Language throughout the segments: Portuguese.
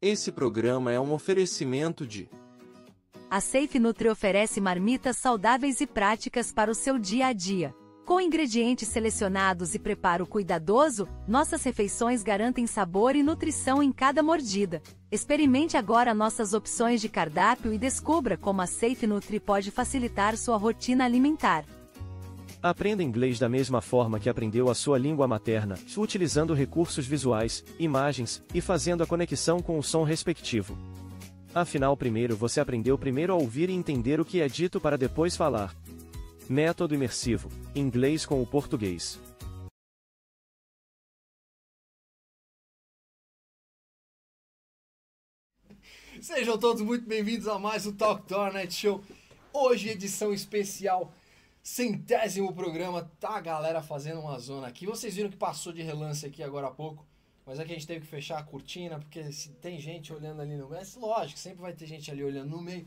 Esse programa é um oferecimento de A Safe Nutri oferece marmitas saudáveis e práticas para o seu dia a dia. Com ingredientes selecionados e preparo cuidadoso, nossas refeições garantem sabor e nutrição em cada mordida. Experimente agora nossas opções de cardápio e descubra como a Safe Nutri pode facilitar sua rotina alimentar. Aprenda inglês da mesma forma que aprendeu a sua língua materna, utilizando recursos visuais, imagens e fazendo a conexão com o som respectivo. Afinal, primeiro você aprendeu primeiro a ouvir e entender o que é dito para depois falar. Método imersivo: inglês com o português. Sejam todos muito bem-vindos a mais um Talk Door Night Show. Hoje, edição especial, centésimo programa. Tá a galera fazendo uma zona aqui. Vocês viram que passou de relance aqui agora há pouco, mas é que a gente teve que fechar a cortina, porque se tem gente olhando ali no meio. Mas lógico, sempre vai ter gente ali olhando no meio.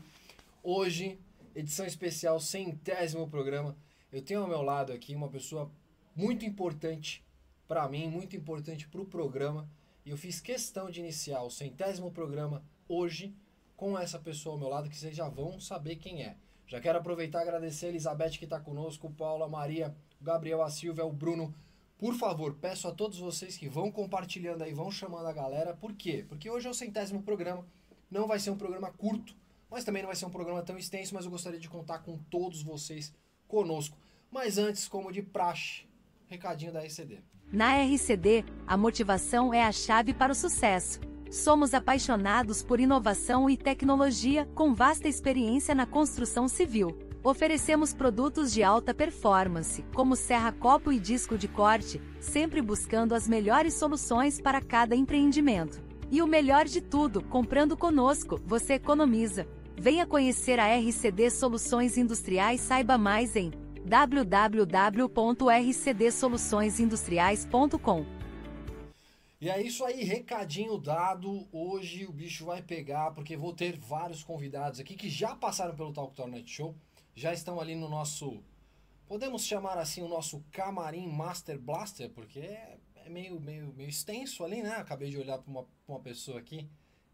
Hoje, edição especial, centésimo programa. Eu tenho ao meu lado aqui uma pessoa muito importante para mim, muito importante para o programa. E eu fiz questão de iniciar o centésimo programa hoje com essa pessoa ao meu lado, que vocês já vão saber quem é. Já quero aproveitar e agradecer a Elizabeth que está conosco, Paula, Maria, o Gabriel, a Silvia, o Bruno. Por favor, peço a todos vocês que vão compartilhando aí, vão chamando a galera. Por quê? Porque hoje é o centésimo programa. Não vai ser um programa curto, mas também não vai ser um programa tão extenso, mas eu gostaria de contar com todos vocês conosco. Mas antes, como de praxe, recadinho da RCD. Na RCD, a motivação é a chave para o sucesso. Somos apaixonados por inovação e tecnologia, com vasta experiência na construção civil. Oferecemos produtos de alta performance, como serra copo e disco de corte, sempre buscando as melhores soluções para cada empreendimento. E o melhor de tudo, comprando conosco, você economiza. Venha conhecer a RCD Soluções Industriais, saiba mais em www.rcdsoluçõesindustriais.com. E é isso aí, recadinho dado. Hoje o bicho vai pegar, porque vou ter vários convidados aqui que já passaram pelo Talk Tour Night Show, já estão ali no nosso. Podemos chamar assim o nosso camarim Master Blaster, porque é, é meio, meio, meio extenso ali, né? Acabei de olhar para uma, pra uma pessoa aqui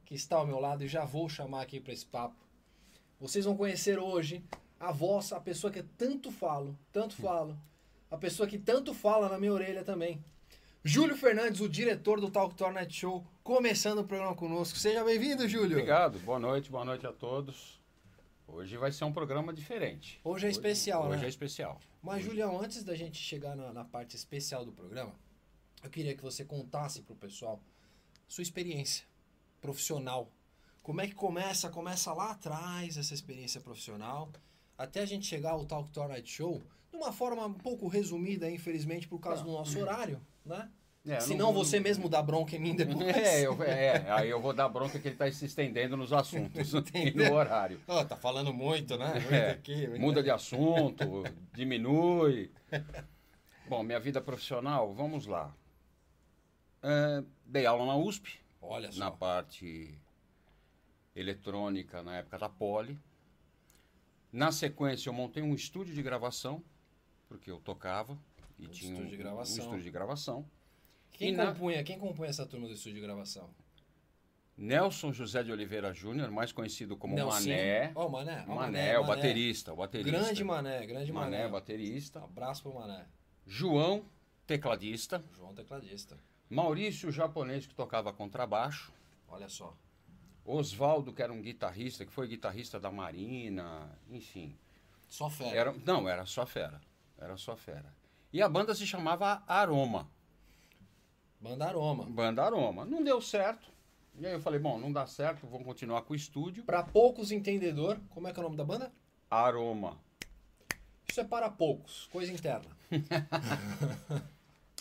que está ao meu lado e já vou chamar aqui para esse papo. Vocês vão conhecer hoje a voz, a pessoa que eu tanto falo, tanto falo, a pessoa que tanto fala na minha orelha também. Júlio Fernandes, o diretor do Talk Tour Night Show, começando o programa conosco. Seja bem-vindo, Júlio. Obrigado, boa noite, boa noite a todos. Hoje vai ser um programa diferente. Hoje é especial, Hoje né? é especial. Mas, Julião, antes da gente chegar na, na parte especial do programa, eu queria que você contasse pro pessoal sua experiência profissional. Como é que começa? Começa lá atrás essa experiência profissional, até a gente chegar ao Talk Tour Night Show, de uma forma um pouco resumida, infelizmente, por causa do nosso horário, né? É, Senão você mesmo dá bronca em mim depois. É, eu, é, aí eu vou dar bronca que ele está se estendendo nos assuntos e no horário. Ó, tá falando muito, né? Muito É, aqui, muito muda de assunto, diminui. Bom, minha vida profissional, vamos lá. É, dei aula na USP, Olha só. na parte eletrônica na época da Poli. Na sequência, eu montei um estúdio de gravação, porque eu tocava e Um tinha estúdio de gravação. um estúdio de gravação. Quem, E na- compunha, quem compunha essa turma do estúdio de gravação? Nelson José de Oliveira Júnior, mais conhecido como Nelson? Mané. Ó, o Mané. ó Mané, o baterista, o baterista. Grande Mané, grande Mané. Mané, baterista. Abraço pro Mané. João, tecladista. João tecladista. Maurício, japonês que tocava contrabaixo. Olha só. Oswaldo, que era um guitarrista, que foi guitarrista da Marina, enfim. Só fera. Era, não, era só fera. Era só fera. E a banda se chamava Aroma. Banda Aroma. Banda Aroma. Não deu certo. E aí eu falei, bom, não dá certo, vamos continuar com o estúdio. Pra poucos entendedor, como é que é o nome da banda? Aroma. Isso é para poucos, coisa interna.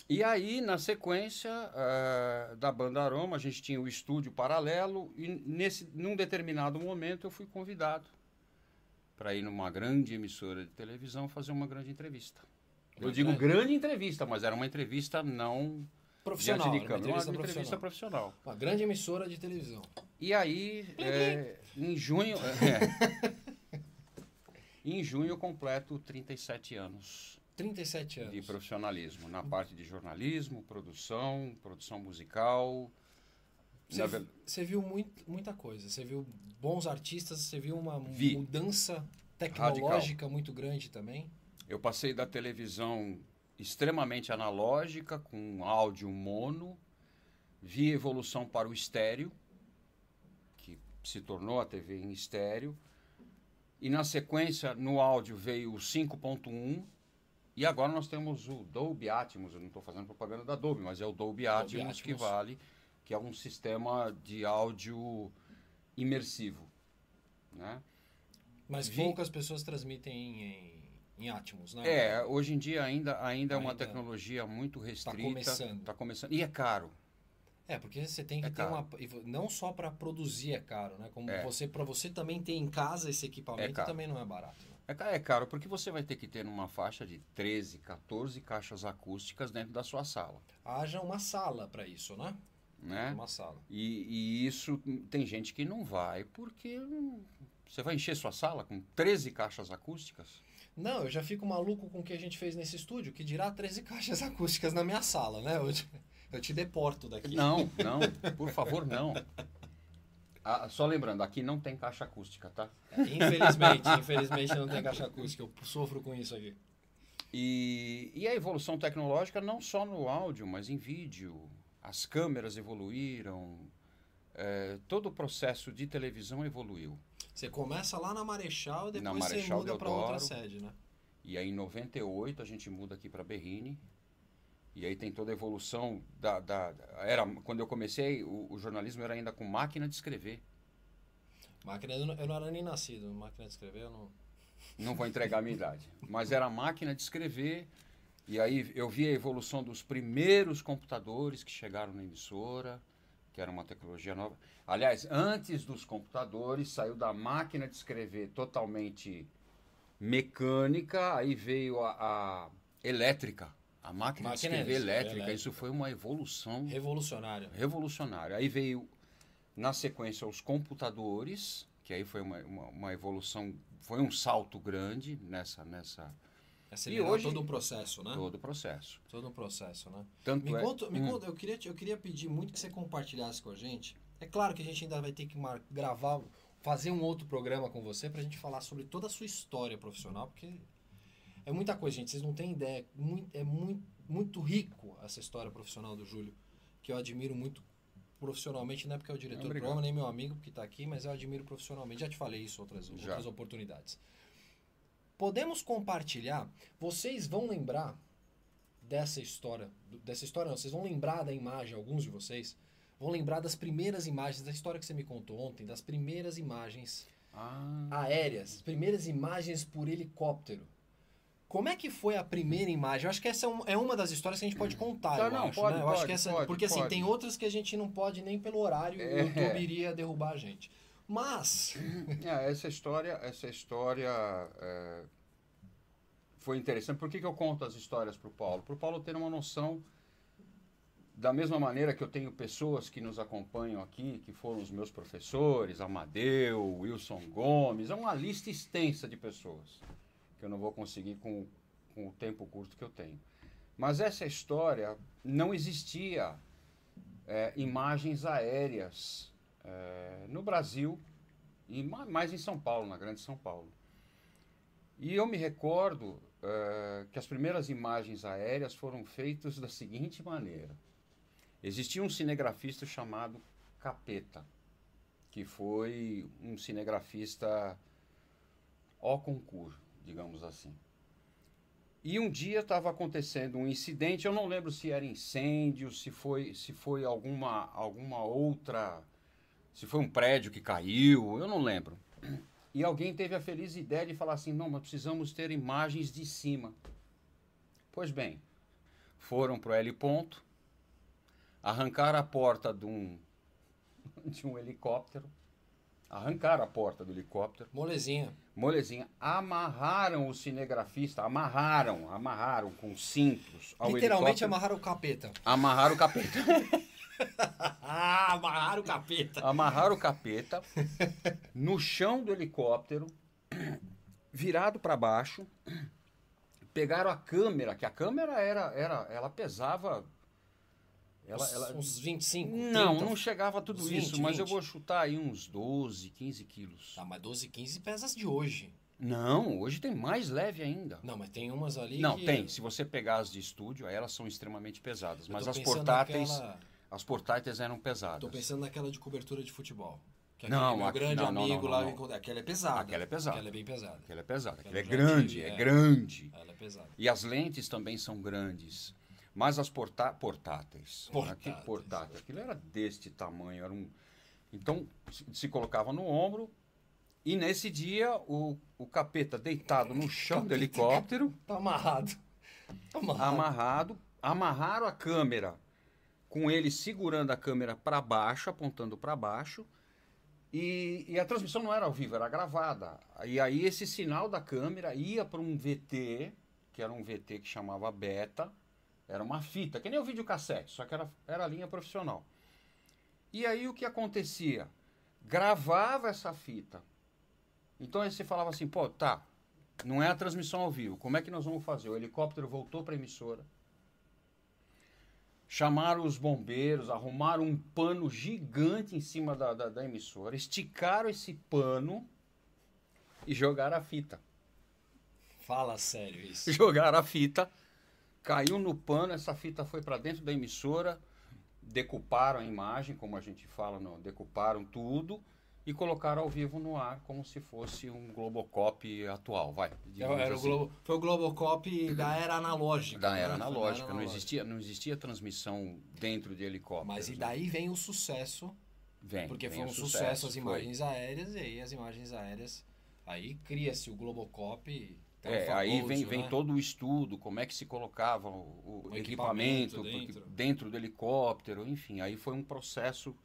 E aí, na sequência eh, da banda Aroma, a gente tinha o estúdio paralelo e nesse, num determinado momento eu fui convidado para ir numa grande emissora de televisão fazer uma grande entrevista. Eu Verdade. digo grande entrevista, mas era uma entrevista não Profissional. diante de era câmera, uma entrevista uma entrevista profissional. profissional. Uma grande emissora de televisão. E aí, eh, em junho, é. em junho eu completo 37 anos 37 anos. de profissionalismo, na parte de jornalismo, produção, produção musical, Na Você, ver- você viu muito, muita coisa. Você viu bons artistas, você viu uma Vi. mudança tecnológica muito grande também. Eu passei da televisão extremamente analógica, com um áudio mono, vi a evolução para o estéreo, que se tornou a TV em estéreo, e na sequência no áudio veio o 5.1, e agora nós temos o Dolby Atmos, eu não estou fazendo propaganda da Dolby, mas é o Dolby Atmos, que Atmos. vale, que é um sistema de áudio imersivo, né? Mas Vi. poucas pessoas transmitem em, em Atmos, né? É, hoje em dia ainda, ainda é uma Ainda Tá tecnologia muito restrita. começando. tá começando. E é caro. É, porque você tem que É ter uma e vo- não só para produzir é caro, né? Como É. você para você também ter em casa esse equipamento caro. também não é barato. né? É, ca- é caro porque você vai ter que ter numa faixa de 13, 14 caixas acústicas dentro da sua sala, Haja uma sala para isso, né? né? Uma sala. E, e isso hum, tem gente que não vai porque hum, você vai encher sua sala com 13 caixas acústicas? Não, eu já fico maluco com o que a gente fez nesse estúdio, que dirá 13 caixas acústicas na minha sala, né? Eu te, eu te deporto daqui. Não, não, por favor, não. Ah, só lembrando, aqui não tem caixa acústica, tá? Infelizmente, infelizmente não tem caixa acústica, eu sofro com isso aqui. E, e a evolução tecnológica não só no áudio, mas em vídeo. As câmeras evoluíram, eh, todo o processo de televisão evoluiu. Você começa lá na Marechal e Na depois você Marechal muda para outra Deodoro. sede, né? E aí em 98 a gente muda aqui para Berrini. E aí tem toda a evolução da, da- da- era quando eu comecei o, o jornalismo era ainda com máquina de escrever. Máquina, eu não, eu não era nem nascido, máquina de escrever, eu não. Não vou entregar a minha idade, mas era máquina de escrever. E aí eu vi a evolução dos primeiros computadores que chegaram na emissora, que era uma tecnologia nova. Aliás, antes dos computadores, saiu da máquina de escrever totalmente mecânica, aí veio a, a elétrica, a máquina, Máquina de de escrever escrever elétrica. elétrica. Isso foi uma evolução Revolucionário. revolucionário. Aí veio, na sequência, os computadores, que aí foi uma, uma, uma evolução, foi um salto grande nessa, nessa Acelerar E hoje- todo um processo, né? todo o processo. Todo um processo, né? Tanto Me é, conta, me Hum, conta, eu queria, te- eu queria pedir muito que você compartilhasse com a gente. É claro que a gente ainda vai ter que mar- gravar, fazer um outro programa com você pra gente falar sobre toda a sua história profissional, porque é muita coisa, gente. Vocês não têm ideia. Mui- É muito, muito rico essa história profissional do Júlio, que eu admiro muito profissionalmente. Não é porque é o diretor do Obrigado. programa, nem meu amigo que tá aqui, mas eu admiro profissionalmente. Já te falei isso outras, Já. outras oportunidades. Podemos compartilhar. Vocês vão lembrar dessa história, do- dessa história não, vocês vão lembrar da imagem, alguns de vocês vão lembrar das primeiras imagens, da história que você me contou ontem, das primeiras imagens ah, aéreas, as primeiras imagens por helicóptero. Como é que foi a primeira imagem? Eu acho que essa é um- é uma das histórias que a gente pode contar, Tá, eu não, acho, pode, né? Eu acho pode, que essa, pode, porque assim, pode. tem outras que a gente não pode nem pelo horário, o É. YouTube iria derrubar a gente. Mas, é, essa história, essa história é, foi interessante. Por que, que eu conto as histórias para o Paulo? Para o Paulo ter uma noção da mesma maneira que eu tenho pessoas que nos acompanham aqui, que foram os meus professores, Amadeu, Wilson Gomes, é uma lista extensa de pessoas que eu não vou conseguir com, com o tempo curto que eu tenho. Mas essa história não existia é, imagens aéreas é, no Brasil e ma- mais em São Paulo, na Grande São Paulo. E eu me recordo eh, que as primeiras imagens aéreas foram feitas da seguinte maneira: existia um cinegrafista chamado Capeta, que foi um cinegrafista au concurso, digamos assim. E um dia estava acontecendo um incidente, eu não lembro se era incêndio, se foi, se foi alguma, alguma outra se foi um prédio que caiu, eu não lembro. E alguém teve a feliz ideia de falar assim: não, mas precisamos ter imagens de cima. Pois bem, foram para o L ponto, arrancaram a porta de um, de um helicóptero, arrancaram a porta do helicóptero, molezinha, molezinha, amarraram o cinegrafista, amarraram, amarraram com cintos ao literalmente helicóptero, amarraram o capeta. amarraram o capeta. Ah, amarraram o capeta. Amarraram o capeta no chão do helicóptero, virado para baixo. Pegaram a câmera, que a câmera era, era ela pesava Ela, ela... Uns 25? Não, 30? não chegava a tudo Uns isso, 20, mas eu 20. vou chutar aí uns 12, 15 quilos. Ah, mas 12, 15 pesas de hoje. Não, hoje tem mais leve ainda. Não, mas tem umas ali Não, que- é- tem. Se você pegar as de estúdio, aí elas são extremamente pesadas. Eu Mas tô as pensando portáteis, naquela- as portáteis eram pesadas. Tô pensando naquela de cobertura de futebol. Que Não, aquele meu aqui- grande não, não, amigo não, lá, não. me conta- aquela é pesada. Aquela é pesada. Aquela é bem pesada. Aquela é pesada, aquela é Aquela já grande, tive, é é. grande. Ela é pesada. E as lentes também são grandes. Mas as porta portáteis. Portáteis. Aquele portátil, aquilo era deste tamanho. Era um... Então, se- se colocava no ombro. E nesse dia, o, o capeta deitado no chão do helicóptero, Tá amarrado. Tá amarrado. amarrado, amarraram a câmera com ele segurando a câmera para baixo, apontando para baixo. E, e a transmissão não era ao vivo, era gravada. E aí esse sinal da câmera ia para um VT, que era um VT que chamava Beta, era uma fita, que nem o videocassete, só que era, era a linha profissional. E aí o que acontecia? Gravava essa fita. Então aí você falava assim, pô, tá, não é a transmissão ao vivo. Como é que nós vamos fazer? O helicóptero voltou para a emissora. Chamaram os bombeiros, arrumaram um pano gigante em cima da, da, da emissora, esticaram esse pano e jogaram a fita. Fala sério isso. Jogaram a fita, caiu no pano, essa fita foi para dentro da emissora, decuparam a imagem, como a gente fala, não, decuparam tudo e colocaram ao vivo no ar, como se fosse um Globocop atual, vai. digamos Era o assim. Globo, foi o Globocop da era analógica. Da né? era Foi da analógica, não analógica. existia, não existia transmissão dentro de né? helicóptero. Mas e daí vem o sucesso, Vem, porque vem foi o um sucesso, as foi. imagens aéreas, e aí as imagens aéreas, aí cria-se o Globocop. É, Alpha aí Gold, vem, vem né? todo o estudo, como é que se colocava o, o O equipamento equipamento, porque- dentro. dentro. do helicóptero, enfim, aí foi um processo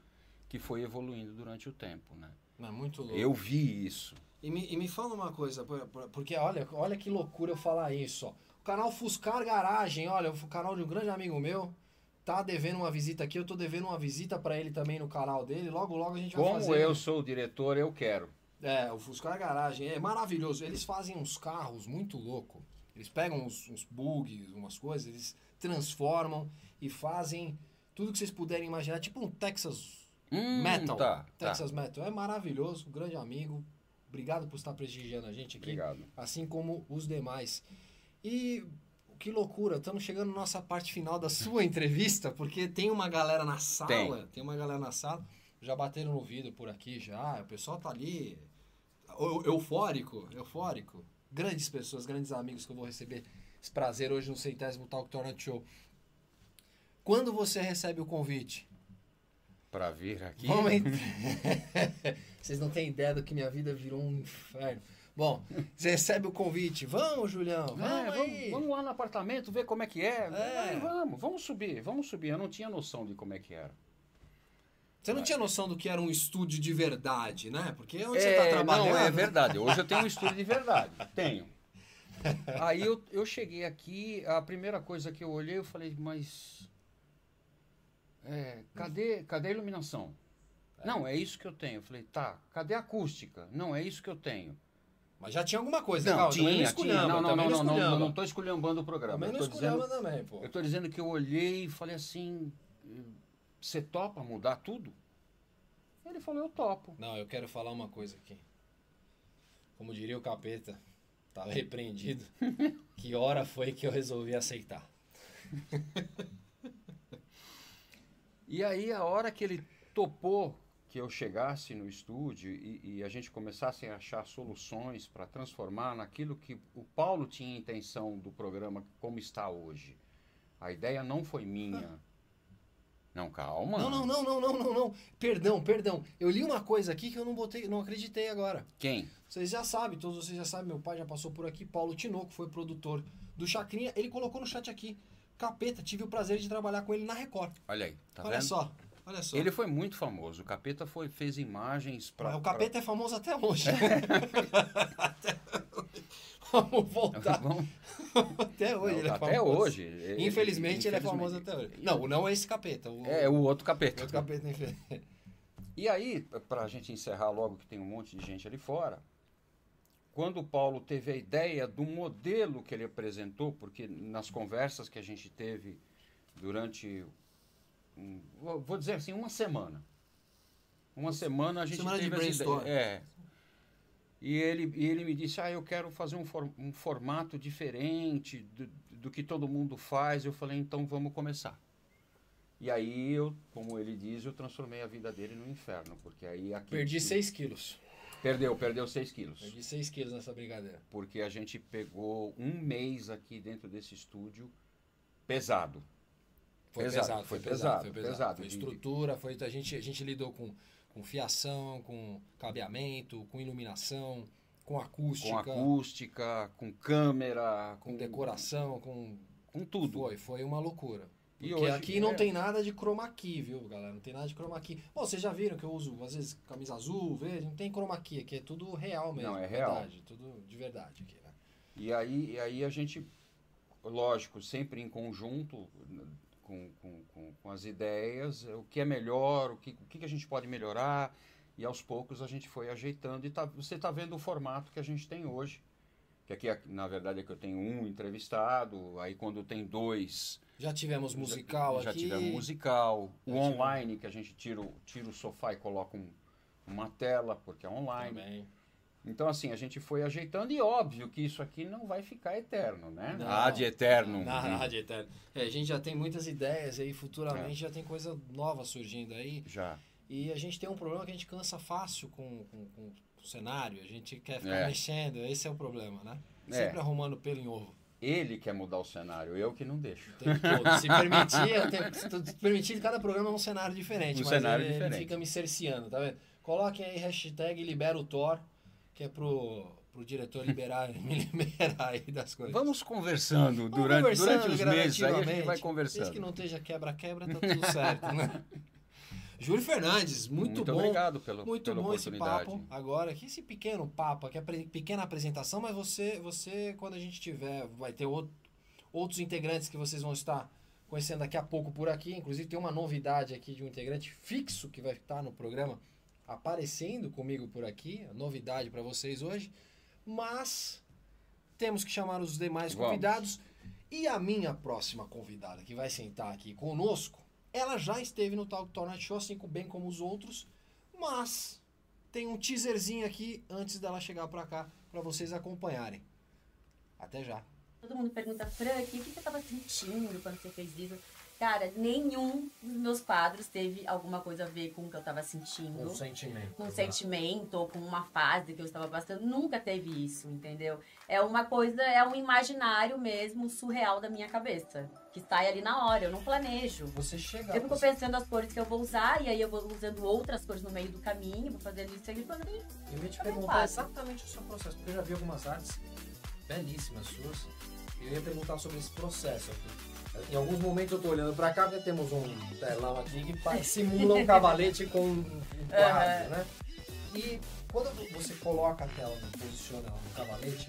que foi evoluindo durante o tempo, né? Mas é muito louco. Eu vi isso. E me, e me fala uma coisa, por- por- porque olha, olha que loucura eu falar isso, ó. O canal Fuscar Garagem, olha, o canal de um grande amigo meu, tá devendo uma visita aqui, eu tô devendo uma visita pra ele também no canal dele, logo logo a gente vai Como fazer. né? eu sou o diretor, eu quero. É, o Fuscar Garagem é maravilhoso. Eles fazem uns carros muito louco. Eles pegam uns, uns bugs, umas coisas, eles transformam e fazem tudo que vocês puderem imaginar, tipo um Texas Hum, Metal. Tá, tá. Texas Metal é maravilhoso, um grande amigo. Obrigado por estar prestigiando a gente aqui Obrigado. assim como os demais. E que loucura, estamos chegando na nossa parte final da sua entrevista, Tá, porque tem uma galera na sala, tem, Tem. uma galera na sala, já bateram no vidro por aqui já, o pessoal tá ali eu- eufórico, eufórico. Grandes pessoas, grandes amigos que eu vou receber esse prazer hoje no centésimo Talk Tornado Show. Quando você recebe o convite? Pra vir aqui. Vamos en- Vocês não têm ideia do que minha vida virou um inferno. Bom, você recebe o convite. Vamos, Julião. Vamos, É, aí. vamos, vamos lá no apartamento ver como é que é. É. Aí vamos, vamos subir, vamos subir. Eu não tinha noção de como é que era. Você não tinha noção do que era um estúdio de verdade, né? Porque onde É, você tá trabalhando... Não, é verdade. Hoje eu tenho um estúdio de verdade. Tenho. Aí eu, eu cheguei aqui, a primeira coisa que eu olhei, eu falei, mas. é, cadê, cadê a iluminação? Não, é isso que eu tenho. Eu falei, tá, cadê a acústica? Não, é isso que eu tenho. Mas já tinha alguma coisa. Não, calma, também tinha, tinha. esculhamba, Não, não, também não, não, não, esculhamba. não, não tô esculhambando o programa. Também Eu não tô dizendo, esculhamba também, pô. eu tô dizendo que eu olhei e falei assim, você topa mudar tudo? Ele falou, eu topo. Não, eu quero falar uma coisa aqui. Como diria o capeta, tava repreendido. que hora foi que eu resolvi aceitar? E aí, a hora que ele topou que eu chegasse no estúdio e, e a gente começasse a achar soluções para transformar naquilo que o Paulo tinha intenção do programa como está hoje. A ideia não foi minha. Não, calma. Ah. Não, não, não, não, não, não, não. Perdão, perdão. Eu li uma coisa aqui que eu não botei, não acreditei agora. Quem? Vocês já sabem, todos vocês já sabem, meu pai já passou por aqui, Paulo Tinoco foi produtor do Chacrinha, ele colocou no chat aqui. Capeta, tive o prazer de trabalhar com ele na Record. Olha aí, tá olha vendo? só, olha só. Ele foi muito famoso. O Capeta foi, fez imagens para. o Capeta é famoso até hoje. Até hoje. Vamos voltar. Até hoje ele é famoso. tá até hoje. Ele- Infelizmente ele é famoso infelizmente. até hoje. Não, não é esse Capeta. O, É, o outro o capeta. outro Capeta, né, infelizmente. E aí, para a gente encerrar logo, que tem um monte de gente ali fora, quando o Paulo teve a ideia do modelo que ele apresentou, porque nas conversas que a gente teve durante um- vou vou dizer assim, uma semana. Uma semana a gente Semana de teve as ideias. brainstorm. É. E ele, e ele me disse, ah, eu quero fazer um, for- um formato diferente do, do que todo mundo faz. Eu falei, então vamos começar. E aí eu, como ele diz, eu transformei a vida dele no inferno, porque aí aqui... Perdi 6 quilos. Perdeu, perdeu 6 quilos Perdi é. 6 quilos nessa brincadeira. porque a gente pegou um mês aqui dentro desse estúdio pesado. Foi pesado, Pesado, foi foi pesado, pesado, foi pesado. pesado. Foi E- estrutura, foi a gente, a gente lidou com, com fiação, com cabeamento, com iluminação, com acústica, Com acústica, com câmera, com decoração, com com tudo. Foi, foi uma loucura. E Porque hoje- aqui não é. tem nada de chroma key, viu, galera? Não tem nada de chroma key. Bom, vocês já viram que eu uso, às vezes, camisa azul, verde, não tem chroma key aqui, é tudo real mesmo. Não, é verdade, Tudo de verdade aqui, né? E aí, e aí a gente, lógico, sempre em conjunto n- com, com, com, com as ideias, eh, o que é melhor, o que, o que que a gente pode melhorar, e aos poucos a gente foi ajeitando. E tá, você está vendo o formato que a gente tem hoje. Que aqui, a- na verdade, é que eu tenho um entrevistado, aí quando tem dois. Já tivemos musical já, aqui. Já tivemos musical. O tivemos- online, que a gente tira, o- tira o sofá e coloca um- uma tela, porque é online. Também. Então, assim, a gente foi ajeitando e óbvio que isso aqui não vai ficar eterno, né? Não. Ah, de eterno. Na rádio, eterno. É, a gente já tem muitas ideias aí, futuramente É. já tem coisa nova surgindo aí. Já. E a gente tem um problema que a gente cansa fácil com, com, com o cenário, a gente quer ficar É. mexendo, esse é o problema, né? É. Sempre arrumando pelo em ovo. Ele quer mudar o cenário, eu que não deixo. O tempo todo. Se permitir, eu tenho- se tu- se permitir, cada programa é um cenário diferente. Um mas cenário ele, ele diferente. fica me cerceando, tá vendo? Coloquem aí hashtag libera o Thor, que é pro, pro diretor liberar, me liberar aí das coisas. Vamos conversando Vamos durante, conversando durante os meses, aí a gente gradativamente. vai Desde que conversando. não esteja quebra-quebra, tá tudo certo, né? Júlio Fernandes, muito, bom. obrigado pelo, Muito pela bom esse oportunidade. papo agora, que esse pequeno papo, aqui, a pre- pequena apresentação, mas você, você quando a gente tiver, vai ter outro- outros integrantes que vocês vão estar conhecendo daqui a pouco por aqui, inclusive tem uma novidade aqui de um integrante fixo que vai estar no programa aparecendo comigo por aqui, novidade para vocês hoje, mas temos que chamar os demais Vamos. convidados e a minha próxima convidada que vai sentar aqui conosco, ela já esteve no Talk Tour Night Show, assim como- bem como os outros, mas tem um teaserzinho aqui antes dela chegar pra cá pra vocês acompanharem. Até já. Todo mundo pergunta, Frank, o que que você tava sentindo quando você fez isso? Cara, nenhum dos meus quadros teve alguma coisa a ver com o que eu tava sentindo. sentimento. né? Com um sentimento ou com uma fase que eu estava passando. Nunca teve isso, entendeu? É uma coisa, é um imaginário mesmo surreal da minha cabeça. Que sai ali na hora, eu não planejo. Você chega. Eu fico pensando as cores que eu vou usar, e aí eu vou usando outras cores no meio do caminho, vou fazendo isso e aquilo. fazendo isso. Eu ia te Eu perguntar faço. exatamente o seu processo, porque eu já vi algumas artes belíssimas suas. E eu ia perguntar sobre esse processo aqui. Em alguns momentos eu tô olhando pra cá, porque temos um telão aqui que pa- simula um cavalete com um um quadro, né? E quando você coloca a tela, né, posiciona ela no cavalete,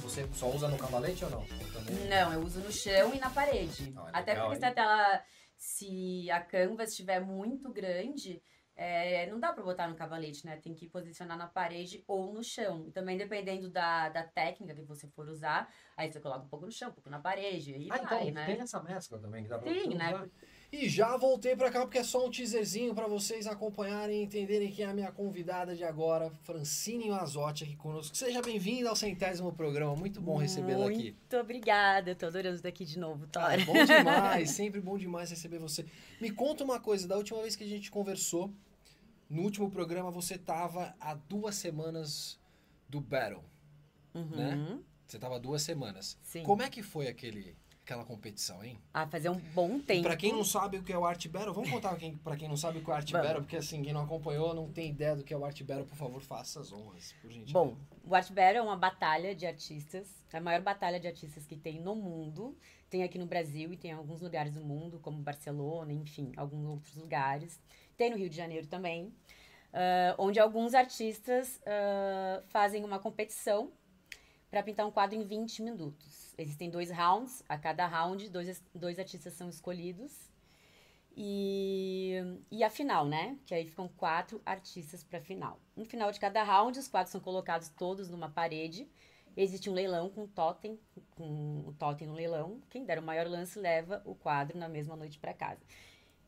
você só usa no cavalete ou não? Ou também- Não, eu uso no chão e na parede. Ah, Até legal, porque se hein? a tela, se a canvas estiver muito grande, é, não dá pra botar no cavalete, né? Tem que posicionar na parede ou no chão. E também dependendo da, da técnica que você for usar, aí você coloca um pouco no chão, um pouco na parede, e Ah, vai, então né? tem essa mescla também que dá pra Tem, né? usar. E já voltei pra cá porque é só um teaserzinho pra vocês acompanharem e entenderem quem é a minha convidada de agora, Francine Mazotti, aqui conosco. Seja bem-vinda ao centésimo programa, muito bom recebê-la aqui. Muito obrigada, eu tô adorando estar aqui de novo, Cara, Ah, É bom Tora. demais, sempre bom demais receber você. Me conta uma coisa, da última vez que a gente conversou, no último programa você tava há duas semanas do Battle, Uhum. né? Você tava há duas semanas. Uhum. Sim. Como é que foi aquele, aquela competição, hein? Ah, fazer um bom tempo. Pra quem não sabe o que é o Art Battle, vamos contar quem, pra quem não sabe o que é o Art Vamos. Battle, porque assim, quem não acompanhou, não tem ideia do que é o Art Battle, por favor, faça as honras, por gentileza. Bom, o Art Battle é uma batalha de artistas, é a maior batalha de artistas que tem no mundo. Tem aqui no Brasil e tem em alguns lugares do mundo, como Barcelona, enfim, alguns outros lugares. Tem no Rio de Janeiro também, ah, onde alguns artistas ah, fazem uma competição para pintar um quadro em 20 minutos. Existem dois rounds, a cada round dois, dois artistas são escolhidos. E, e a final, né? Que aí ficam quatro artistas pra final. No final de cada round, os quatro são colocados todos numa parede. Existe um leilão com totem, com o totem no leilão. Quem der o maior lance leva o quadro na mesma noite pra casa.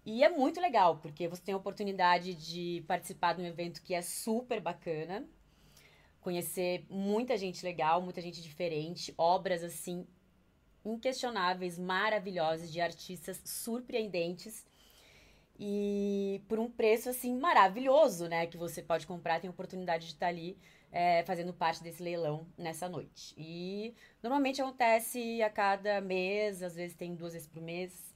E é muito legal, porque você tem a oportunidade de participar de um evento que é super bacana, conhecer muita gente legal, muita gente diferente, obras assim inquestionáveis, maravilhosas, de artistas surpreendentes. E por um preço assim maravilhoso, né? Que você pode comprar, tem a oportunidade de estar ali é, fazendo parte desse leilão nessa noite. E normalmente acontece a cada mês, às vezes tem duas vezes por mês.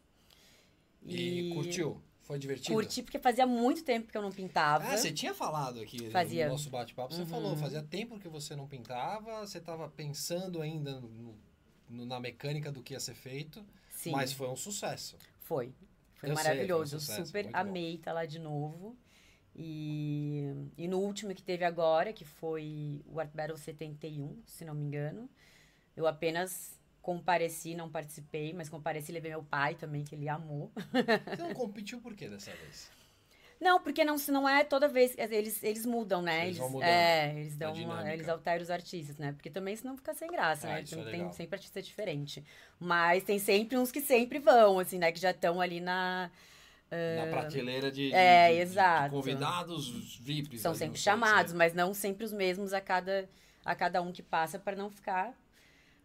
E, curtiu? Foi divertido? Curti, porque fazia muito tempo que eu não pintava. Ah, você tinha falado aqui Fazia. no nosso bate-papo, você Uhum. falou, fazia tempo que você não pintava, você estava pensando ainda no- no- na mecânica do que ia ser feito, Sim, mas foi um sucesso. foi. Foi Eu sei, foi um maravilhoso. sucesso, Super muito bom. amei estar lá de novo. E, e no último que teve agora, que foi o Art Battle 71, se não me engano, eu apenas compareci, não participei, mas compareci e levei meu pai também, que ele amou. Você não competiu por quê dessa vez? Não, porque não, se não é toda vez. Eles, eles mudam, né? Eles vão mudando é, eles dão a uma- dinâmica. eles alteram os artistas, né? Porque também senão fica sem graça, Ah, né? isso Tem, é tem legal. sempre artista diferente. Mas tem sempre uns que sempre vão, assim, né? Que já estão ali na. Na prateleira de, de- Ah. é, de- de- de exato. convidados os VIPs. São ali, né? não sempre sei, chamados, sei. mas não sempre os mesmos a cada, a cada um que passa pra não ficar.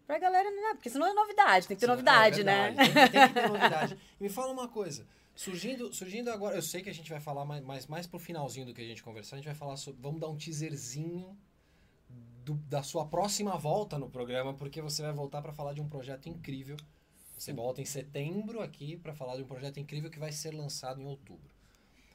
Pra galera, né? Porque senão é novidade, tem que ter Sim, é novidade, né? verdade, Tem, que- tem que ter novidade. E Me fala uma coisa. Surgindo, surgindo agora, eu sei que a gente vai falar mais, mais, mais pro finalzinho do que a gente conversar, a gente vai falar sobre. Vamos dar um teaserzinho do- da sua próxima volta no programa, porque você vai voltar para falar de um projeto incrível. Você volta em setembro aqui para falar de um projeto incrível que vai ser lançado em outubro.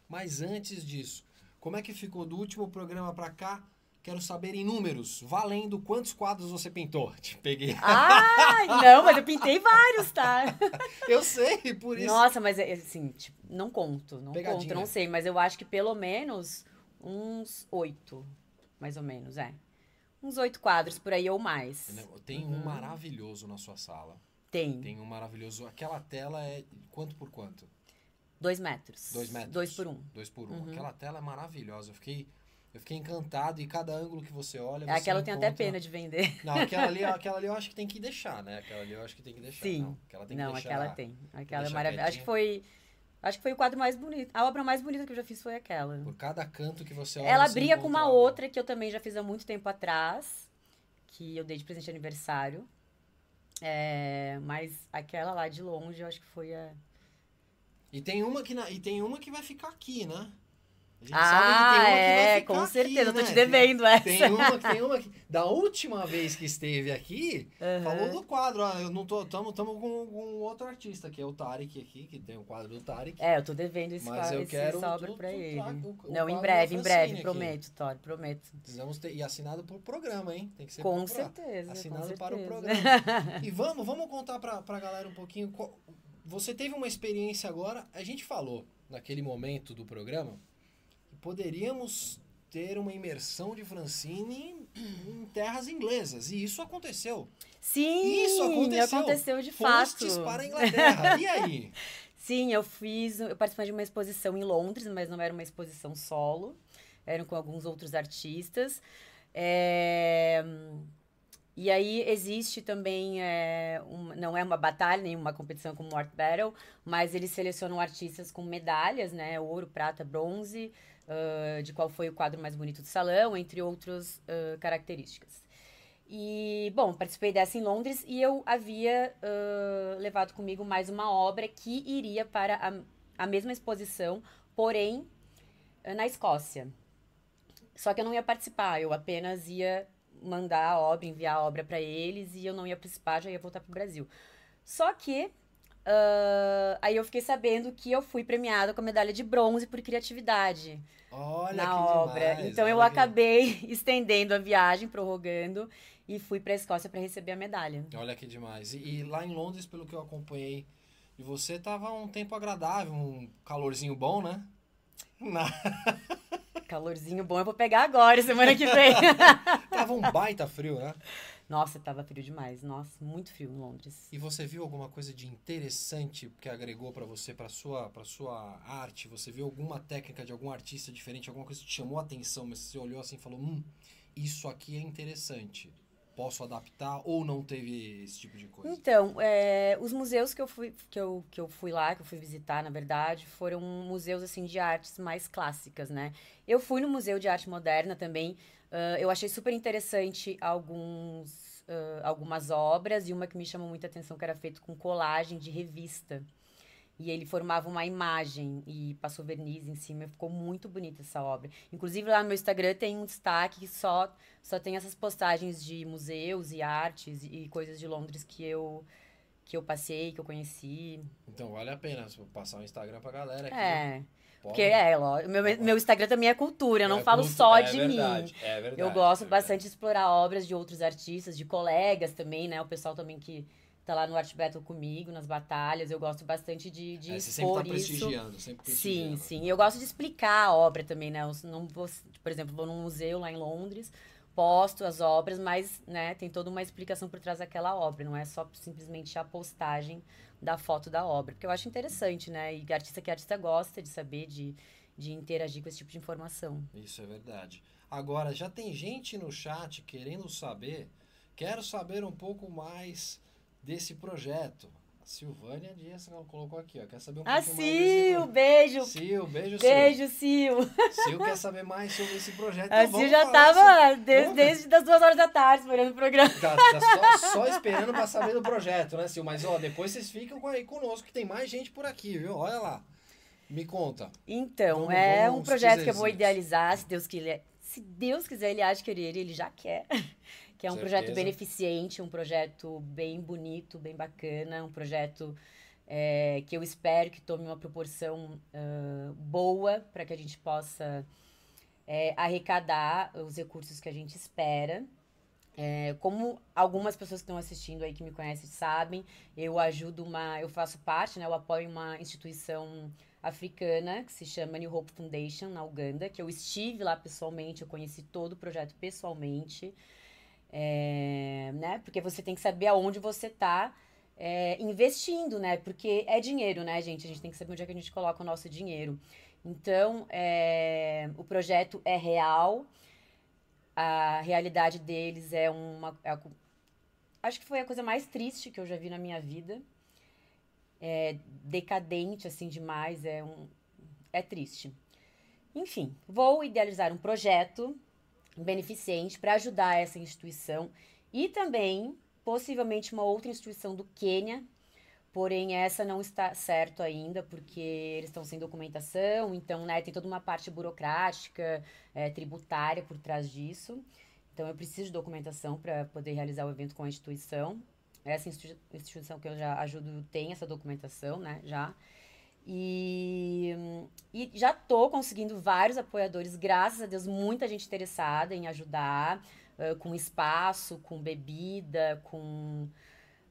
Mas antes disso, como é que ficou do último programa para cá? Quero saber em números, valendo quantos quadros você pintou. Te peguei. Ai, não, mas eu pintei vários, tá? Eu sei, por isso. Nossa, mas é- é assim, tipo, não conto, não Pegadinha. conto, não sei, mas eu acho que pelo menos uns oito, mais ou menos, é. Uns oito quadros por aí ou mais. Não, Tem um maravilhoso na sua sala. Uhum. Tem, Tem um maravilhoso. Aquela tela é quanto por quanto? dois metros. Dois metros. Dois por um. Dois por um. Uhum. Aquela tela é maravilhosa. Eu fiquei, eu fiquei encantado e cada ângulo que você olha. Você É Aquela eu tenho até encontra- pena de vender. Não, aquela ali, aquela ali eu acho que tem que deixar, né? Aquela ali eu acho que tem que deixar. Sim. Não, aquela tem que não, deixar. aquela tem. Aquela é deixar maravilhosa. Acho que foi. Acho que foi o quadro mais bonito. A obra mais bonita que eu já fiz foi aquela. Por cada canto que você olha. Ela você briga com encontra uma algo. outra que eu também já fiz há muito tempo atrás, que eu dei de presente de aniversário. É, mas aquela lá de longe, eu acho que foi a. E tem uma que, na- e tem uma que vai ficar aqui, né? A gente Ah, é, ficar com aqui, certeza, eu tô né? Tem- te devendo essa. Tem uma, tem uma que. Da última vez que esteve aqui, Aham. falou do quadro. Ó, eu não tô. Tamo, tamo com, com outro artista, que é o Tarek aqui, que tem o quadro do Tarek. É, eu tô devendo esse, Mas quadro, eu esse quero essa obra tu- pra tu ele. traga o- o Não, em quadro da breve, em Francine breve, aqui. prometo, Thor, prometo. Precisamos ter. E assinado pro programa, hein? Tem que ser Com pro programa. certeza. com Assinado para o certeza. programa. E vamos, vamos contar pra, pra galera um pouquinho. qual- você teve uma experiência agora. A gente falou naquele momento do programa que poderíamos ter uma imersão de Francine em- em terras inglesas. E isso aconteceu. Sim, Isso aconteceu. aconteceu de fato. Fostes para a Inglaterra. E aí? Sim, eu fiz, eu participei de uma exposição em Londres, mas não era uma exposição solo, eram com alguns outros artistas. É, E aí existe também, é, uma- não é uma batalha, nem uma competição como o Art Battle, mas eles selecionam artistas com medalhas, né? Ouro, prata, bronze, ãh, de qual foi o quadro mais bonito do salão, entre outras ãh, características. E, bom, participei dessa em Londres e eu havia ãh, levado comigo mais uma obra que iria para a, a mesma exposição, porém ãh, na Escócia. Só que eu não ia participar, eu apenas ia mandar a obra, enviar a obra para eles e eu não ia participar, já ia voltar para o Brasil. Só que ãh, aí eu fiquei sabendo que eu fui premiada com a medalha de bronze por criatividade Olha na que obra. demais, então eu olha que- acabei estendendo a viagem, prorrogando e fui para a Escócia para receber a medalha. Olha que demais. E, e lá em Londres, pelo que eu acompanhei, de você tava um tempo agradável, um calorzinho bom, né? Na- Calorzinho bom, eu vou pegar agora, semana que vem. Tava um baita frio, né? Nossa, tava frio demais. Nossa, muito frio em Londres. E você viu alguma coisa de interessante que agregou pra você, pra sua, para sua arte? Você viu alguma técnica de algum artista diferente, alguma coisa que te chamou a atenção, mas você olhou assim e falou: "Hum, isso aqui é interessante". posso adaptar ou não teve esse tipo de coisa? Então, é, os museus que eu, fui, que, eu, que eu fui lá, que eu fui visitar, na verdade, foram museus assim de artes mais clássicas, né? Eu fui no Museu de Arte Moderna também. ah, eu achei super interessante alguns, ah, algumas obras e uma que me chamou muita atenção que era feito com colagem de revista. E ele formava uma imagem e passou verniz em cima. e Ficou muito bonita essa obra. Inclusive, lá no meu Instagram tem um destaque que só só tem essas postagens de museus e artes e coisas de Londres que eu que eu passei, que eu conheci. Então vale a pena se eu passar o Instagram pra galera aqui. É, Pode. porque é, lógico, meu, meu Instagram também é cultura, eu não É falo culto- só é de verdade, mim. É verdade. Eu é gosto verdade. bastante de explorar obras de outros artistas, de colegas também, né? O pessoal também que tá lá no Art Battle comigo, nas batalhas, eu gosto bastante de, de É, você sempre expor tá isso. prestigiando, sempre Sim, prestigiando. né? sim. E Eu gosto de explicar a obra também, né? Eu não vou, por exemplo, vou num museu lá em Londres, posto as obras, mas, né, tem toda uma explicação por trás daquela obra, não é só simplesmente a postagem da foto da obra, porque eu acho interessante, né? E artista que artista gosta de saber de de interagir com esse tipo de informação. Isso é verdade. Agora, já tem gente no chat querendo saber, quero saber um pouco mais desse projeto. A Silvânia Dias ela colocou aqui, ó, quer saber um Ah, pouquinho mais desse Sil, beijo. pro- Sil, beijo, Sil. Beijo, Sil. Sil quer saber mais sobre esse projeto. A Então Sil vamos Assim, já falar tava desde, Vamos. desde as duas horas da tarde esperando o programa. Tá, tá só, só esperando pra saber do projeto, né, Sil? Mas ó, depois vocês ficam aí conosco que tem mais gente por aqui, viu? Olha lá. Me conta. Então, Vamos- é vamos um uns projeto que eu vou teaserzinhos. idealizar, se Deus quiser. Se Deus quiser, ele há de querer, ele já quer. Que é um projeto Certeza. beneficente, um projeto bem bonito, bem bacana, um projeto é, que eu espero que tome uma proporção ah, boa para que a gente possa é, arrecadar os recursos que a gente espera. É, como algumas pessoas que estão assistindo aí que me conhecem sabem, eu ajudo uma, eu faço parte, né, eu apoio uma instituição africana que se chama New Hope Foundation na Uganda, que eu estive lá pessoalmente, eu conheci todo o projeto pessoalmente, é, né? Porque você tem que saber aonde você está investindo, né? Porque é dinheiro, né, gente? A gente tem que saber onde é que a gente coloca o nosso dinheiro. Então, é, o projeto é real. A realidade deles é uma, é a co- acho que foi a coisa mais triste que eu já vi na minha vida É decadente assim demais, é um é triste. Enfim, vou idealizar um projeto beneficente para ajudar essa instituição e também possivelmente uma outra instituição do Quênia. Porém, essa não está certo ainda, porque eles estão sem documentação, então, né, tem toda uma parte burocrática, eh, tributária por trás disso. Então, eu preciso de documentação para poder realizar o evento com a instituição essa institui- instituição que eu já ajudo tem essa documentação, né, já. E, e já tô conseguindo vários apoiadores, graças a Deus, muita gente interessada em ajudar, eh, com espaço, com bebida, com...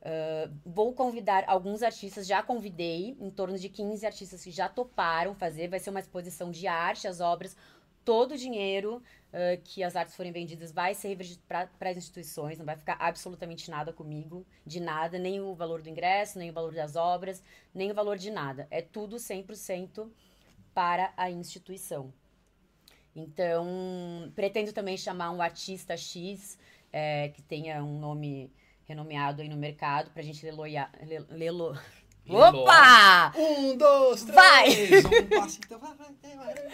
eh, vou convidar alguns artistas, já convidei, em torno de 15 artistas que já toparam fazer, vai ser uma exposição de arte, as obras, todo o dinheiro eh, que as artes forem vendidas vai ser revertido para as instituições, não vai ficar absolutamente nada comigo, de nada, nem o valor do ingresso, nem o valor das obras, nem o valor de nada. É tudo 100% para a instituição. Então, pretendo também chamar um artista X, eh, que tenha um nome renomeado aí no mercado, para a gente leloiar. le- lelo... Leloar. Opa! Um, dois, três. Vai! Um passito. Vai, vai, vai, vai.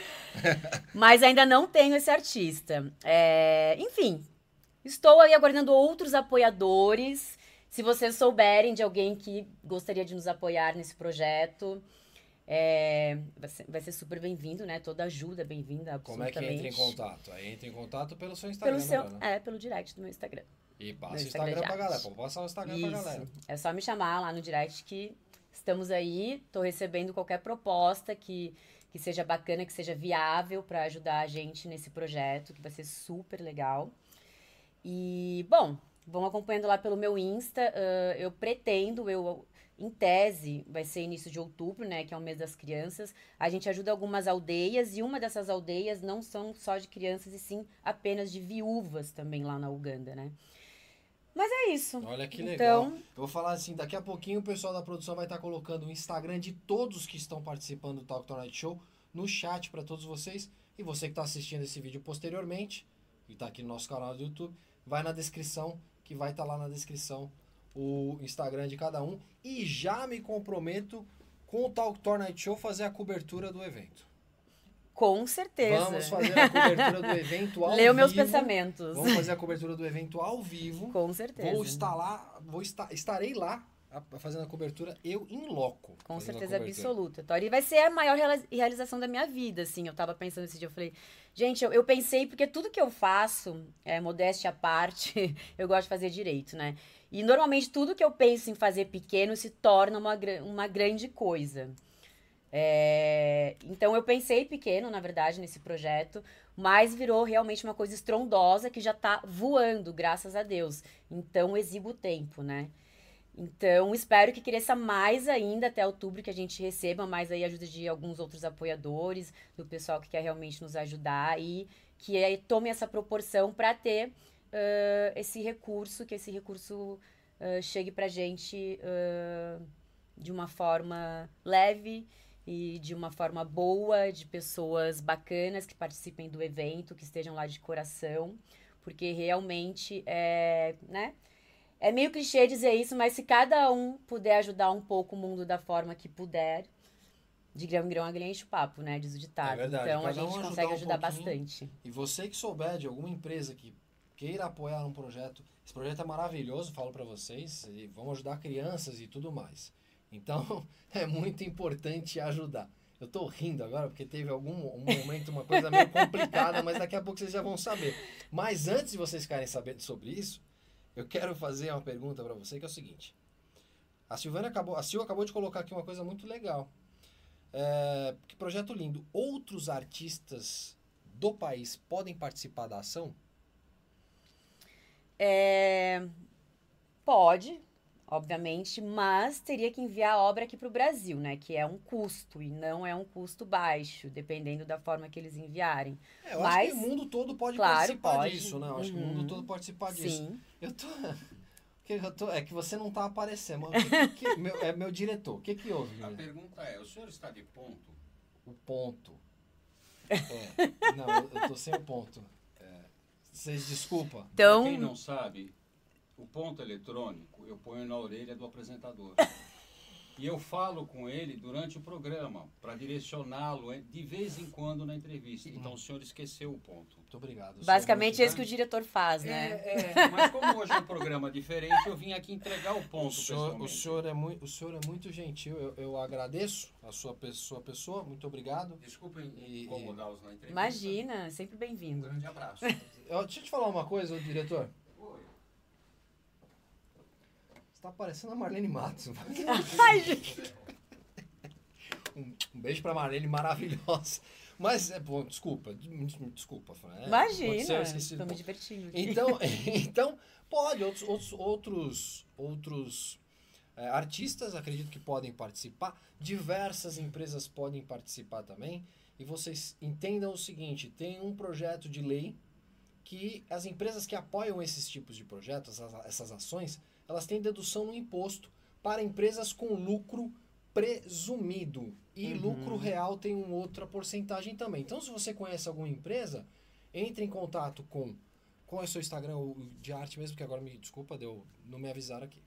Mas ainda não tenho esse artista. É, Enfim, estou aí aguardando outros apoiadores. Se vocês souberem de alguém que gostaria de nos apoiar nesse projeto, é, vai, ser, vai ser super bem-vindo, né? Toda ajuda é bem-vinda, Como é absolutamente. que entra em contato? Aí entra em contato pelo seu Instagram, Pelo seu, né, Bruna? é, pelo direct do meu Instagram. E passa o Meu Instagram, Instagram de pra arte. galera. Pô, passa o Instagram pra galera. Isso. É só me chamar lá no direct que estamos aí. Tô recebendo qualquer proposta que, que seja bacana, que seja viável para ajudar a gente nesse projeto, que vai ser super legal. E, bom, vão acompanhando lá pelo meu Insta. ah, eu pretendo, eu. Em tese, vai ser início de outubro, né? Que é o mês das crianças. A gente ajuda algumas aldeias e uma dessas aldeias não são só de crianças e sim apenas de viúvas também lá na Uganda, né? Mas é isso. Olha que legal. Então, Eu vou falar assim, daqui a pouquinho o pessoal da produção vai estar colocando o Instagram de todos que estão participando do Talk to Night Show no chat para todos vocês. E tá você que está assistindo esse vídeo posteriormente, que está aqui no nosso canal do YouTube, vai na descrição que vai estar lá na descrição o Instagram de cada um. E já me comprometo com o Talk Tour Night Show fazer a cobertura do evento. Com certeza. Vamos fazer a cobertura do evento ao Leu vivo. meus pensamentos. Vamos fazer a cobertura do evento ao vivo. Com certeza. Vou estar lá, vou estar, estarei lá a- fazendo a cobertura eu em loco. Com fazendo a certeza cobertura. absoluta, Tori. E vai ser a maior reali- realização da minha vida, assim. Eu tava pensando esse dia, eu falei, gente, eu, eu pensei, porque tudo que eu faço, é, modéstia à parte, eu gosto de fazer direito, né? E normalmente tudo que eu penso em fazer pequeno se torna uma, gra- uma grande coisa. É, então eu pensei pequeno, na verdade, nesse projeto, mas virou realmente uma coisa estrondosa que já tá voando, graças a Deus. Então exibo o tempo, né? Então, espero que cresça mais ainda até outubro, que a gente receba mais aí a ajuda de alguns outros apoiadores, do pessoal que quer realmente nos ajudar e que aí tome essa proporção para ter ãh, esse recurso, que esse recurso ãh, chegue para gente ãh, de uma forma leve e de uma forma boa, de pessoas bacanas que participem do evento, que estejam lá de coração, porque realmente é, né? É meio clichê dizer isso, mas se cada um puder ajudar um pouco o mundo da forma que puder, de grão em grão a galinha enche o papo, né? Diz o ditado. verdade, então a cada um gente ajudar consegue um ajudar pouquinho. bastante. E você que souber de alguma empresa que queira apoiar um projeto, esse projeto é maravilhoso, falo pra vocês, e vão ajudar crianças e tudo mais. Então, é muito importante ajudar. Eu tô rindo agora porque teve algum um momento, uma coisa meio complicada, mas daqui a pouco vocês já vão saber. Mas antes de vocês ficarem sabendo sobre isso, eu quero fazer uma pergunta pra você que é o seguinte. A Silvana acabou, a Sil acabou de colocar aqui uma coisa muito legal. É, que projeto lindo. Outros artistas do país podem participar da ação? É, Pode, obviamente, mas teria que enviar a obra aqui para o Brasil, né? Que é um custo e não é um custo baixo, dependendo da forma que eles enviarem. É, eu Mas- acho que o mundo todo pode claro, participar pode. disso, né? Eu acho que o Uhum. mundo todo pode participar disso. Sim, Eu tô... que eu tô- É que você não tá aparecendo. mas o que- que- meu- é meu diretor. O que que houve? A menina? pergunta é, o senhor está de ponto? O ponto. É, Não, eu- eu tô sem o ponto. É, Vocês desculpa. então Pra quem não sabe, o ponto eletrônico eu ponho na orelha do apresentador. e eu falo com ele durante o programa, para direcioná-lo eh, de vez em quando na entrevista. Então o senhor esqueceu o ponto. Uhum. Muito obrigado. eu sou basicamente muito- é isso que o diretor faz, né? É, é, mas como hoje é um programa diferente, eu vim aqui entregar o ponto O senhor, o pessoalmente. senhor é muito, o senhor é muito gentil. Eu, eu agradeço a sua pessoa, pessoa. Muito obrigado. Desculpem E- incomodá-los na entrevista. Imagina, sempre Um bem-vindo. grande abraço. Eu, deixa eu te falar uma coisa, ô diretor. Oi. Você tá parecendo a Marlene Matos. é Ai, gente. Um, um beijo pra Marlene, maravilhosa. Mas, é, bom, desculpa, me- me desculpa, Fran. É, aconteceu, eu Imagina, esqueci do tô me ponto. divertindo aqui. Então, então pode, outros, outros, outros, outros é, artistas acredito que podem participar, diversas empresas podem participar também. E vocês entendam o seguinte: tem um projeto de lei que as empresas que apoiam esses tipos de projetos, essas, essas ações, elas têm dedução no imposto para empresas com lucro presumido. E Uhum. lucro real tem uma outra porcentagem também. Então, se você conhece alguma empresa, entre em contato com. Qual é o seu Instagram o de arte mesmo? Que agora me desculpa, deu, não me avisaram aqui.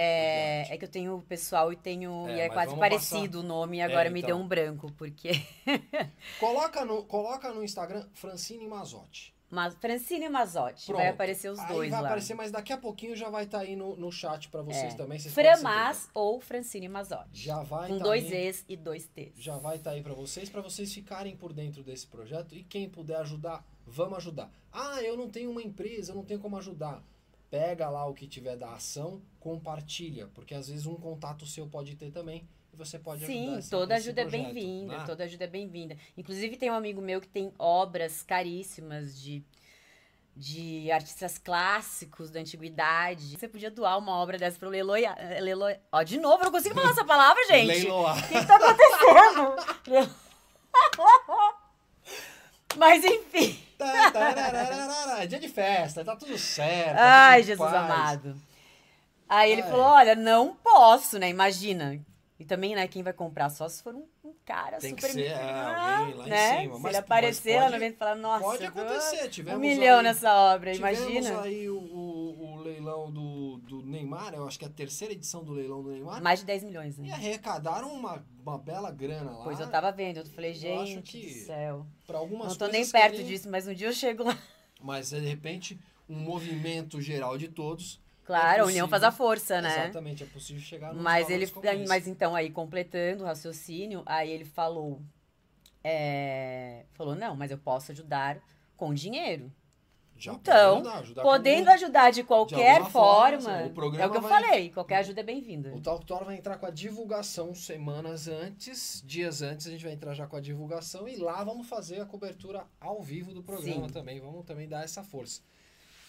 É, é que eu tenho o pessoal e tenho. É, e é mas quase vamos parecido o nome, e agora me então. deu um branco, porque. Coloca no, coloca no Instagram Francine Mazotti. Mas Francine e Mazotti, vai Pronto. aparecer os Aí dois vai lá. aparecer, mas daqui a pouquinho já vai estar aí no, no chat pra vocês É. também. Vocês podem se Framaz ver. ou Francine Mazotti. Já vai com tá dois aí. E's e dois T's. já vai estar aí para vocês, para vocês ficarem por dentro desse projeto e quem puder ajudar, vamos ajudar. Ah, eu não tenho uma empresa, eu não tenho como ajudar. Pega lá o que tiver da ação, compartilha, porque às vezes um contato seu pode ter também e você pode Sim, ajudar. esse- toda esse ajuda é projeto, bem-vinda, né? toda ajuda é bem-vinda. Inclusive tem um amigo meu que tem obras caríssimas de de artistas clássicos da antiguidade. Você podia doar uma obra dessa pro Leloia, Leloi... Ó, de novo, eu não consigo falar essa palavra, gente. Leiloar. O que que tá acontecendo? Mas enfim. Tá, tararararara, Dia de festa, tá tudo certo. tá tudo Ai, em Jesus paz. amado. Aí ele Ai. falou: olha, não posso, né? Imagina. E também, né, quem vai comprar só se for um, um cara Tem que super. ser, é, Ah, alguém lá em né? cima. Se Mas- ele aparecer mas lá pode- no evento e falar, nossa, Pode eu dou acontecer, tivemos um milhão aí- nessa obra, Tivemos imagina. aí o, o, o leilão do, do Neymar, eu acho que é a terceira edição do leilão do Neymar, Mais de 10 milhões, né? e arrecadaram uma, uma bela grana lá. Pois eu tava vendo, eu falei, eu acho gente que do céu. Pra algumas Não tô nem coisas perto que nem- disso, mas um dia eu chego lá. Mas de repente, um movimento geral de todos. é Claro, a possível. união faz a força, né? Exatamente, é possível chegar num Mas valores ele, como esse. mas então aí completando o raciocínio, aí ele falou, é, falou não, mas eu posso ajudar com dinheiro, Já pode então, ajudar, ajudar podendo com- ajudar de qualquer alguma forma, forma. o programa é o que eu vai- falei, qualquer ajuda é bem-vinda. O Talk Tour vai entrar com a divulgação semanas antes, dias antes, a gente vai entrar já com a divulgação e lá vamos fazer a cobertura ao vivo do programa Sim. também. Vamos também dar essa força.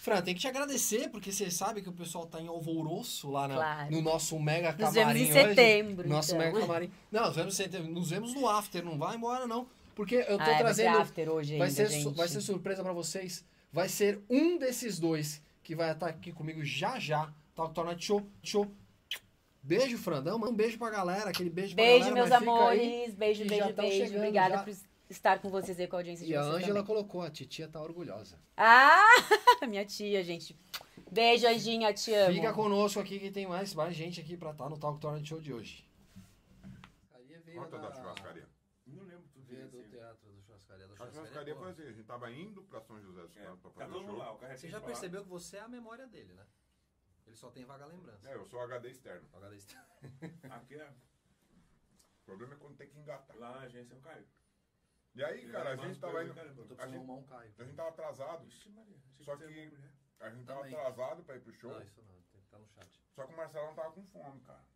Fran, tem que te agradecer, porque você sabe que o pessoal tá em alvoroço lá na- Claro. no nosso mega Nos camarim vemos em hoje. setembro. Nosso então. mega camarim. Não, nos vemos, em setembro, nos vemos no after, não vai embora não. Porque eu tô Ah, é, vai ser trazendo after hoje Vai ainda, ser, su- gente. vai ser surpresa pra vocês. Vai ser um desses dois que vai estar aqui comigo já já. Tá, tá na show, show. Beijo, Frandão. Manda um beijo pra galera. Aquele beijo, Beijo, pra galera. meus mas fica amores. aí. beijo, que já beijo, tão beijo. chegando, Obrigada já. por estar com vocês aí, com a audiência de E a vocês Ângela também. colocou, a titia tá orgulhosa. Ah, minha tia, gente. Beijo, Anjinha, te amo. Fica conosco aqui que tem mais, mais gente aqui pra estar no Talk Tornado Show de hoje. Nota da churrascaria. Não lembro tudo Veio direito. do assim. teatro do churrascaria. é Da A churrascaria foi assim, a gente tava indo pra São José dos É, Campos pra tá fazer o todo mundo show. lá, o cara Você já recém percebeu que você é a memória dele, né? Ele só tem vaga lembrança. É, eu sou HD externo. Vaga da história. falado. Aqui é- O problema é quando tem que engatar. lá na agência eu caio. E aí, cara, a gente tava indo. Eu Eu tô tô um com A gente- o mão Caio. A gente tava atrasado. Ixi, Maria. achei Só você que- era uma mulher. A gente tava Também. atrasado pra ir pro show. Não, isso é não. Tem que estar no chat. Só que o Marcelão tava com fome, cara.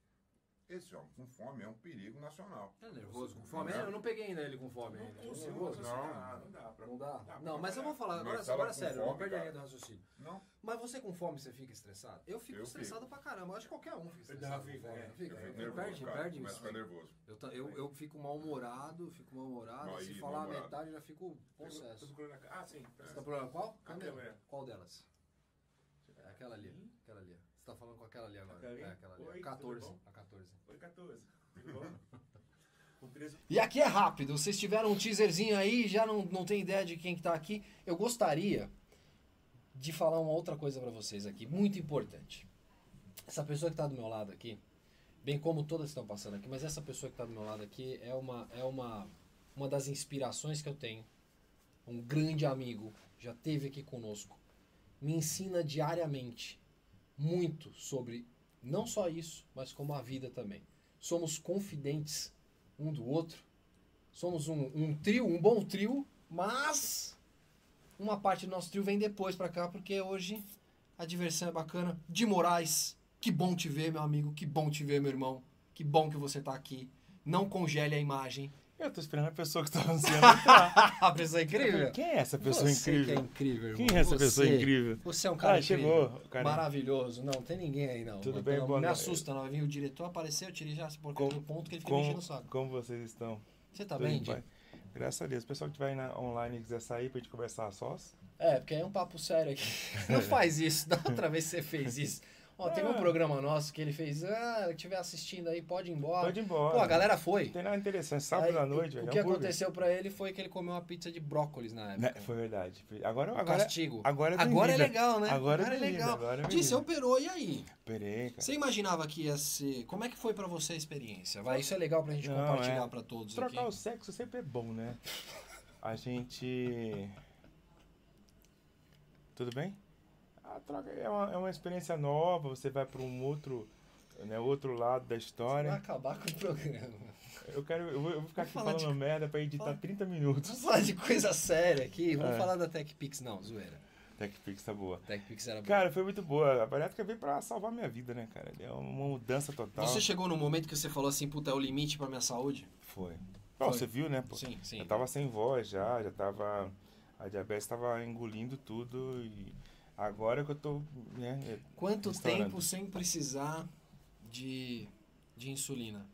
Esse homem com fome é um perigo nacional. Tá nervoso com fome? Eu não peguei ainda ele com fome. ainda. é? Não assim, consigo Nervoso? raciocinar, não dá pra- Não dá? pra Não, mas eu vou trabalhar. falar, agora, Marcelo agora com sério, fome, não perde a cara. linha do raciocínio. Não. Mas você com fome, você fica estressado? Eu fico Eu estressado pra caramba, eu acho que qualquer um fica Eu estressado. dava, com fica, fome, é. não fica, Eu fica, fico nervoso, perde, cara. perde Começa a isso. ficar nervoso. Eu, ta- eu, eu fico mal-humorado, fico mal-humorado, Aí, se falar a mal-humorado. metade eu já fico Eu tô possesso. procurando a ca- Ah, sim. É. Você tá procurando qual? Câmera. câmera. Qual delas? É aquela ali, aquela ali. Você tá falando com aquela ali agora. Aquela ali? É aquela ali. Oi, a tudo 14, bom? a 14. Oi, 14. Tudo bom? O preço E aqui é rápido, vocês tiveram um teaserzinho aí, já não, não tem ideia de quem que tá aqui. Eu gostaria de falar uma outra coisa pra vocês aqui, muito importante. Essa pessoa que tá do meu lado aqui, bem como todas que estão passando aqui, mas essa pessoa que tá do meu lado aqui é uma é uma uma das inspirações que eu tenho. Um grande amigo, já teve aqui conosco. Me ensina diariamente muito sobre não só isso, mas como a vida também. Somos confidentes um do outro. Somos um, um trio, um bom trio, mas uma parte do nosso trio vem depois pra cá, porque hoje a diversão é bacana. De Moraes, que bom te ver, meu amigo, que bom te ver, meu irmão. Que bom que você tá aqui. Não congele a imagem. Eu tô esperando a pessoa que tá anunciando entrar. a pessoa é incrível. Quem é essa pessoa Você que incrível? é incrível, irmão. Quem é essa pessoa Você- incrível? Você é um cara ah, incrível. chegou. o Cara, Maravilhoso. Não, tem ninguém aí, não. Tudo Mas, bem, não, boa Me noite. assusta, não. Vinha o diretor, apareceu, eu tirei já esse porcaria Com- do ponto que ele fica mexendo como, o saco. como vocês estão? Você tá Tudo bem, em Di? paz? Graças a Deus. O pessoal que tiver aí na, online e quiser sair pra gente conversar a sós. É, É. porque aí é um papo sério aqui. Não faz isso. Da outra vez que você fez isso. Ó, teve Ah. um programa nosso que ele fez. Ah, estiver assistindo aí, pode ir embora. Pode ir embora. Pô, a galera Não foi. tem nada interessante. Sábado Aí, à o- noite, O velho. é um que hambúrguer. aconteceu pra ele foi que ele comeu uma pizza de brócolis na Né, época. Foi verdade. Agora, Um agora, castigo. agora, eu tô em Agora é vida. legal, né? Agora, é legal. Agora eu tô em Di, você vida. operou, e aí? Peraí, cara. Você imaginava que ia ser... Como é que foi pra você a experiência? Vai, isso é legal pra gente Não, compartilhar é. pra todos Trocar o aqui. sexo sempre é bom, né? A gente. Tudo bem? A troca é uma, é uma experiência nova, você vai para um outro, né, outro lado da Vai história. acabar com o programa. né? Eu quero. Eu vou, eu vou ficar aqui Vamos falar falando merda para editar Fala- 30 minutos. Vamos falar de coisa séria aqui. Vamos É. falar da TechPix. Não, zoeira. TechPix tá boa. TechPix era boa. Cara, foi muito boa. A bariátrica veio pra salvar minha vida, né, cara? É uma mudança total. Você chegou no momento que você falou assim, puta, é o limite pra minha saúde? Foi. Bom, Foi. você viu, né, pô? Sim, sim. Eu tava sem voz já, já tava. A diabetes tava engolindo tudo e agora que eu tô. Né, eu- Quanto Restaurante. tempo sem precisar de, de insulina?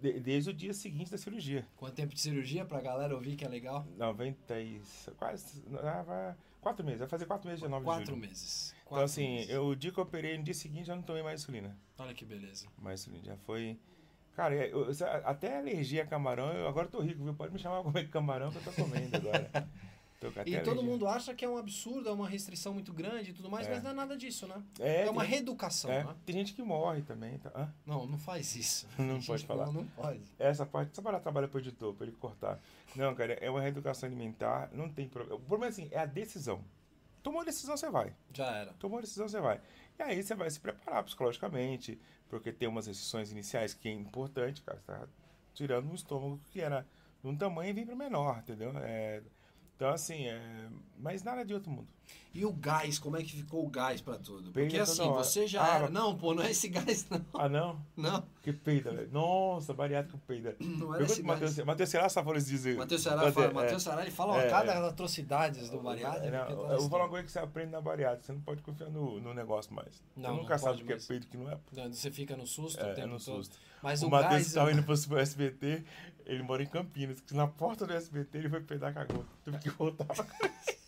de- desde o dia seguinte da cirurgia. Quanto tempo de cirurgia pra galera ouvir que é legal? 90 e. quase. ah, vai- Quatro meses, vai fazer quatro meses dia 9 de Quatro julho. meses. Então, Quatro assim, meses. eu, o dia que eu operei, no dia seguinte já não tomei mais insulina. Olha que beleza. Mais insulina, já foi. Cara, eu- eu- é até alergia a camarão, eu agora eu tô rico, viu? Pode me chamar pra comer camarão que eu tô comendo agora. E Tocatela todo de- mundo acha que é um absurdo, é uma restrição muito grande e tudo mais, mas não é nada disso, né? É, É uma tem- reeducação, é, né? Tem gente que morre também. Tá? Hã? Não, não faz isso. Não Gente, pode falar. Não, não pode. Essa parte, só para trabalhar pro editor, para ele cortar. Não, cara, é uma reeducação alimentar, não tem problema. O problema é assim, é a decisão. Tomou a decisão, você vai. Já era. Tomou a decisão, você vai. E aí você vai se preparar psicologicamente, porque tem umas restrições iniciais que é importante, cara. Você tá tirando um estômago que era de um tamanho e vem para menor, entendeu? É, então, assim, é, mas nada de outro mundo. E o gás, como é que ficou o gás pra tudo? Porque Pergunta assim, toda hora. você já Ah, era. mas- Não, pô, não é esse gás, não. Ah, não? Não, Que peida, velho. Nossa, bariátrico peida. não era Pergunta esse pro gás. Matheus, Matheus Será Safones dizem. Matheus Ceará fala, é, Matheus Ceará, ele fala uma é, cada é. atrocidades do bariátrico. Não, porque tá eu nesse vou falar tempo. uma coisa que você aprende na bariátrica. Você não pode confiar no, no negócio mais. Não, você não nunca sabe pode o que é mais. peito e o que não é. Não, Você fica no susto o É, é tempo no todo. susto. Mas o, o Matheus gás. estava indo pro pro SBT, ele mora em Campinas. que Na porta do SBT ele foi peidar cagou. Teve que voltar pra casa.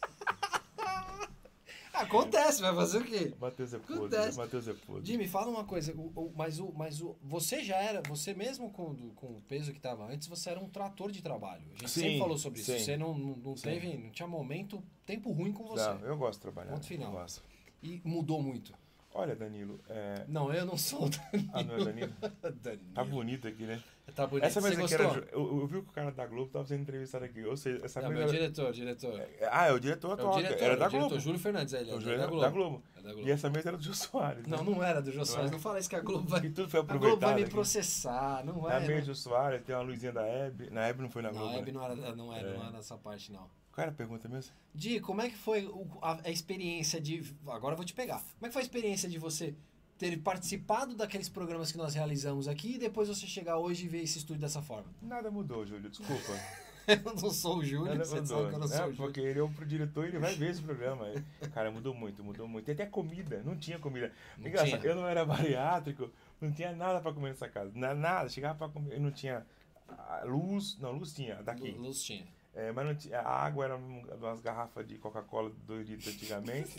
Acontece, vai fazer o quê? Matheus é podre. Acontece. Matheus é podre. Jimmy, fala uma coisa, o- o- mas, o, mas o, você já era, você mesmo com, do- com o peso que estava antes, você era um trator de trabalho. A gente Sim, sempre falou sobre sim. isso. Você não, não, não Sim. teve, não tinha momento, tempo ruim com você. Não, eu gosto de trabalhar. Ponto final. Eu gosto. E mudou muito. Olha, Danilo. É... Não, eu não sou o Ah, não é Danilo? Danilo. Tá bonito aqui, né? Tá bonito. Essa você mesa aqui era. gostou? ju- Eu, eu vi que o cara da Globo tava sendo entrevistado aqui. Ou seja, essa É mesa meu era- diretor, diretor. É, Ah, é o diretor o atual. diretor, era é da o diretor, Globo. Júlio Fernandes, ele O é, Júlio da era Globo. da Globo. É da Globo. E essa mesa era do Gil Soares. né? Não, não era do Jô Soares, é. não fala isso que a Globo vai... E tudo foi A Globo aproveitado. vai me aqui. processar, não Na é, meia né? Gil Soares, tem uma luzinha da Hebe. Na Hebe não foi na Globo. Não, a né? Hebe não era, não era, não É. era essa parte, não. O cara pergunta mesmo. Di, como é que foi o- a, a experiência de. Agora eu vou te pegar. Como é que foi a experiência de você ter participado daqueles programas que nós realizamos aqui e depois você chegar hoje e ver esse estúdio dessa forma? Nada mudou, Júlio, desculpa. Eu não sou o Júlio, Nada você mudou. sabe que eu não É, sou o Júlio. porque ele é o pro diretor e ele vai ver esse programa. Cara, mudou muito, mudou muito. Tem até comida, não tinha comida. Não Engraçado, tinha. eu não era bariátrico, não tinha nada pra comer nessa casa. Na- Nada, chegava pra comer, não tinha ah, luz, não, luz tinha, daqui. Lu- Luz tinha. É, mas não tinha, a água era um- umas garrafas de Coca-Cola de 2 litros antigamente.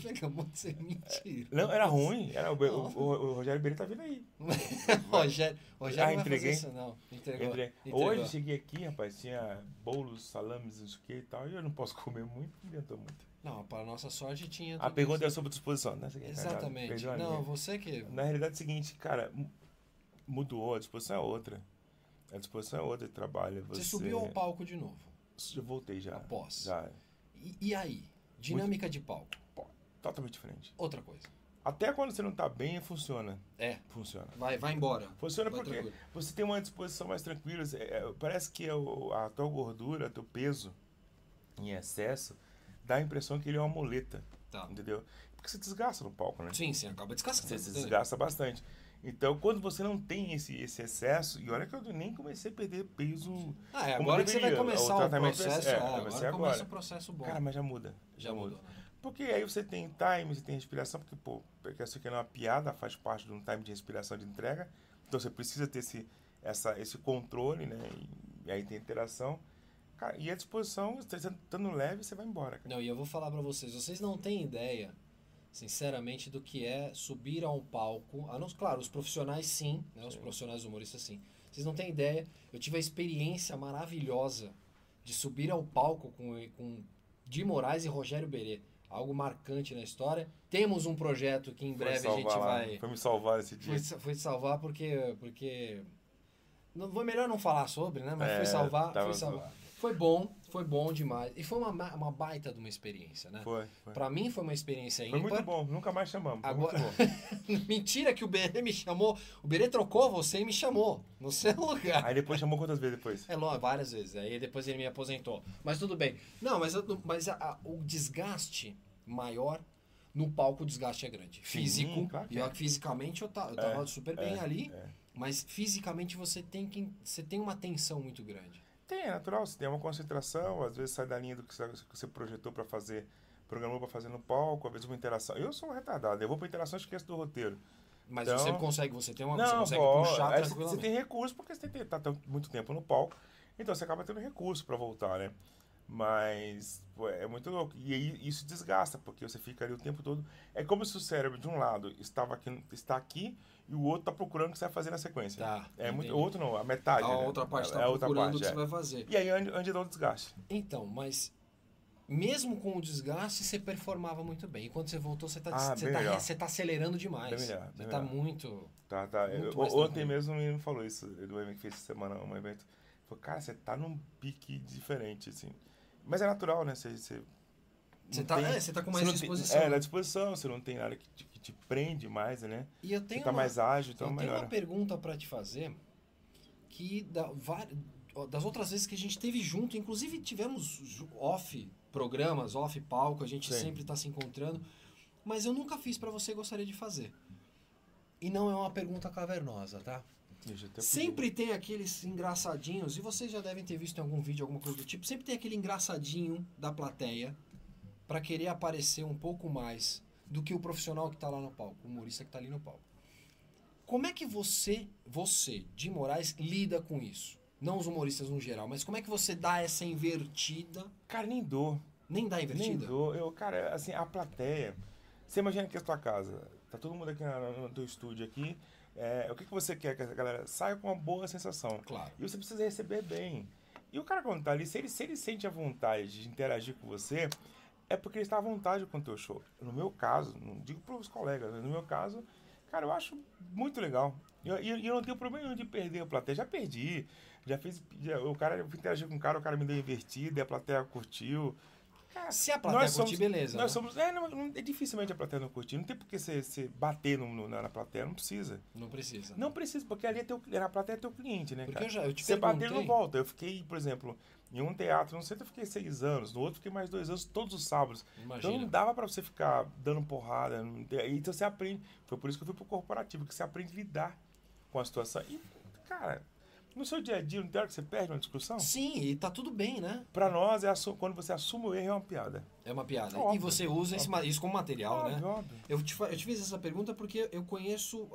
Você acabou de ser mentira. Não, era ruim. Era, o, o- o- o Rogério Beira tá vindo aí. Rogério, Rogério não vai Ah, fazer entreguei. É. isso, não. Entregou. Entre- entregou. Hoje cheguei aqui, rapaz, tinha bolos, salames, não sei o que e tal, e eu não posso comer muito, não adiantou muito. Não, para nossa sorte tinha. A tudo pergunta é isso. sobre disposição, né? Você quer cagar, Exatamente. perdeu a Não, linha. você que. Na realidade é o seguinte, cara, mu- mudou, a disposição é outra. A disposição é outra de trabalho. Você Você, subiu ao palco de novo. Eu voltei já. Após. Já. E, e aí? Dinâmica de palco. Totalmente diferente. Outra coisa. Até quando você não tá bem, funciona. É. Funciona. Vai, vai embora. Funciona Vai porque tranquilo. você tem uma disposição mais tranquila. é, é, parece que o- a tua gordura, teu peso em excesso, dá a impressão que ele é uma muleta, Tá. entendeu? Porque você desgasta no palco, né? Sim, sim, acaba né? descascando. Você se entendeu? desgasta bastante. Então, quando você não tem esse, esse excesso, e olha que eu nem comecei a perder peso. Ah, é Como agora que você vai deveria, o começar o, tratamento é- processo. é, é, vai agora ser começa agora. o processo bom. Cara, mas já muda. já mudou. né? Porque aí você tem time, você tem respiração, porque, pô, porque isso aqui não é uma piada, faz parte de um time de respiração de entrega. Então você precisa ter esse, essa, esse controle, né? E, e aí tem interação. Cara, e a disposição, você tá estando leve, você vai embora, cara. Não, e eu vou falar pra vocês, vocês não têm ideia, sinceramente, do que é subir a um palco. A não, claro, os profissionais sim, né? Os profissionais humoristas sim. Vocês não têm ideia. Eu tive a experiência maravilhosa de subir ao palco com, com Di Moraes e Rogério Berê. Algo marcante na história. Temos um projeto que em Foi breve a salvar gente lá, né? vai. Foi me salvar esse dia. Foi, sa- foi salvar porque. porque não, vou- melhor não falar sobre, né? Mas É, foi salvar. tava Foi, salvar. foi bom, foi bom demais. E foi uma, ma- uma baita de uma experiência, né? Foi, foi. Pra mim foi uma experiência Foi muito ímpar. bom, nunca mais chamamos. Foi Agora- muito bom. Mentira que o Berê me chamou. O Berê trocou você e me chamou. No seu lugar. Aí depois chamou quantas vezes depois? É longo, várias vezes. Aí depois ele me aposentou. Mas tudo bem. Não, mas, eu- mas a- a- o desgaste maior no palco o desgaste é grande. Físico. claro que e eu- é. fisicamente eu, ta- eu tava É, super bem ali. é. Mas fisicamente você tem que. Você tem uma tensão muito grande. Tem, é natural, você tem uma concentração, às vezes sai da linha do que você- que você projetou pra fazer, programou pra fazer no palco, às vezes uma interação. Eu sou um retardado, eu vou pra interação e esqueço do roteiro. Mas Então- você consegue, você tem uma. você Não, consegue pô, puxar aí você- você tranquilamente. tem recurso porque você tem que estar tão- muito tempo no palco, então você acaba tendo recurso pra voltar, né? Mas pô, é muito louco. E aí isso desgasta, porque você fica ali o tempo todo. É como se o cérebro de um lado estava aqui, está aqui e o outro tá procurando o que você vai fazer na sequência. Tá, É muito, entendi. o outro não, a metade. A né? outra parte É tá a outra procurando o que você parte, é. vai fazer. E aí onde, onde dá o desgaste. Então, mas mesmo com o desgaste, você performava muito bem. E quando você voltou, você tá, Ah, você bem tá, melhor. você tá acelerando demais. Bem melhor, você bem tá melhor. muito. Tá, tá. Muito Eu- mais ontem tranquilo. mesmo o menino falou isso, do M que fez essa semana um evento. Falou, cara, você tá num pique diferente, assim. Mas é natural, né? Você, você Você não tá, tem- é, você tá com mais você não tem- disposição. é, na disposição, você não tem nada que te, que te prende mais, né? E eu Você tenho tá uma, mais ágil, então eu tenho melhora. uma pergunta pra te fazer que da, vari- ó, das outras vezes que a gente teve junto, inclusive tivemos ju- off programas, off palco, a gente Sim. sempre tá se encontrando, mas eu nunca fiz pra você e gostaria de fazer. E não é uma pergunta cavernosa, tá? Deixa eu até Sempre tem aqueles engraçadinhos, e vocês já devem ter visto em algum vídeo, alguma coisa do tipo, sempre tem aquele engraçadinho da plateia pra querer aparecer um pouco mais do que o profissional que tá lá no palco, o humorista que tá ali no palco. Como é que você, você, de Moraes, lida com isso? Não os humoristas no geral, mas como é que você dá essa invertida? Cara, nem dou. Nem dá Nem invertida? dou. Eu, cara, assim, a plateia. Você imagina que é a tua casa. Tá todo mundo aqui na, na- no teu estúdio aqui. É, o que, que você quer que a galera saia com uma boa sensação? Claro. E você precisa receber bem. E o cara quando tá ali, se ele, se ele sente a vontade de interagir com você, é porque ele está à vontade com o teu show. No meu caso, não digo para os colegas, mas no meu caso, cara, eu acho muito legal. E eu, e eu- e eu não tenho problema nenhum de perder a plateia. Já perdi, já fiz. já- o cara, eu fui interagir com o cara, o cara me deu invertida, e a plateia curtiu. Cara, Se a plateia É, nós curtir, somos- beleza. nós né? somos. É, não, não- é dificilmente a plateia não curtir. Não tem por que você, você bater no, no- na, na plateia, não precisa. Não precisa. né? Não precisa, porque ali é teu, na plateia é teu cliente, né, Porque cara? eu já eu te Você bater, perguntei... ele não volta. Eu fiquei, por exemplo, em um teatro, num centro eu fiquei seis anos, no outro eu fiquei mais dois anos, todos os sábados. Imagina. Então não dava pra você ficar dando porrada. não te- Então você aprende. Foi por isso que eu fui pro corporativo, que você aprende a lidar com a situação. E, cara, no seu dia a dia, não tem hora que você perde uma discussão? Sim, e tá tudo bem, né? Pra nós, é assu- quando você assume o erro, é uma piada. É uma piada. E Óbvio. você usa esse ma- isso como material, né? óbvio, óbvio. Eu te, fa- eu te fiz essa pergunta porque eu conheço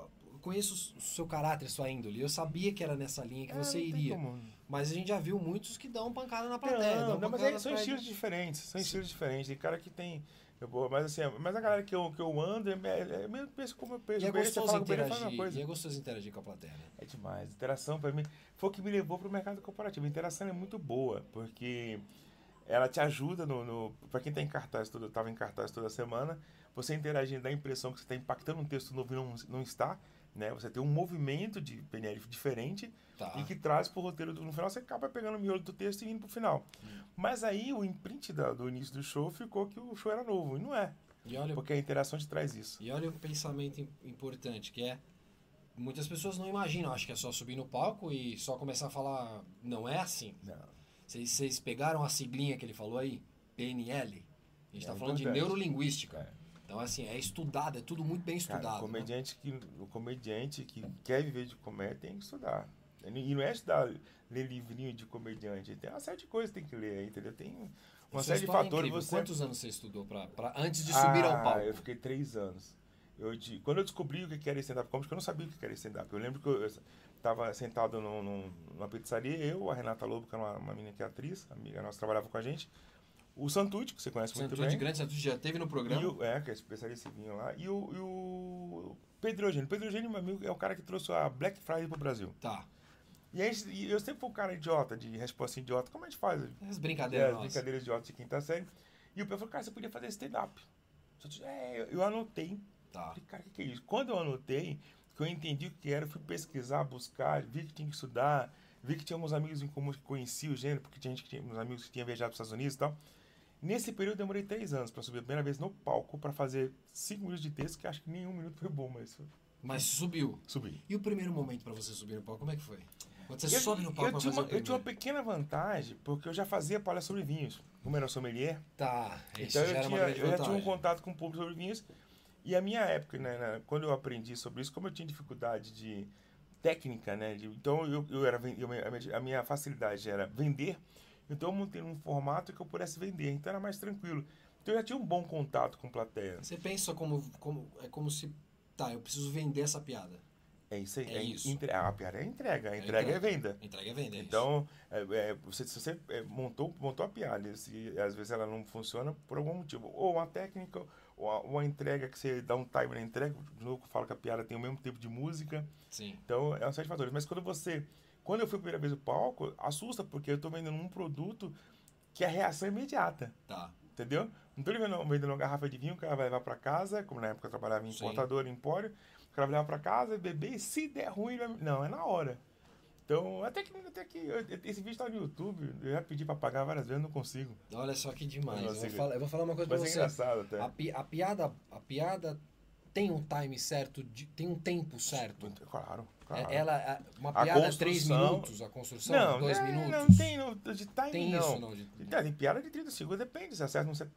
conheço o seu caráter, sua índole. Eu sabia que era nessa linha que É, você não tem iria. como. Mas a gente já viu muitos que dão pancada na plateia. Não, dão não, mas pancada é, são atrás de- estilos diferentes, são estilos diferentes. Tem cara que tem. eu vou- Mas assim, mas a galera que eu, que eu ando, é, é, é mesmo penso como eu penso. E é com ele, você gostoso fala com ele, ele faz a mesma interagir. coisa. E é gostoso interagir com a plateia. né? É demais. Interação para mim foi o que me levou para o mercado corporativo. A interação é muito boa, porque ela te ajuda no, para quem está em cartaz toda, estava em cartaz toda semana, você interagindo dá a impressão que você está impactando um texto novo e não, não está, né? Você tem um movimento de PNL diferente Tá. e que traz para o roteiro do, no final você acaba pegando o miolo do texto e indo para o final. Hum. Mas aí o imprint da- do início do show ficou que o show era novo e não é, E olha, porque a interação te traz isso. e olha o pensamento im- importante que é. Muitas pessoas não imaginam, acho que é só subir no palco e só começar a falar. Não é assim. Não. Vocês- Vocês pegaram a siglinha que ele falou aí? PNL? A gente É tá falando de importante. neurolinguística. É. Então, assim, é estudado, é tudo muito bem estudado. Cara, o né? comediante que o comediante que quer viver de comédia tem que estudar. Ele- E não é estudar ler livrinho de comediante, tem uma série de coisas que tem que ler, aí, entendeu? Tem um, uma Sua série de história é fatores incrível. você Quantos anos você estudou pra, pra- antes de subir ao Ah, palco? Eu fiquei três anos. Eu, de- quando eu descobri o que que era stand-up comedy, que eu não sabia o que que era stand-up. Eu lembro que eu estava sentado num- num- numa pizzaria, eu, a Renata Lobo, que era uma, uma menina que é atriz, amiga nossa, trabalhava com a gente. O Santucci, que você conhece Santos muito bem. de Grande, Santos já teve no programa. E o, é, que é especialista em vinho lá. E o, e o Pedro Eugênio. Pedro Eugênio, meu amigo, é o cara que trouxe a Black Friday pro Brasil. Tá. E, aí, e eu sempre fui um cara idiota, de resposta idiota. Como a gente faz? As É, brincadeiras as nossas. brincadeiras idiotas de quinta série. E o Pedro falou, cara, você podia fazer stand-up. Eu disse, É, eu, eu anotei. Tá. Falei, cara, o que, que é isso? Quando eu anotei, que eu entendi o que era, eu fui pesquisar, buscar, vi que tinha que estudar, vi que tinha alguns amigos em comum que conhecia o gênero, porque tinha gente que tinha uns amigos que tinham viajado para os Estados Unidos e tal. Nesse período eu demorei três anos para subir a primeira vez no palco para fazer cinco minutos de texto, que acho que nenhum minuto foi bom, mas eu Mas subiu. subi. E o primeiro momento pra você subir no palco, como é que foi? Quando você eu, sobe no palco eu pra tinha fazer uma, o eu tinha uma primeiro. pequena vantagem, porque eu já fazia palestra sobre vinhos. Como era sommelier, Tá, isso Então já eu, era uma tinha, grande eu já tinha um vantagem. contato com o público sobre vinhos. E a minha época, né, né, quando eu aprendi sobre isso, como eu tinha dificuldade de técnica, né? de- então eu, eu era ven- eu- a minha- a minha facilidade era vender. Então eu montei um formato que eu pudesse vender. Então era mais tranquilo. Então eu já tinha um bom contato com plateia. Você pensa como, como. É como se. Tá, eu preciso vender essa piada. É isso aí. É en- isso. entre- a piada é entrega. A entrega é entrega. venda. Entrega é vender. Então, é, é, você, se você é, montou, montou a piada, e se, às vezes ela não funciona por algum motivo. Ou uma técnica, ou a- uma entrega que você dá um timer na entrega, de novo eu falo que a piada tem o mesmo tempo de música. Sim. Então, é um série de fatores. Mas quando você. Quando eu fui a primeira vez no palco, assusta, porque eu tô vendendo um produto que é a reação imediata. Tá. Entendeu? Não tô ligando, vendendo uma garrafa de vinho, o cara vai levar pra casa, como na época eu trabalhava em Sim. importador, em empório, o cara vai levar pra casa, beber, e se der ruim, ele vai... não, é na hora. Então, até que, até que eu- esse vídeo tá no YouTube, eu já pedi pra pagar várias vezes, não consigo. Olha só que demais. Eu não Eu vou, sei. falar, eu vou falar uma coisa Mas é pra você. engraçado até. A, pi- a piada, a piada tem um time certo, de- tem um tempo certo. Claro, claro. É- Ela, a- uma A piada é três construção- minutos, a construção é não, dois não, minutos. não tem não, de time Tem não. isso, não. de- Cara, tem piada de 30 segundos, depende. Você acerta um set...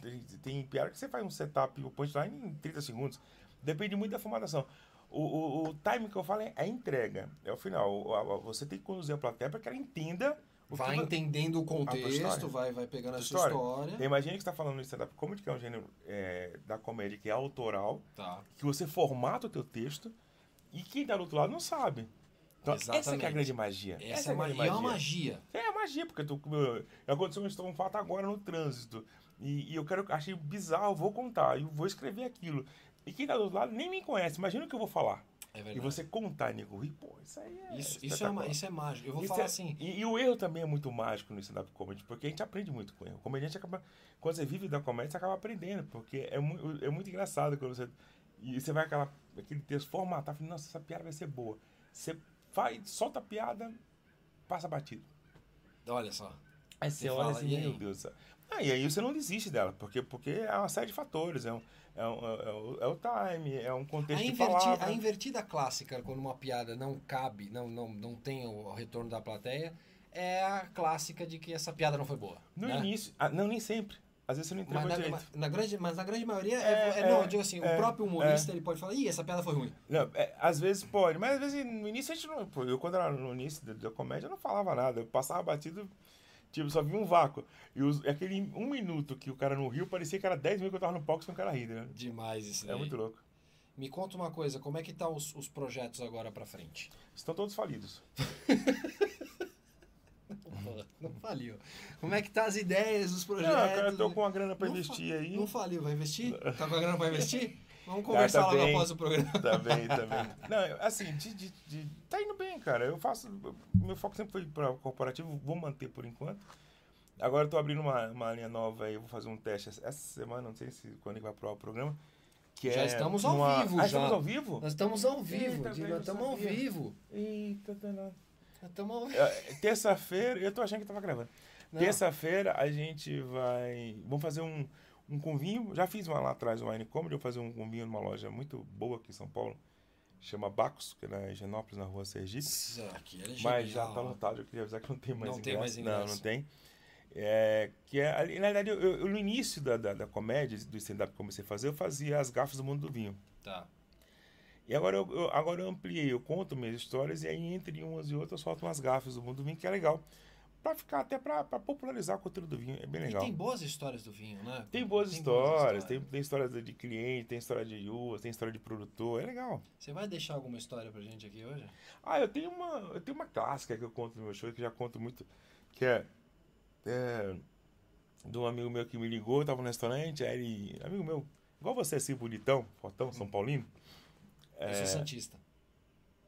tem- Tem piada que você faz um setup, o punchline em 30 segundos. Depende muito da formatação. O, o, o time que eu falo é a entrega, é o final. O- a- a- Você tem que conduzir a plateia para que ela entenda o Vai que vo- entendendo o contexto, história. vai, vai pegando a Tua sua história. história. Imagina que você está falando de stand-up comedy, que é um gênero é, da comédia que é autoral, Tá. que você formata o teu texto e quem está do outro lado não sabe. Então, essa que é a Exatamente. grande magia. Essa é, a uma, grande e é uma magia. é magia, porque tu, meu, aconteceu um um fato agora no trânsito. E, e eu quero, achei bizarro, vou contar, e vou escrever aquilo. E quem tá do outro lado nem me conhece, imagina o que eu vou falar. É E verdade. você contar, nego, e pô, isso aí é. isso, isso, é uma, espetacular. isso é mágico. Eu vou Isso falar é- assim. E, e o erro também é muito mágico no stand-up comedy, porque a gente aprende muito com o erro. O comediante acaba. Quando você vive da comédia, você acaba aprendendo, porque é, mu- é muito engraçado quando você. E você vai aquela, aquele texto formatar, falando, nossa, essa piada vai ser boa. Você vai, solta a piada, passa batido. Olha só. Aí você E olha fala, assim, e meu aí? Deus. do céu." Ah, e aí você não desiste dela, porque, porque é uma série de fatores, é, um, é, um- é o- é o time, é um contexto A, de inverti- palavra. a invertida clássica, quando uma piada não cabe, não, não, não tem o retorno da plateia, é a clássica de que essa piada não foi boa. No né? início, ah, não, nem sempre. Às vezes você não Mas entregou na, direito. ma- na grande, mas na grande maioria É, é, é- não, é, eu digo assim, é, o próprio humorista ele pode falar, ih, essa piada foi ruim. Não, é, às vezes pode, mas às vezes no início a gente não. pô, Eu, quando era no início da, da comédia, eu não falava nada. Eu passava batido, tipo, só vinha um vácuo. E os- aquele um minuto que o cara não riu, parecia que era 10 minutos que eu tava no palco sem o cara rir, né? Demais isso É daí. muito louco. Me conta uma coisa, como é que tá os, os projetos agora pra frente? Estão todos falidos. Pô, Não faliu. Como é que tá as ideias, os Não, projetos? cara, eu tô com uma grana pra Não fa- investir aí. Não faliu, vai investir? Tá com a grana pra investir? Vamos conversar tá logo bem. tá após o programa. Também, também. Não, eu- assim, de, de, de- tá indo bem, cara. Eu faço. Meu foco sempre foi para corporativo, vou manter por enquanto. Agora eu tô abrindo uma, uma linha nova aí, eu vou fazer um teste essa essa semana, não sei se quando é que vai pro ar o programa. Que Já é estamos ao numa- vivo, Ah, já. estamos ao vivo? Nós estamos ao vivo, Eita, Di, velho, nós estamos eu ao sabia. vivo. Eita, danado. Nós estamos ao vivo. É, Terça-feira, eu tô achando que tava gravando. Não. Terça-feira a gente vai. Vamos fazer um, um convinho. Já fiz uma lá atrás, um wine comedy. Eu vou fazer um convinho numa loja muito boa aqui em São Paulo. Chama Bacos, que é na Genópolis, na rua Sergipe. Isso aqui é Mas já genial. tá lotado, eu queria avisar que não tem mais Não tem mais Não, não ingresso. tem. É, que é, ali, na verdade, eu, eu- no início da, da, da comédia, do stand-up que eu comecei a fazer, eu fazia as gafas do mundo do vinho. Tá. E agora eu, eu- agora eu ampliei, eu conto minhas histórias e aí entre umas e outras eu solto umas gafas do mundo do vinho, que é legal. Pra ficar até pra, pra popularizar a cultura do vinho, é bem legal. E tem boas histórias do vinho, né? Tem boas histórias, tem, tem histórias de cliente, tem história de uvas, tem história de produtor, é legal. Você vai deixar alguma história pra gente aqui hoje? Ah, eu tenho uma, eu tenho uma clássica que eu conto no meu show, que eu já conto muito, que é, é, de um amigo meu que me ligou, eu tava no restaurante, aí ele, amigo meu, igual você assim, bonitão, fortão, São Paulino. Hum. É. Eu sou Santista.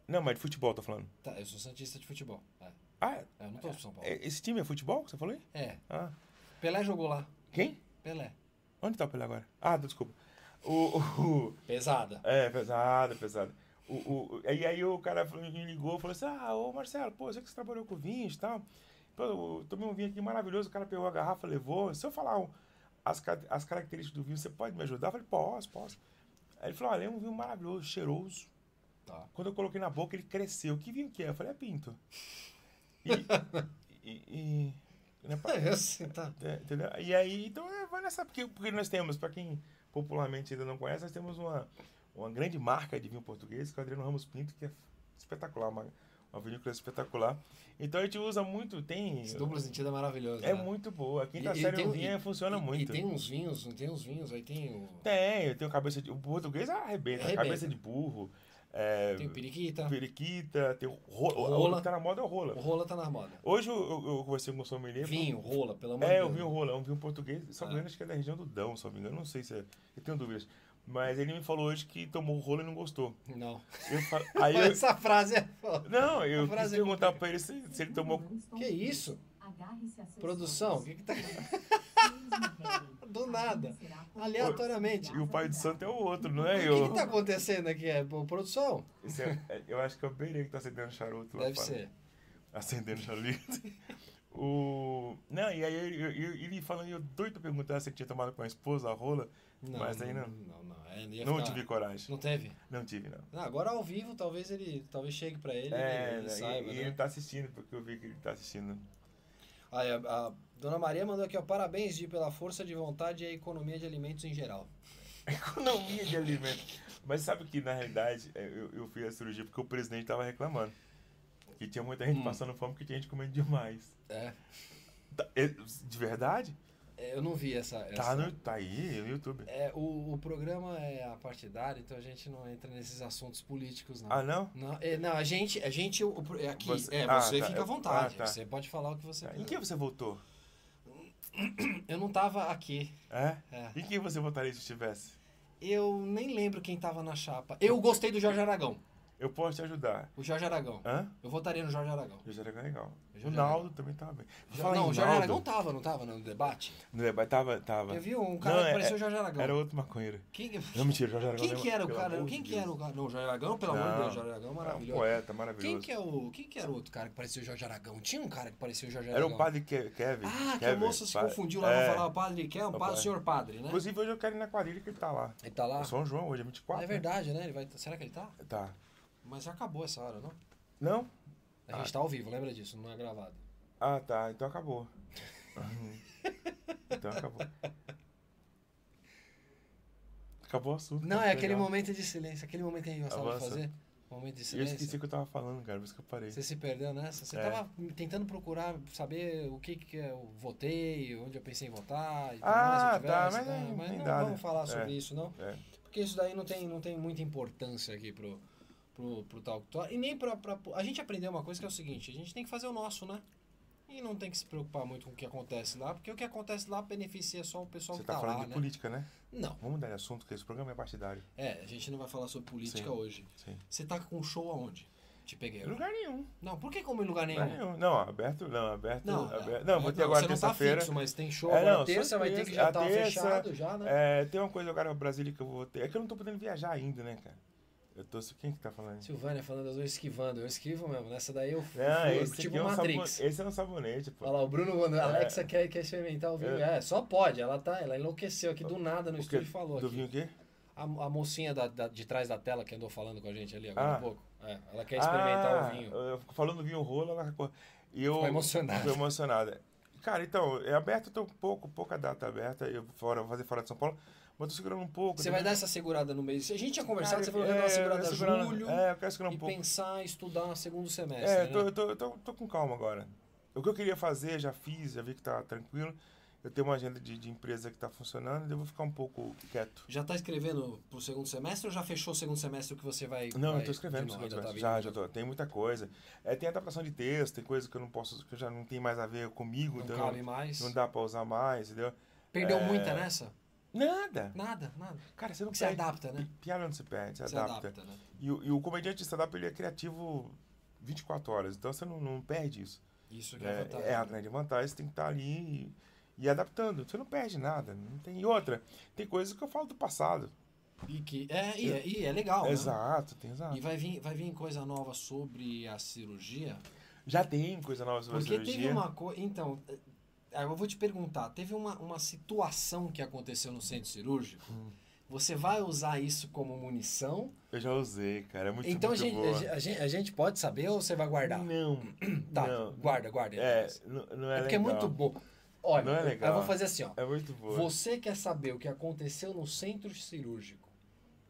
Não, mas de futebol, tô falando. Tá, eu sou Santista de futebol. É. Ah, Eu não tô pro São Paulo. é- esse time é futebol que você falou aí? É. Ah, Pelé jogou lá. quem? Pelé. Onde tá o Pelé agora? Ah, desculpa. O, o- o- Pesada. é, pesado, pesado. O, o, o- e aí o cara falou- me ligou, falou assim, ah, ô Marcelo, pô, eu sei que você trabalhou com vinhos e tal. Pô, eu tomei um vinho aqui maravilhoso, o cara pegou a garrafa, levou. Se eu falar um- as, ca- as características do vinho, você pode me ajudar? Eu falei, posso, posso. Aí ele falou, olha, é um vinho maravilhoso, cheiroso. Tá. Quando eu coloquei na boca, ele cresceu. Que vinho que é? Eu falei, é pinto. E... e, e né, É assim, tá. é, entendeu? E aí, então, é, vai nessa. Porque, porque nós temos, para quem popularmente ainda não conhece, nós temos uma, uma grande marca de vinho português, que é o Adriano Ramos Pinto, que é espetacular, uma, uma vinícola espetacular. Então a gente usa muito, tem. Esse duplo sentido é maravilhoso. É né? muito boa. A E- quinta e série tem- um do vinho é e- funciona e- muito. E tem uns vinhos, não tem uns vinhos, aí tem o. Tem, eu tenho cabeça de. O português arrebenta, Arrebenta. cabeça de burro. É, Tem o periquita. periquita, tem o rola. Rola. O que tá na moda é o rola. O rola tá na moda. Hoje eu, eu, eu conversei com o sommelier. Vinho, rola, pelo amor de É, Deus. o vinho rolão, um vinho português, só me Ah. engano, acho que é da região do Dão, se eu não me engano, não sei se é, eu tenho dúvidas. Mas ele me falou hoje que tomou o rolo e não gostou. Não. Eu falo, aí eu, Essa frase é foda. não, eu A quis frase é perguntar complicada. pra ele se, se ele tomou. Que isso? Agarre-se a seus Produção, o sonhos. que que tá. Mesmo Harry. do nada, aleatoriamente. E o pai de santo é o outro, não é O que, eu. que tá acontecendo aqui? É, pô, produção? Esse é- é- eu acho que é o Pereira que tá acendendo charuto lá Deve fora. ser. Acendendo charuto. O... Não, e aí eu- eu- eu- ele falando, eu doido pra perguntar se ele tinha tomado com a esposa a rola, Não, mas aí não. Não, não. é, ia Não ficar- tive coragem. Não teve? Não tive, não. Não, agora ao vivo, talvez ele. Talvez chegue pra ele e É, ele né, saiba, e, e né? ele tá assistindo, porque eu vi que ele tá assistindo. Aí, a, a Dona Maria mandou aqui, ó. Parabéns, Di, pela força de vontade e a economia de alimentos em geral. Economia de alimentos. Mas sabe que, na realidade, é, eu, eu fui à cirurgia porque o presidente tava reclamando. Que tinha muita gente passando fome, que tinha gente comendo demais. Hum. É. Tá- é- De verdade? É, Eu não vi essa. Tá, essa- no, tá aí no YouTube. É, o, o programa é a partidário, então a gente não entra nesses assuntos políticos, não. Ah, não? Não, é, não, a gente, a gente o- o- é aqui, Você- é, ah, você tá, fica à eu- vontade, ah, tá. você pode falar o que você Em quiser. quem você votou? Eu não tava aqui, É? é. Em quem você votaria se estivesse? eu nem lembro quem tava na chapa. Eu gostei do Jorge Aragão, Eu posso te ajudar. o Jorge Aragão. Hã? Eu votaria no Jorge Aragão. O Jorge Aragão é legal. O O Jorge Naldo também tava bem. Vou Jo- falar não, em o Jorge Naldo. Aragão tava, não tava no debate? No debate é, tava, tava. Eu vi um cara Não, que é- parecia o Jorge Aragão. Era outro maconheiro. Quem, Não, mentira, o Jorge Aragão. quem que lembra- era o pelo cara? amor Quem de que era Deus. o cara? Não, o Jorge Aragão, pelo amor de Não. Deus, o Jorge Aragão é É um maravilhoso. poeta, maravilhoso. Quem que, é o, quem que era o outro cara que parecia o Jorge Aragão? Tinha um cara que parecia o Jorge Era Aragão. o padre Ke- Kevin. Ah, que Kevin, o moço se pa- confundiu lá é. pra falar o padre que é um O padre, padre. senhor padre, né? Inclusive, hoje eu quero ir na quadrilha que ele tá lá. Ele tá lá. É São João, hoje é 24. É verdade, né? Ele vai... Será que ele tá? né? Tá. Mas já acabou essa hora, não? Não? A gente tá ao vivo, lembra disso, não é gravado. Ah, tá. Então acabou. Uhum. então acabou. Acabou o assunto. Não, cara, é que aquele legal. momento de silêncio, aquele momento que a gente gostava de Avança. fazer. Momento de E Eu esqueci silêncio. o que eu tava falando, cara, por isso que eu parei. Você se perdeu nessa? Você É. tava tentando procurar saber o que que eu votei, onde eu pensei em votar. e tudo Ah, mais, se eu tá, tivesse, mas né? nem- mas nem não dá, vamos né? falar É. sobre isso, não. É. Porque isso daí não tem, não tem muita importância aqui pro, pro, pro Talk Talk. E nem pra, pra. A gente aprendeu uma coisa que é o seguinte: a gente tem que fazer o nosso, né? E não tem que se preocupar muito com o que acontece lá, porque o que acontece lá beneficia só o pessoal Você que tá, tá falando lá, de né? política, né? Não. Vamos mudar de assunto, porque esse programa é partidário. É, a gente não vai falar sobre política Sim. hoje. Sim. Você tá com show aonde? Te peguei. Em lugar nenhum. Não, por que como em lugar Lugar nenhum? nenhum. Não, aberto, não, aberto. Não, aberto- é, não, vou ter agora você não tá terça-feira. fixo, mas tem show É, agora não, terça, só vai ter terça, que já a tá terça, fechado já, né? É, tem uma coisa agora pra Brasília que eu vou ter. É que eu não tô podendo viajar ainda, né, cara? Eu tô. Quem que tá falando isso? Silvânia falando, eu tô esquivando, eu esquivo mesmo. Nessa daí eu fui Não, eu- esse tipo aqui é um Matrix. sabonete. Esse é um sabonete, pô. Olha lá, o Bruno É. mandou, Alexa quer, quer experimentar o vinho. É. só pode, ela tá, ela enlouqueceu aqui do nada no O estúdio quê? e falou Do aqui. vinho o quê? A, a mocinha da- da- de trás da tela que andou falando com a gente ali agora Ah. há pouco. É, ela quer experimentar Ah, o vinho. eu- Falando do vinho rolo, ela ficou. E eu, Ficou emocionada. Ficou emocionada. Cara, então, é aberto, eu tô pouco, pouca data aberta. Eu fora, vou fazer fora de São Paulo, mas tô segurando um pouco. Você também. vai dar essa segurada no mês. A gente tinha conversado, Cara, você falou que ia dar uma é, eu segurada quero em segurar- julho É, eu quero segurar um e pouco. pensar em estudar no segundo semestre. É, né? eu tô, eu tô, eu tô, tô com calma agora. O que eu queria fazer, já fiz, já vi que tá tranquilo. Eu tenho uma agenda de, de empresa que tá funcionando, eu vou ficar um pouco quieto. Já tá escrevendo pro segundo semestre ou já fechou o segundo semestre o que você vai. Não, vai eu tô escrevendo, de novo? escrevendo, Ainda tá já, vindo? já tô. Tem muita coisa. É, tem adaptação de texto, tem coisa que eu não posso, que eu já não tem mais a ver comigo, Não então cabe mais. não dá pra usar mais, entendeu? Perdeu É. muita nessa? Nada! Nada, nada. Cara, você não Porque você perde. adapta, né? Pi- Piada não se perde, se Você adapta. adapta, né? E, o, e o comediante stand-up, ele é criativo 24 horas, então você não, não perde isso. Isso que é, É, vantagem. é a grande vantagem, você tem que estar ali e, e adaptando. Você não perde nada. Não tem e outra. Tem coisas que eu falo do passado. E, que, é, e, é, e é legal, exato, tem né? exato. E vai vir, vai vir coisa nova sobre a cirurgia? Já tem coisa nova sobre a Porque cirurgia. teve uma coisa. Então, eh, ah, eu vou te perguntar: teve uma, uma situação que aconteceu no centro cirúrgico? Hum. Você vai usar isso como munição? Eu já usei, cara. É muito, então a muito gente, boa. a, gente, a gente pode saber ou você vai guardar? Não. Tá, não. guarda, guarda. É, depois. não, não é, É porque é legal. muito bom. Olha, Não é legal. eu vou fazer assim, ó. É muito boa. Você quer saber o que aconteceu no centro cirúrgico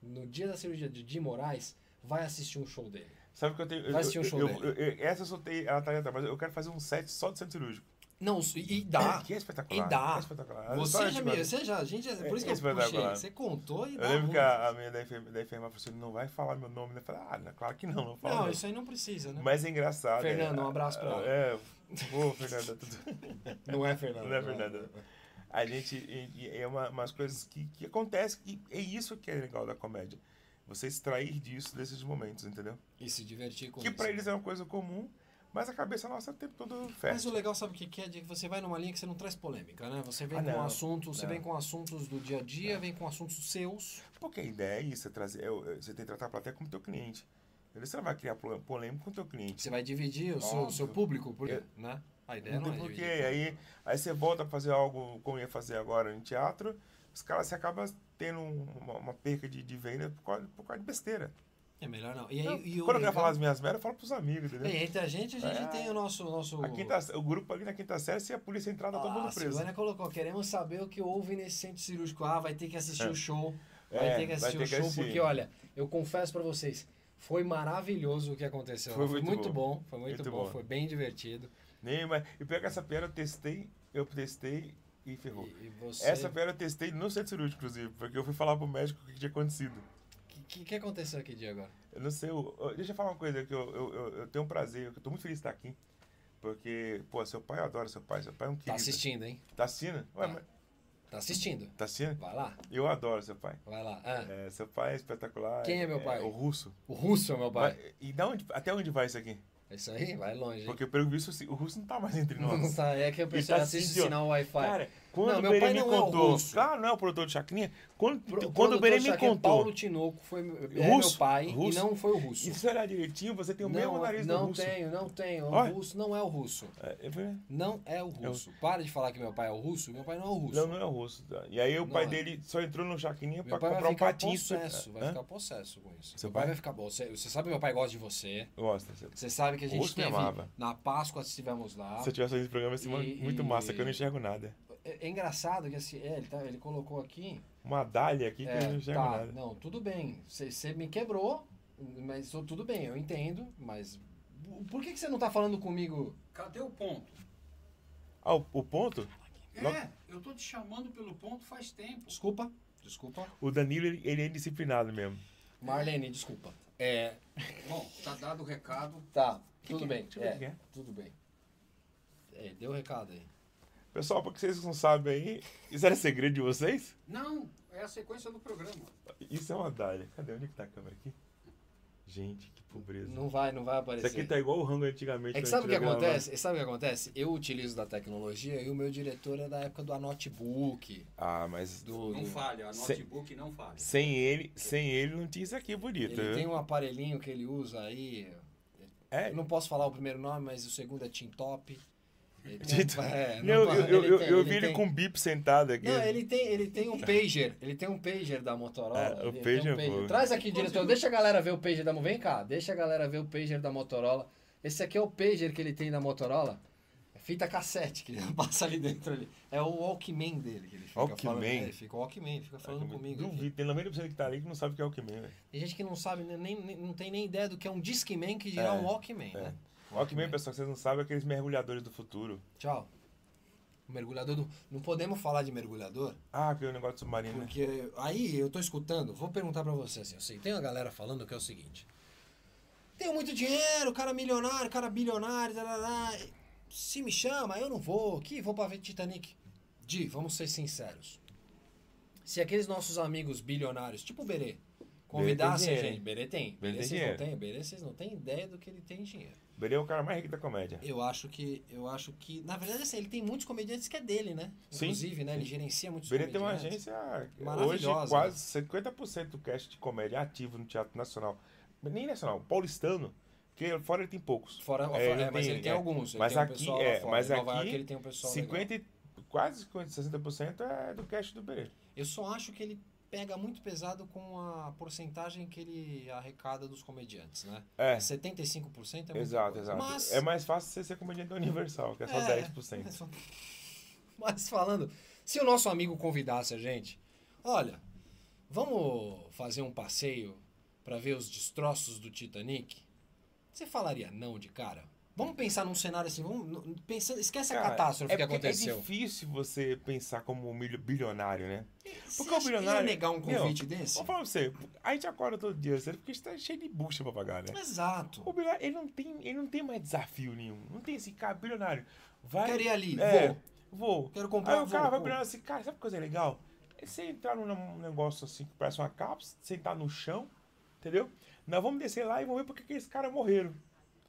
no dia da cirurgia de Di Moraes, vai assistir um show dele. Sabe que eu tenho. Vai eu- assistir um eu- show eu- dele. eu- eu- essa eu soltei, ela tá atrás, mas eu quero fazer um set só do centro cirúrgico. Não, e e dá. Que é espetacular. E dá. É espetacular. Você Só já, de- me, você já, a gente, já- por isso que Esse eu vai dar puxei, agora. você contou e Eu dá lembro muito. que a, a minha da enferma- da enfermeira falou assim: não vai falar meu nome. né? Eu falei: ah, não, claro que não, não fala. Não, não." isso aí não precisa, né? Mas é engraçado. Fernando, é, um abraço pra ela. É, pô, Fernanda, tudo. Não é Fernando. Não é Fernanda. A gente. e- e É uma, umas coisas que, que acontecem, que é isso que é legal da comédia. Você extrair disso, desses momentos, entendeu? E se divertir com que isso. né? pra eles é uma coisa comum, Mas a cabeça nossa o tempo todo Mas festa. o legal, sabe o que que é? Diego? Você vai numa linha que você não traz polêmica, né? Você vem Ah, com não, assuntos, você não. vem com assuntos do dia a dia, vem com assuntos seus. Porque a ideia é isso, é trazer, é o- é- você tem que tratar a plateia como teu cliente. Entendeu? Você não vai criar pole- polêmica com o teu cliente. Você vai dividir o seu, Óbvio. seu público, porque, Eu- né? A ideia Não não, tem é porquê. dividir. Aí, aí você volta a fazer algo como ia fazer agora em teatro, os caras você acaba tendo um, uma, uma perca de, de venda por causa, por causa de besteira. É melhor não. E aí, e o Quando eu quero legal- falar as minhas merdas, eu falo pros amigos, entendeu? Bem, entre a gente, a gente É. tem o nosso... nosso... A quinta, o grupo ali na quinta série, se a polícia entrar, tá todo Ah, mundo a preso. Silvana colocou, queremos saber o que houve nesse centro cirúrgico. Ah, vai ter que assistir o show. Vai É, ter que vai assistir ter o que show, assistir. porque olha, eu confesso pra vocês, foi maravilhoso o que aconteceu. Foi Foi, muito muito bom. bom. foi muito, Muito bom, bom. foi bem divertido. Nem, mas, e pior que essa piada eu testei, eu testei e E, ferrou. e você... Essa piada eu testei no centro cirúrgico, inclusive, porque eu fui falar pro médico o que tinha acontecido. O que, que, que aconteceu aqui, Diego? agora? Eu não sei, eu- eu- deixa eu falar uma coisa que eu, eu, eu- eu tenho um prazer, eu tô muito feliz de estar aqui. Porque, pô, seu pai, eu adoro seu pai, seu pai é um querido. Tá assistindo, hein? Tá assistindo? Ué, Tá. mas- Tá assistindo. tá assistindo? Vai lá, Eu adoro seu pai. vai lá. Ah, É, seu pai é espetacular. Quem é meu pai? o russo. O russo é meu pai. Mas- e da onde, até onde vai isso aqui? É Isso aí, vai longe, hein? Porque, pelo visto, o russo não tá mais entre nós. Não tá, é que a pessoa tá assiste assistindo, o sinal Wi-Fi. Cara, quando Não, o meu Berê pai me não é o contou. russo. Claro, não é o produtor de Chacrinha. Quando, Pro- quando o produtor Berê de me Chaquinha, contou. Paulo Tinoco foi meu- é Russo? meu pai Russo? e não foi o russo. E se você olhar direitinho, você tem o mesmo nariz não do russo. tenho, não tenho. O Olha. russo não é o russo. É, eu falei, Não é o russo. Para de falar que meu pai é o russo. Meu pai não é o russo. Não, não é o russo. E aí o Não pai é. dele só entrou no Chacrinha Meu pra pai vai comprar um ficar patinho. possesso, vai Hã? ficar possesso com isso. Seu meu pai pai? vai ficar bom. Você, você sabe que meu pai gosta de você. Gosta. Se Você sabe que a O gente russo me teve amava. na Páscoa estivemos lá. eu tivesse um esse programa, ia ser E- muito e- massa, que eu não enxergo nada. É, é engraçado que assim, é, ele, tá- ele colocou aqui. Uma dália aqui que eu não É, enxergo tá, nada. não, tudo bem. Você me quebrou, mas tô- tudo bem, eu entendo, mas por que que você não tá falando comigo? Cadê o ponto? Ah, o, o ponto? É, eu tô te chamando pelo ponto faz tempo. Desculpa, desculpa. O Danilo, ele, ele é indisciplinado mesmo. Marlene, desculpa. É, Bom, tá dado o recado. tá, Que tudo que é? bem. Deixa eu ver é, o que é. Tudo bem. É, deu o recado aí. Pessoal, porque vocês não sabem aí, isso era segredo de vocês? Não, é a sequência do programa. Isso é uma dália. Cadê? Onde é que tá a câmera aqui? Gente, que pobreza. Não vai, não vai Isso aparecer. aqui tá igual o rango antigamente. É que quando sabe o que a gente gravava. acontece? Sabe o que acontece? Eu utilizo da tecnologia e o meu diretor é da época do notebook, Ah, mas do, Não do falha, a Cê- notebook não falha. sem ele, sem ele não tinha isso aqui bonito. Ele viu? tem um aparelhinho que ele usa aí. É. Eu não posso falar o primeiro nome, mas o segundo é Tim Top. Ele tem- Tito. é, Não, eu, pa- eu, eu, tem- eu vi ele tem- com o bip sentado aqui. Não, ele tem, ele tem um pager. Ele tem um pager da Motorola. É, ele o tem um pager é bom. Traz aqui, assim? diretor. Deixa a galera ver o pager da... Mo- Vem cá. Deixa a galera ver o pager da Motorola. Esse aqui é o pager que ele tem da Motorola. É fita cassete que ele passa ali dentro. Ali. É o Walkman dele que ele fica falando. Walkman? É, ele fica Walkman. Ele fica falando comigo. aqui. É, Duvido, tem 90% que tá ali que não sabe o que é o que mesmo. velho. Tem gente que não sabe, né, nem, nem- não tem nem ideia do que é um Discman que dirá É, um Walkman, né? O Walkman, pessoal, que vocês não sabem, é aqueles mergulhadores do futuro. Tchau. O mergulhador do... Não podemos falar de mergulhador, Ah, que é o negócio do submarino. né? porque aí eu tô escutando, vou perguntar pra você assim, eu sei, tem uma galera falando que é o seguinte. Tenho muito dinheiro, cara milionário, cara bilionário, tarará, se me chama, eu não vou, que vou pra ver Titanic. Di, vamos ser sinceros. Se aqueles nossos amigos bilionários, tipo o Berê, convidassem a dinheiro, gente, hein? Berê tem, Berê Berê tem vocês não dinheiro. têm, Berê vocês não têm ideia do que ele tem em dinheiro. Ele é o cara mais rico da comédia. Eu acho que. Eu acho que. Na verdade, assim, ele tem muitos comediantes que é dele, né? Sim. Inclusive, né? Ele gerencia muitos Ele tem uma comediantes. agência hoje Maravilhosa, quase 50% do cast de comédia é ativo no Teatro Nacional. Nem nacional, paulistano, porque fora ele tem poucos. Fora, É, fora- ele é, mas tem- ele tem é. alguns. Ele Mas tem aqui- um pessoal é, lá fora. mas em Nova aqui, York ele tem um pessoal. legal. 50, e- quase 50, 60% é do cast do Berê. Eu só acho que ele pega muito pesado com a porcentagem que ele arrecada dos comediantes, né? É, 75% é muita exato, coisa. exato. Mas, É mais fácil você ser comediante da Universal, que é só É, 10%. Mas, fa- mas falando, se o nosso amigo convidasse a gente, olha, vamos fazer um passeio pra ver os destroços do Titanic? Você falaria não de cara? Vamos pensar num cenário assim, vamos, n- pensando, esquece a Cara, catástrofe é que porque É aconteceu. difícil você pensar como um milho- bilionário, né? Você acha o que ia bilionário- negar um Meu, convite desse? Vou falar pra você, a gente acorda todo dia, cedo, porque a gente tá cheio de bucha pra pagar, né? Exato. O bilionário, ele não tem, ele não tem mais desafio nenhum. Não tem esse cara, bilionário. Vai, Quero ir ali, é, vou. vou. Quero Aí comprar o cara vou, vai vou. brilhar assim, cara, sabe que coisa legal? É você entrar num num negócio assim que parece uma cápsula, sentar no chão, entendeu? Nós vamos descer lá e vamos ver porque que esses caras morreram.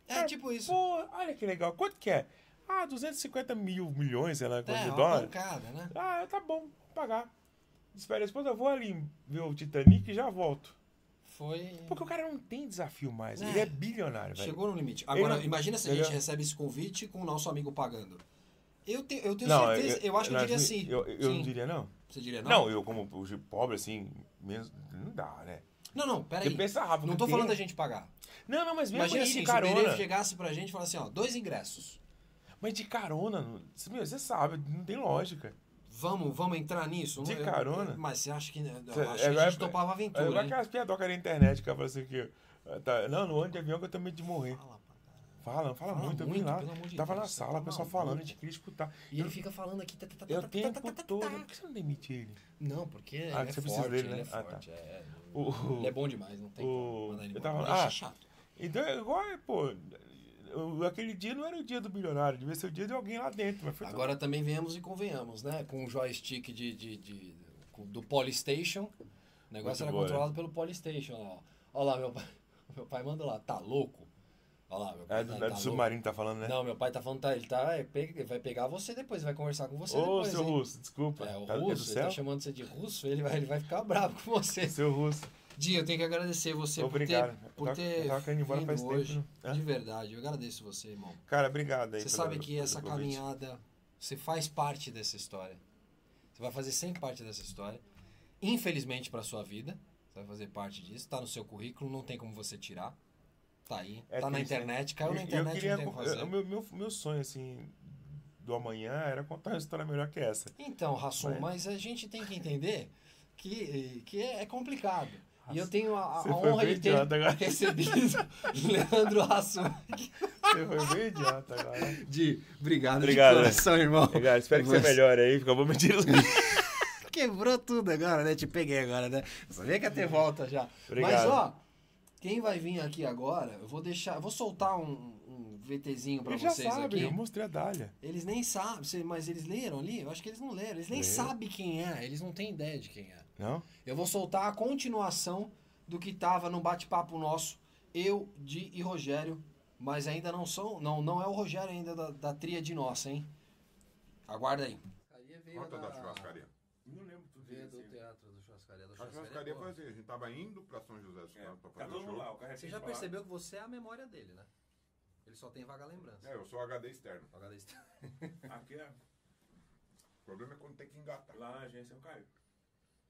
É tipo isso. Pô, olha que legal. Quanto que é? Ah, 250 mil milhões, sei lá, quanto É, de uma dólar. pancada, né? Ah, tá bom, vou pagar. Espera a esposa, eu vou ali ver o Titanic e já volto. Foi. Porque o cara não tem desafio mais. É. Ele é bilionário, velho. Chegou no limite. Agora, não- imagina se a ele gente não- recebe esse convite com o nosso amigo pagando. Eu, te, eu tenho Não, certeza, eu, acho que eu diria não, sim. Eu, eu Sim. não diria não. Você diria não? Não, eu como hoje pobre, assim, menos, não dá, né? Não, não, peraí. Eu pensa rápido. Não tô porque- falando da gente pagar. Não, não, mas mesmo Imagina aí assim, de se o carona. Pereira chegasse pra gente e falasse assim, ó, dois ingressos. Mas de carona, não- meu, você sabe, não tem lógica. Vamos, vamos entrar nisso? De Eu- eu- carona? Mas você acha que, né, eu Cê- acho que a igual- gente topava a É aventura, igual hein? aquelas piadocas na internet que fala assim que. ah, Tá, não, no ônibus de avião que eu tenho medo de morrer. Fala, pra caralho. Fala, fala, Fala muito, eu vim muito, lá. pelo amor de Tava Deus, na você sala, tá o pessoal maluco. falando, a gente queria escutar. E ele fica falando aqui... tá, tá, tá, Eu tá, tenho tá, tá, por tá, tá, todo. tá. Por que você não demite ele? Não, porque ele Ah, é você precisa forte, dele, ele né? é Ah, tá. forte. é. O- Ele é bom demais, não tem o- como mandar ele eu embora. tava- Ele é ah. chato. Então é igual, é, pô. eu- Aquele dia não era o dia do bilionário, devia ser o dia de alguém lá dentro. Mas foi tudo- Agora também venhamos e convenhamos, né? Com o joystick de, de, de- com- do Polystation. O negócio Muito é. era boa, controlado pelo Polystation. Ó. Olha lá, meu pai, meu pai manda lá, tá louco? Olha lá, meu pai tá, É do, é tá do louco. submarino que tá falando, né? Não, meu pai tá falando, tá, ele tá, é, pe- vai pegar você depois, vai conversar com você Ô, depois. seu hein? russo, desculpa. É, o Tá- do russo, ele céu? tá chamando você de russo, ele vai, ele vai ficar bravo com você. Seu russo. Dia, eu tenho que agradecer você Obrigado. por ter, por Eu tava- ter eu tava querendo ir embora vindo faz tempo, hoje. né? Hã? De verdade, eu agradeço você, irmão. Cara, obrigado aí. Você pelo- sabe que pelo essa convite. caminhada, você faz parte dessa história. Você vai fazer sempre parte dessa história. Infelizmente para sua vida, você vai fazer parte disso. Tá no seu currículo, não tem como você tirar. Tá aí, É tá na triste, né? internet, caiu E- na e eu internet, não queria tem o que co- fazer. eu- meu, meu, meu sonho, assim, do amanhã era contar uma história melhor que essa. Então, Rassum, Mas- mas a gente tem que entender que, que é é complicado. E eu tenho a, a Você foi honra bem de ter idiota agora. recebido Leandro Rassum. Você foi bem idiota agora. De, obrigado, Obrigado, né? de coração, irmão. Obrigado, espero que Mas- você melhore aí, porque eu vou mentir. Quebrou tudo agora, né? Te peguei agora, né? Eu sabia que ia ter volta já. Mas, Obrigado. ó, quem vai vir aqui agora, eu vou deixar, eu vou soltar um, um VTzinho pra Ele é um já vocês sabe, aqui. eu mostrei a Dália. Eles nem sabem, se- mas eles leram ali? Eu acho que eles não leram. Eles nem Leram. sabem quem é, eles não têm ideia de quem é. Não? Eu vou soltar a continuação do que tava no bate-papo nosso, eu, Di e Rogério, mas ainda não são, não, não é o Rogério ainda da, da tríade nossa, hein? Aguarda aí. é Conta da churrascaria. Não lembro tudo Veio do assim. teatro do churrascaria. é Do A churrascaria foi assim, a gente tava indo pra São José É, dos Campos pra Tá fazer um o todo mundo show. lá, o cara Você já tinha falado. percebeu que você é a memória dele, né? Ele só tem vaga lembrança. É, eu sou HD externo. Vaga da história. Aqui é- O problema é quando tem que engatar. lá na agência, o Caio.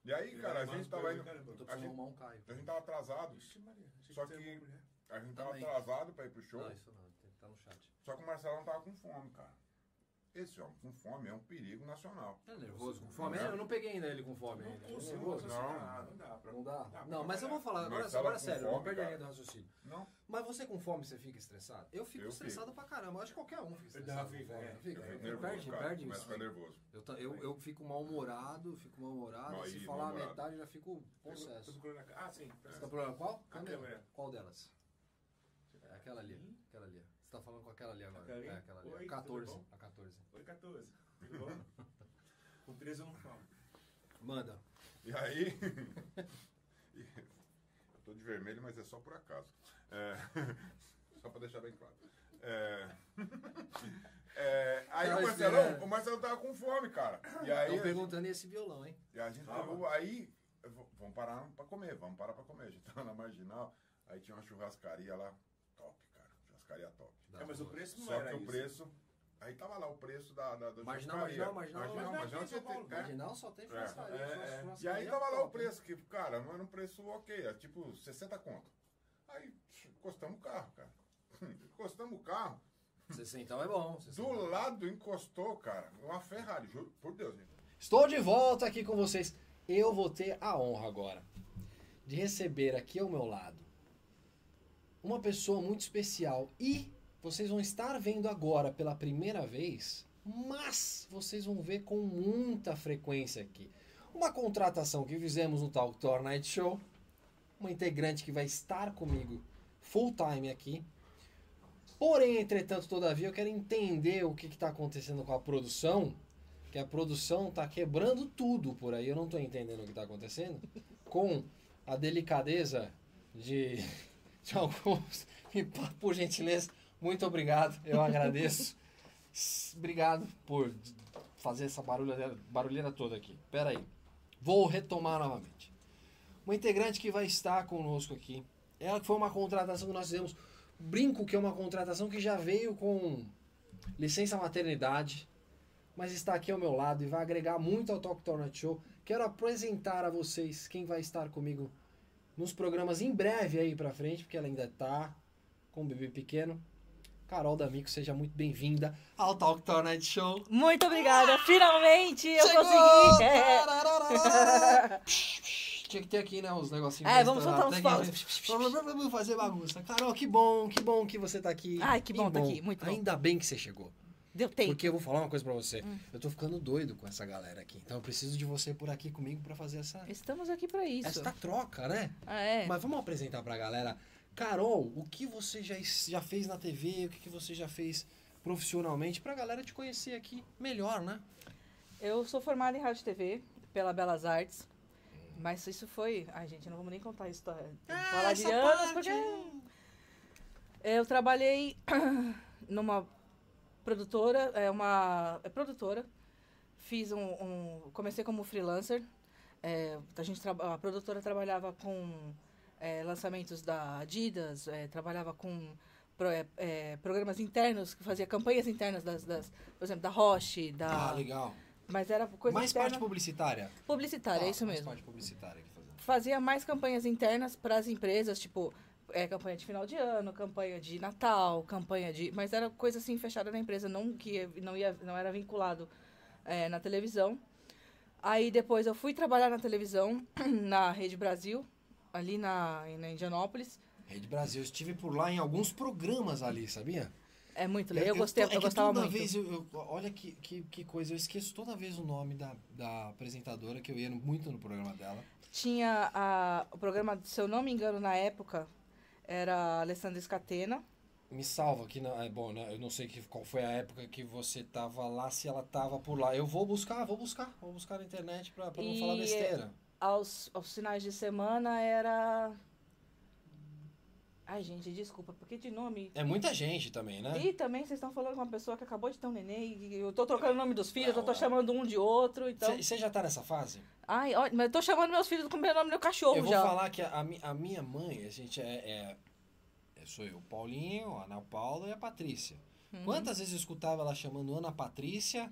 E aí, cara, a gente tava indo. Caramba. Tô A precisando gente- arrumar um Caio. A gente tava atrasado. Vixe, Maria, achei Só você que- era uma mulher. A gente tava Também. atrasado pra ir pro show. Não, isso não. tem que Tá no chat. Só que o Marcelão tava com fome, cara. Esse homem com fome é um perigo nacional. Né? Tá nervoso, com fome? Eu não peguei ainda ele com fome. ainda. Não Tô consigo nervoso. Ah, raciocinar, não dá pra- Não dá? pra Não, mas eu vou falar, trabalhar. agora, Marcelo agora com sério, eu não fome, perdi a linha cara. do raciocínio. Não. Mas você com fome, você fica estressado? Eu fico Eu estressado pra caramba, eu acho que qualquer um fica Eu estressado. já fico, com fome, é. não fica? Eu fico Perde- nervoso, cara. perde Começa a isso. ficar nervoso. Eu, ta- eu, eu fico mal-humorado, fico mal-humorado, Aí, se falar a mal-humorado. metade eu já um fico Eu- eu tô possesso. procurando a ca- Ah, sim. Você tá procurando qual? A câmera. Hum? Qual delas? É aquela ali, aquela ali. Você tá falando com aquela ali agora. Aquela ali? É aquela ali. Oi, a tudo 14, bom? a 14. Oi, 14. Tudo bom? Com 13 eu não falo. Manda. E aí. e- eu tô de vermelho, mas é só por acaso. É, só pra deixar bem claro. É, é, aí Não, o isso é- Marcelão, o Marcelão tava com fome, cara. E aí, Estão perguntando esse violão, hein? e a gente tava, aí eu vou- vamos parar pra comer, vamos parar pra comer. A gente tava na marginal, aí tinha uma churrascaria lá, top, cara. Churrascaria top. É, mas o preço não Só era que o isso. preço. Aí tava lá o preço da. da, da Marginal, churrascaria. marginal, marginal, Marginal, marginal, marginal, São Paulo, tinha- é. Marginal só tem churrascaria. é, só é. E churrascaria aí tava lá o top, preço, que, cara, não era um preço ok, era tipo 60 conto. Aí psh, encostamos o carro, cara. Encostamos o carro, hein? 60 é bom. 60 é do bom. lado encostou, cara, uma Ferrari, juro, por Deus, gente. Estou de volta aqui com vocês. Eu vou ter a honra agora de receber aqui ao meu lado uma pessoa muito especial e vocês vão estar vendo agora pela primeira vez, mas vocês vão ver com muita frequência aqui. Uma contratação que fizemos no Talk Tour Night Show, uma integrante que vai estar comigo full time aqui. Porém, entretanto, todavia, eu quero entender o que está acontecendo com a produção que a produção tá quebrando tudo por aí, eu não tô entendendo o que tá acontecendo, com a delicadeza de, de alguns, me pa- por gentileza, Muito obrigado, eu agradeço. S- obrigado por fazer essa barulheira, barulheira toda aqui. Pera aí, vou retomar novamente. Uma integrante que vai estar conosco aqui, ela que foi uma contratação que nós fizemos. Brinco que é uma contratação que já veio com licença maternidade, mas está aqui ao meu lado e vai agregar muito ao Talk Tornet Show. Quero apresentar a vocês quem vai estar comigo nos programas em breve aí pra frente, porque ela ainda tá com o bebê pequeno. Carol D'Amico, seja muito bem-vinda ao Talk Tornet Show. Muito obrigada, finalmente eu Chegou! consegui! É. Tarararara! Psh, psh, Tinha que ter aqui, né, os negocinhos. É, pra vamos estourar. soltar uns Tem que- paus. psh, psh, psh, psh, Vamos fazer bagunça. Carol, que bom, que bom que você tá aqui. Ai, que bom tá aqui, muito bom. Ainda bem que você chegou. Deu tempo. Hum. Porque eu vou falar uma coisa pra você. Eu tô ficando doido com essa galera aqui. Então eu preciso de você por aqui comigo pra fazer essa, Estamos aqui pra isso. essa troca, né? Ah, é. Mas vamos apresentar pra galera. Carol, o que você já, es- já fez na TV? O que, que você já fez profissionalmente? Pra galera te conhecer aqui melhor, né? Eu sou formada em rádio e TV pela Belas Artes. Mas isso foi. Ai, gente, não vamos nem contar a história. Ah, Vamos Ah, falar de anos, porque. é. Eu trabalhei numa produtora, é uma é produtora. Fiz um, um- comecei como freelancer. É, a gente traba- a produtora trabalhava com é, lançamentos da Adidas, é, trabalhava com pro- é, é, programas internos que fazia campanhas internas das, das- por exemplo, da Roche, da, Ah, legal. mas era coisa mais interna, parte publicitária. publicitária, Ah, é isso mais mesmo parte publicitária que fazendo. fazia mais campanhas internas para as empresas, tipo, é, campanha de final de ano, campanha de Natal, campanha de. Mas era coisa assim fechada na empresa, não que ia- não, ia, não era vinculado é, na televisão. Aí depois eu fui trabalhar na televisão, na Rede Brasil, ali na, na Indianópolis. Rede Brasil, eu estive por lá em alguns programas ali, sabia? É muito legal. Eu, gostei, é eu, que gostava toda muito. Vez eu, eu- olha que, que, que coisa, eu esqueço toda vez o nome da, da apresentadora, que eu ia no- muito no programa dela. Tinha a- o programa, se eu não me engano, na época, era Alessandra Scatena. Me salva que não, é bom, né? Eu não sei que, qual foi a época que você tava lá, se ela tava por lá. Eu vou buscar, vou buscar, vou buscar na internet pra, pra não E é falar besteira. aos, aos finais de semana era. Ai, gente, desculpa, porque de nome. É muita gente também, né? E também vocês estão falando com uma pessoa que acabou de ter um neném, e eu tô trocando o nome dos filhos, eu Não, tô é. chamando um de outro, então. Você já tá nessa fase? Ai, olha, mas eu tô chamando meus filhos com o meu nome do cachorro Eu vou já. falar que a, a mi- a minha mãe, a gente é, é- é- Sou eu, Paulinho, a Ana Paula e a Patrícia. Uhum. Uhum. Quantas vezes eu escutava ela chamando Ana Patrícia?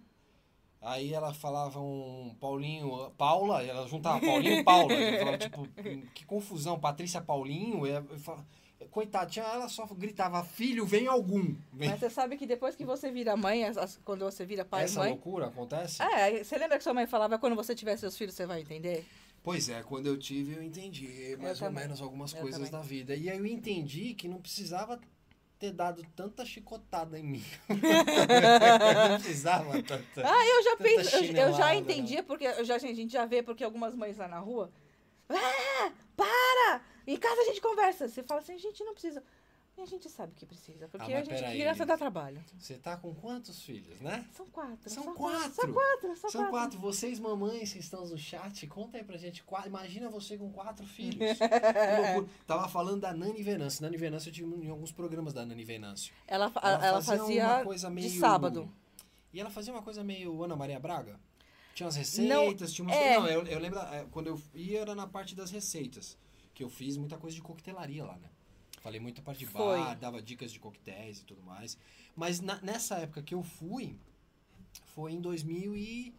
Aí ela falava um Paulinho, Paula, e ela juntava Paulinho e Paula. Eu falava, tipo, hum, que confusão, Patrícia Paulinho. e eu falava, Coitado, tinha- ela só gritava, filho, vem algum. Vem. Mas você sabe que depois que você vira mãe, as- as- quando você vira pai e Essa mãe. loucura acontece? É, você lembra que sua mãe falava quando você tiver seus filhos, você vai entender? Pois é, quando eu tive eu entendi mais ou também. menos algumas Eu coisas também. da vida. E aí eu entendi que não precisava ter dado tanta chicotada em mim. não precisava tanta. Ah, eu já Tanta penso, eu- eu, já chinelada, né? entendia, porque eu já, a gente já vê, porque algumas mães lá na rua. Ah, para! Em casa a gente conversa. Você fala assim, gente, não precisa. E a gente sabe que precisa, porque Ah, mas a gente é peraí. criança dá trabalho. Você tá com quantos filhos, né? São quatro. São só quatro. São quatro, só São quatro. quatro. Vocês, mamães que estão no chat, conta aí pra gente. qua- Imagina você com quatro filhos. Que loucura. Tava falando da Nani Venâncio. Nani Venâncio eu tive em alguns programas da Nani Venâncio. Ela, fa- ela fazia, uma coisa meio... de sábado. E ela fazia uma coisa meio Ana Maria Braga? Tinha umas Não, receitas, tinha umas... é. Não, eu, eu lembro, é, quando eu ia era na parte das receitas, que eu fiz muita coisa de coquetelaria lá, né? Falei muita parte de Foi. bar, dava dicas de coquetéis e tudo mais. Mas na- nessa época que eu fui, foi em 2000 e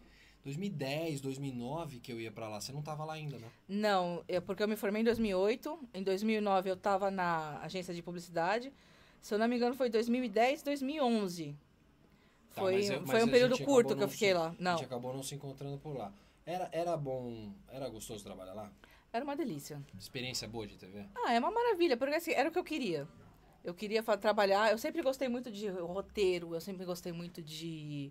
2010, 2009 que eu ia pra lá. Você não tava lá ainda, né? Não, é porque eu me formei em 2008. Em 2009 eu estava na agência de publicidade. Se eu não me engano, foi 2010, 2011. Tá, Foi, mas eu- mas foi a um período gente curto acabou que eu não fiquei se- lá. A gente Não, acabou não se encontrando por lá. Era, era bom, era gostoso trabalhar lá? era uma delícia. Experiência boa de TV? Ah, é uma maravilha, porque assim, era o que eu queria. Eu queria fa- trabalhar, eu sempre gostei muito de roteiro, eu sempre gostei muito de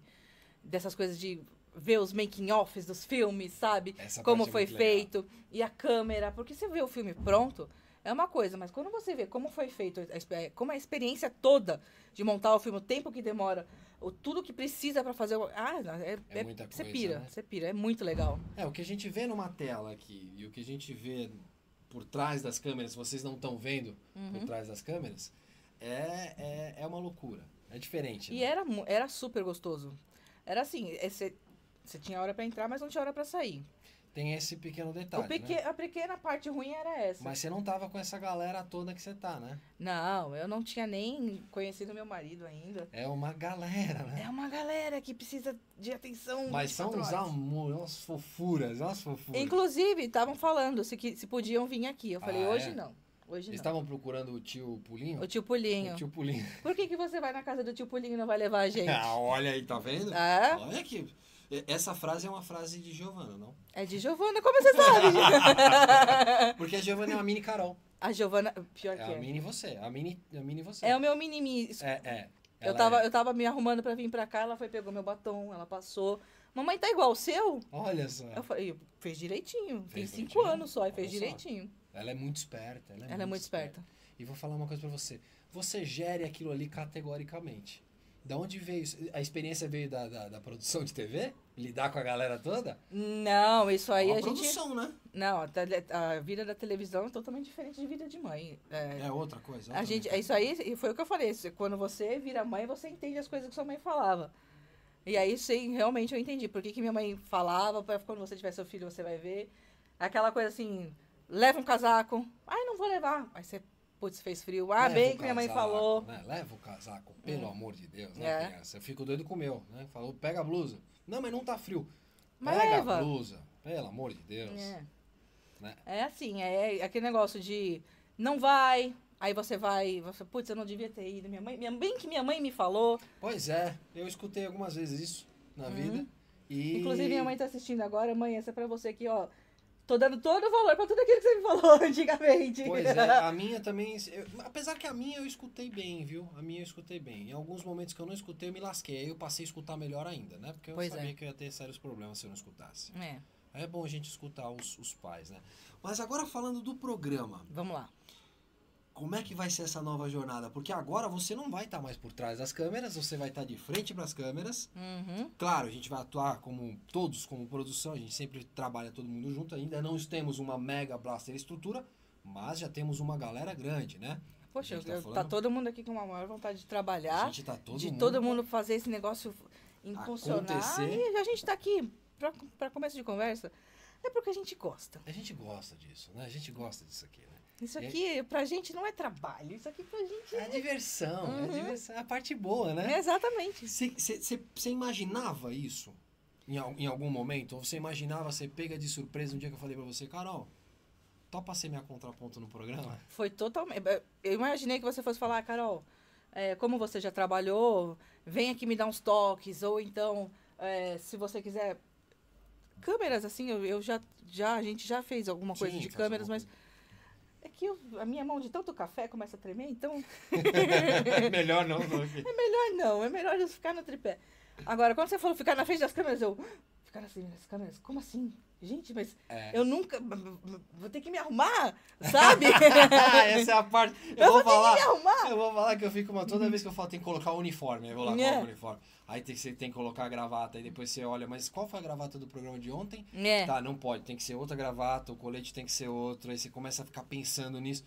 dessas coisas de ver os making offs dos filmes, sabe? Essa como parte é foi muito legal. feito e a câmera, porque você vê o filme pronto é uma coisa, mas quando você vê como foi feito, a expe- como a experiência toda de montar o filme, o tempo que demora, o tudo que precisa pra fazer, o- ah, é, É é- muita você coisa, pira, né? você pira, é muito legal. É, o que a gente vê numa tela aqui e o que Uhum. a gente vê por trás das câmeras, vocês não estão vendo por trás das câmeras, é, é, é uma loucura. É diferente. E né? era, mu- era super gostoso. Era assim, você tinha hora pra entrar, mas não tinha hora pra sair. Tem esse pequeno detalhe. O peque- né? A pequena parte ruim era essa. Mas você não tá tava com essa galera toda que você tá, né? Não, eu não tinha nem conhecido meu marido ainda. É uma galera, né? É uma galera que precisa de atenção. Mas são 24 uns horas. amores, umas fofuras, umas fofuras. Inclusive, estavam falando se, que, se podiam vir aqui. Eu falei, Ah, hoje é? não. Eles Hoje não. estavam procurando o tio Pulinho? O tio Pulinho. O tio Pulinho. Por que, que você vai na casa do tio Pulinho e não vai levar a gente? tipo Ah, olha aí, tá vendo? Ah, Olha aqui. E- Essa frase é uma frase de Giovana, não? é de Giovana, como você sabe? Porque a Giovana é uma mini Carol. a Giovana, pior É que a é. mini você. A mini, a mini você. É o meu mini É, é. Eu Ela tava, é. eu tava me arrumando pra vir pra cá, ela foi, pegou meu batom, ela passou. Mamãe, tá igual o seu? Olha só. Eu falei, fez direitinho. Tem Fez É cinco direitinho. anos só e fez Olha só. direitinho. Ela é muito esperta. Ela é, Ela é muito esperta. E vou falar uma coisa pra você. Você gere aquilo ali categoricamente. Da onde veio isso? A experiência veio da, da, da produção de TV? Lidar com a galera toda? Não, isso aí é uma a gente. produção, né? Não, a, tele- a vida da televisão é totalmente diferente de vida de mãe. É, É outra coisa. a outra gente, coisa. isso aí e foi o que eu falei. se- Quando você vira mãe, você entende as coisas que sua mãe falava. E aí, sim, realmente eu entendi. Por que, que minha mãe falava, pra quando você tiver seu filho, você vai ver. Aquela coisa assim, leva um casaco. Ai, não vou levar. Aí você, putz, fez frio. Ah, Leva bem o que minha mãe casaco, falou. né? Leva o casaco, pelo amor de Deus, né, É. criança? Eu fico doido com o meu, né? Falou, pega a blusa. Não, mas não tá frio. Mas pega leva. a blusa, pelo amor de Deus. É. Né? É assim, é aquele negócio de não vai, aí você vai, você, putz, eu não devia ter ido. Minha mãe, minha, bem que minha mãe me falou. Pois é, eu escutei algumas vezes isso na vida. E... Uhum. Inclusive, minha mãe tá assistindo agora, mãe, essa é pra você aqui, ó. Tô dando todo o valor pra tudo aquilo que você me falou antigamente. Pois é, a minha também. eu- apesar que a minha eu escutei bem, viu? A minha eu escutei bem. Em alguns momentos que eu não escutei, eu me lasquei. Aí eu passei a escutar melhor ainda, né? Porque eu Pois sabia é. que eu ia ter sérios problemas se eu não escutasse. É, Aí É bom a gente escutar os, os pais, né? Mas agora falando do programa, vamos lá. como é que vai ser essa nova jornada? Porque agora você não vai estar mais por trás das câmeras, você vai estar de frente para as câmeras. Uhum. Claro, a gente vai atuar como todos, como produção, a gente sempre trabalha todo mundo junto. Ainda não temos uma mega blaster estrutura, mas já temos uma galera grande, né? Poxa, A gente tá eu- tá, falando- todo mundo aqui com uma maior vontade de A trabalhar, gente tá todo de mundo. todo mundo fazer esse negócio em funcionar. Acontecer. E a gente tá aqui, pra, pra começo de conversa, é porque a gente gosta. A gente gosta disso, né? A gente gosta disso aqui, né? Isso E aí- aqui, pra gente, não é trabalho. Isso aqui pra gente. É a diversão, é a Uhum. diversão, é a parte boa, né? É exatamente. Você imaginava isso em, al- em algum momento? Ou você imaginava você pega de surpresa um dia que eu falei pra você, Carol, topa ser minha contraponto no programa? Foi totalmente. Eu imaginei que você fosse falar, "Ah, Carol, é, como você já trabalhou, vem aqui me dar uns toques. Ou então, é, se você quiser. Câmeras, assim, eu, eu já, já. A gente já fez alguma coisa Sim, de faz câmeras, alguma mas. É que eu- a minha mão de tanto café começa a tremer, então. coisa. Melhor não, não aqui. Melhor não, é melhor eu ficar no tripé. Agora, quando você falou ficar na frente das câmeras, eu. Ficar na frente das câmeras? Como assim? Gente, mas É. eu nunca. Vou ter que me arrumar, Ah, sabe? Essa é a parte. Eu, Eu vou vou ter falar. que me arrumar. Eu vou falar que eu fico uma. Toda vez que eu falo, tem que colocar o uniforme. Aí eu vou lá, Uhum. É. coloco o uniforme. Aí tem, que- você tem que colocar a gravata. Aí depois você olha, mas qual foi a gravata do programa de ontem? É. Tá, não pode, tem que ser outra gravata, o colete tem que ser outro, aí você começa a ficar pensando nisso.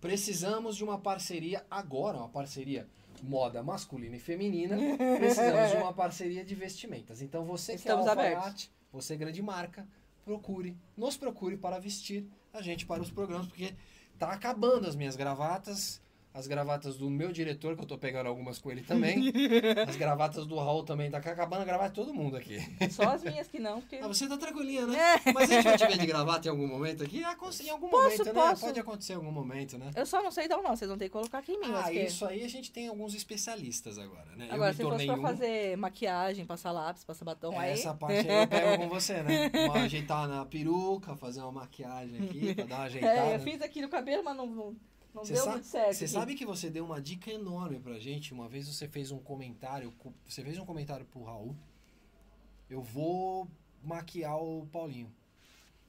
Precisamos de uma parceria agora, uma parceria moda masculina e feminina. Precisamos de uma parceria de vestimentas. Então você Estamos que é abertos. alfaiate, você grande marca, procure, nos procure para vestir a gente para os programas, porque tá acabando as minhas gravatas, as gravatas do meu diretor, que eu tô pegando algumas com ele também. as gravatas do Raul também, tá acabando a gravata de todo mundo aqui. Só as minhas que não, porque. É. Ah, você tá tranquilinha, né? Mas a gente vai te ver de gravata em algum momento aqui? Ah, cons- Em algum momento, né? posso. Pode acontecer em algum momento, né? Eu só não sei dar o nó, vocês vão ter que colocar aqui em mim. mas Ah, que- é. isso aí a gente tem alguns especialistas agora, né? Agora, eu se me tornei fosse pra um. fazer maquiagem, passar lápis, passar batom, aí. Essa parte aí eu pego com você, né? Uma ajeitar na peruca, fazer uma maquiagem aqui, pra dar uma ajeitada. É, eu fiz aqui no cabelo, mas não, não, não Você deu sa- muito certo. Você aqui. sabe que você deu uma dica enorme pra gente. Uma vez você fez um comentário. co- Você fez um comentário pro Raul. Eu vou maquiar o Paulinho.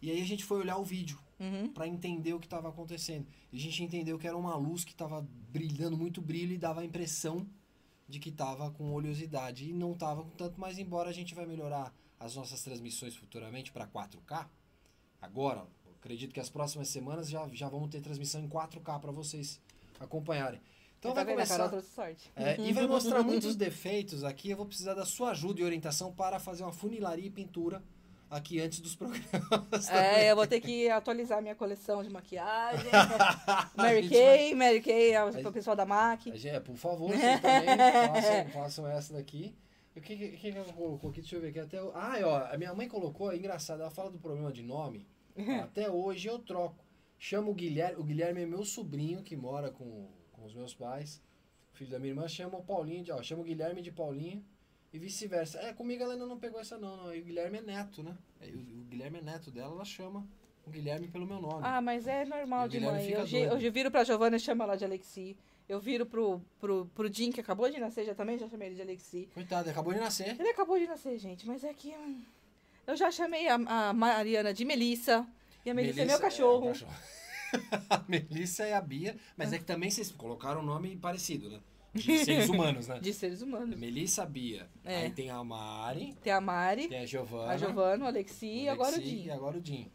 E aí a gente foi olhar o vídeo Uhum. pra entender o que tava acontecendo. E a gente entendeu que era uma luz que tava brilhando muito brilho e dava a impressão de que tava com oleosidade. E não tava com tanto, mas embora a gente vai melhorar as nossas transmissões futuramente pra 4K, agora, acredito que as próximas semanas já, já vamos ter transmissão em 4K pra vocês acompanharem. Então Tá vai vendo? A começar. Carol trouxe sorte. É, e vai mostrar muitos defeitos aqui. Eu vou precisar da sua ajuda e orientação para fazer uma funilaria e pintura aqui antes dos programas. também. É, eu vou ter que atualizar minha coleção de maquiagem. A Mary gente vai- Kay, Mary Kay, é gente- o pessoal da MAC. A gente- é, por favor, vocês também façam, façam essa daqui. E O que, que, que ela colocou aqui? Deixa eu ver aqui. Até, o- ah, ó, a minha mãe colocou, é engraçado, ela fala do problema de nome. Ó, Até hoje eu troco. Chamo o Guilherme, o Guilherme é meu sobrinho que mora com, com os meus pais. Filho da minha irmã, chama o Paulinho de, ó, chama o Guilherme de Paulinho e vice-versa. É, comigo ela ainda não pegou essa não, não. E o Guilherme é neto, né? E O, o Guilherme é neto dela, ela chama o Guilherme pelo meu nome. Ah, mas é E normal o de Guilherme mãe. fica Hoje, doido. hoje eu viro pra Giovana e chamo ela de Alexi. Eu viro pro, pro, pro Jim, que acabou de nascer, já também já chamei ele de Alexi. Coitado, acabou de nascer. Ele acabou de nascer, gente, mas é que. hum, Eu já chamei a, a Mariana de Melissa. E a Melissa, é meu cachorro. a Melissa é a Bia, mas é que também vocês colocaram um nome parecido, né? De seres humanos, né? De seres humanos. Melissa, Bia. É. Aí tem a Mari, Tem a Mari, tem a Giovana. a Giovana, o Alexi o e agora o Lexi Jim. E agora o Jim.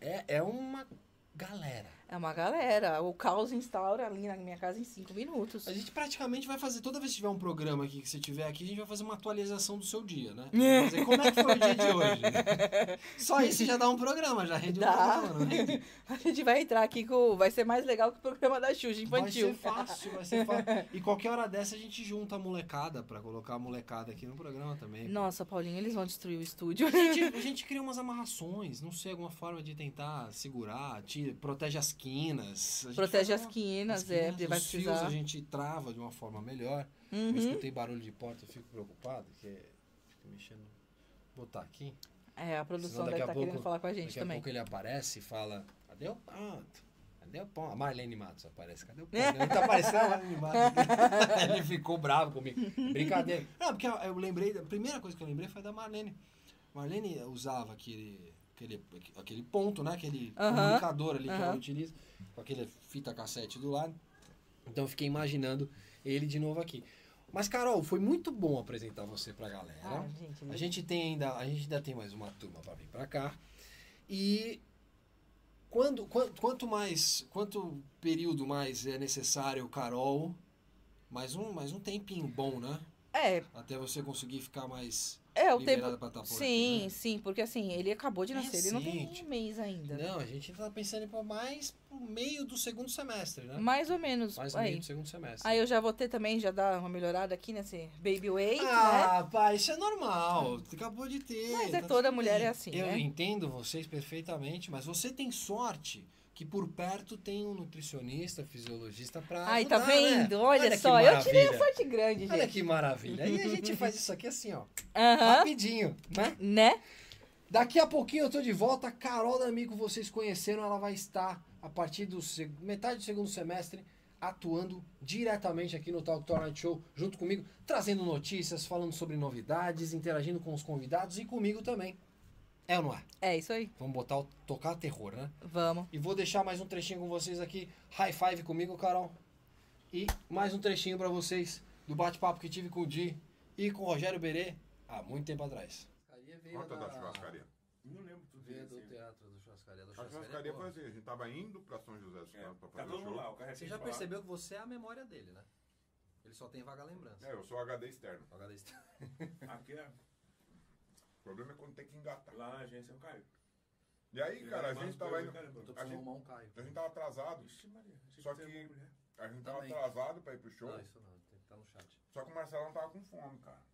É, é uma galera. É uma galera. O caos instaura ali na minha casa em cinco minutos. A gente praticamente vai fazer, toda vez que tiver um programa aqui que você tiver aqui, a gente vai fazer uma atualização do seu dia, né? Vai Fazer, como é que foi o dia de hoje? Só isso já dá um programa, já rende um Dá. programa, não rende? A gente vai entrar aqui com. Vai ser mais legal que o programa da Xuxa infantil. Vai ser fácil, vai ser fácil. E qualquer hora dessa a gente junta a molecada pra colocar a molecada aqui no programa também. Nossa, Paulinho, eles vão destruir o estúdio. A gente, a gente cria umas amarrações, não sei, alguma forma de tentar segurar, tira, protege as quinas. A gente Protege faz as uma- quinas, as é, quinas, porque vai os fios a precisar. gente trava de uma forma melhor. Eu Uhum. escutei barulho de porta, eu fico preocupado, que é- fico mexendo. Vou botar aqui. É, a Senão produção daqui deve a estar pouco- querendo falar com a gente Daqui a também. pouco ele aparece e fala: Cadê o ponto? Cadê o ponto? A Marlene Matos aparece: Cadê o ponto? Ele tá aparecendo a Marlene Matos. ele ficou bravo comigo. Brincadeira. Não, porque eu, eu lembrei, da- a primeira coisa que eu lembrei foi da Marlene. Marlene usava aquele, aquele, aquele ponto, né? Aquele Aham. comunicador ali que ela Aham. utiliza, com aquele fita cassete do lado. Então eu fiquei imaginando ele de novo aqui. Mas, Carol, foi muito bom apresentar você pra galera. Ah, gente, né? A gente tem ainda, a gente ainda tem mais uma turma para vir para cá. E quando, quan- quanto mais, quanto período mais é necessário, Carol? Mais um, mais um tempinho bom, né? É, Até você conseguir ficar mais é o tempo. liberada para estar por Sim, aqui, né? sim, porque assim, ele acabou de nascer, ele não tem Recente. nem um mês ainda. né? É, Não, a gente tá pensando em pôr mais pro meio do segundo semestre, né? Mais ou menos. Mais no meio aí. Ah, do segundo semestre. aí eu já vou ter também, já dar uma melhorada aqui nesse baby weight, né? Ah, pai, isso é normal. Acabou de ter. Mas é tá toda tudo mulher bem. é assim, Eu né? entendo vocês perfeitamente, mas você tem sorte que por perto tem um nutricionista, fisiologista pra. Ai, tá ajudar, né? vendo? Olha, que só, eu tirei a maravilha. sorte grande, Olha gente. que maravilha. Aí a gente faz isso aqui assim, ó. Aham, Rapidinho, né? né? Daqui a pouquinho eu tô de volta. Carol D'Amico, vocês conheceram, ela vai estar a partir do seg- metade do segundo semestre atuando diretamente aqui no Talk Tour Night Show, junto comigo, trazendo notícias, falando sobre novidades, interagindo com os convidados e comigo também. É ou não é? É isso aí. Vamos botar o tocar terror, né? Vamos. E vou deixar mais um trechinho com vocês aqui. High five comigo, Carol. E mais um trechinho pra vocês do bate-papo que tive com o Di e com o Rogério Berê há muito tempo atrás. Conta da churrascaria. Não lembro tudo Veio direito, do assim. teatro do churrascaria. é Do A churrascaria foi assim, a gente tava indo pra São José dos É, Campos pra tá fazer todo o mundo show. lá, o cara Você já recebe lá. percebeu que você é a memória dele, né? Ele só tem vaga lembrança. É, eu sou HD externo. Vaga da história. Aqui é- O problema é quando tem que engatar. lá na agência eu caio. E aí, é cara, a Mas, gente tava indo. caramba, Eu tô A precisando gente, arrumar um Caio. a gente tava atrasado. Ixi, Maria, achei Só você que- era uma mulher. A gente tava Também. atrasado pra ir pro show. Não, isso é- não. Tem que estar Tá no chat. Só que o Marcelão tava com fome, cara.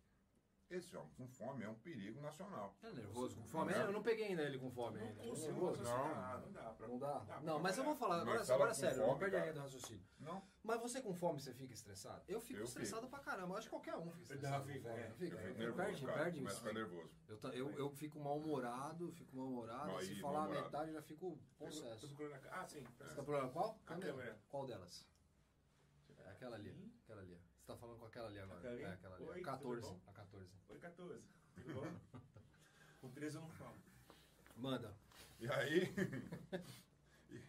Esse homem com fome é um perigo nacional. Né? Tá nervoso com fome? Eu não peguei ainda ele com fome ainda. Não consigo Nervoso? raciocinar, não dá pra- Não dá? pra Não, mas eu vou trabalhar. falar. Agora, Marcelo agora é com sério, fome, não perde a cara. linha do raciocínio. Não. Mas você com fome, você fica estressado? Eu fico Eu estressado pra caramba. Eu acho que qualquer um fica Eu estressado. fico, com fome, é. não fica? Eu fico Perde, nervoso, cara. perde Começo isso. a ficar nervoso. Eu, ta- eu, eu fico mal-humorado, fico mal-humorado. Aí, Se falar a mal-humorado. É. metade, eu já fico Eu tô- tô possesso. procurando a ca- Ah, sim. Você tá falando qual? A Câmera? câmera. Qual delas? É aquela ali, aquela ali. ó. Você tá falando com aquela ali agora. Aquela ali? É aquela ali. ó. Oi, tudo 14, bom? a 14. Oi, 14. Tudo bom? Com 13 eu não falo. Manda. E aí. e-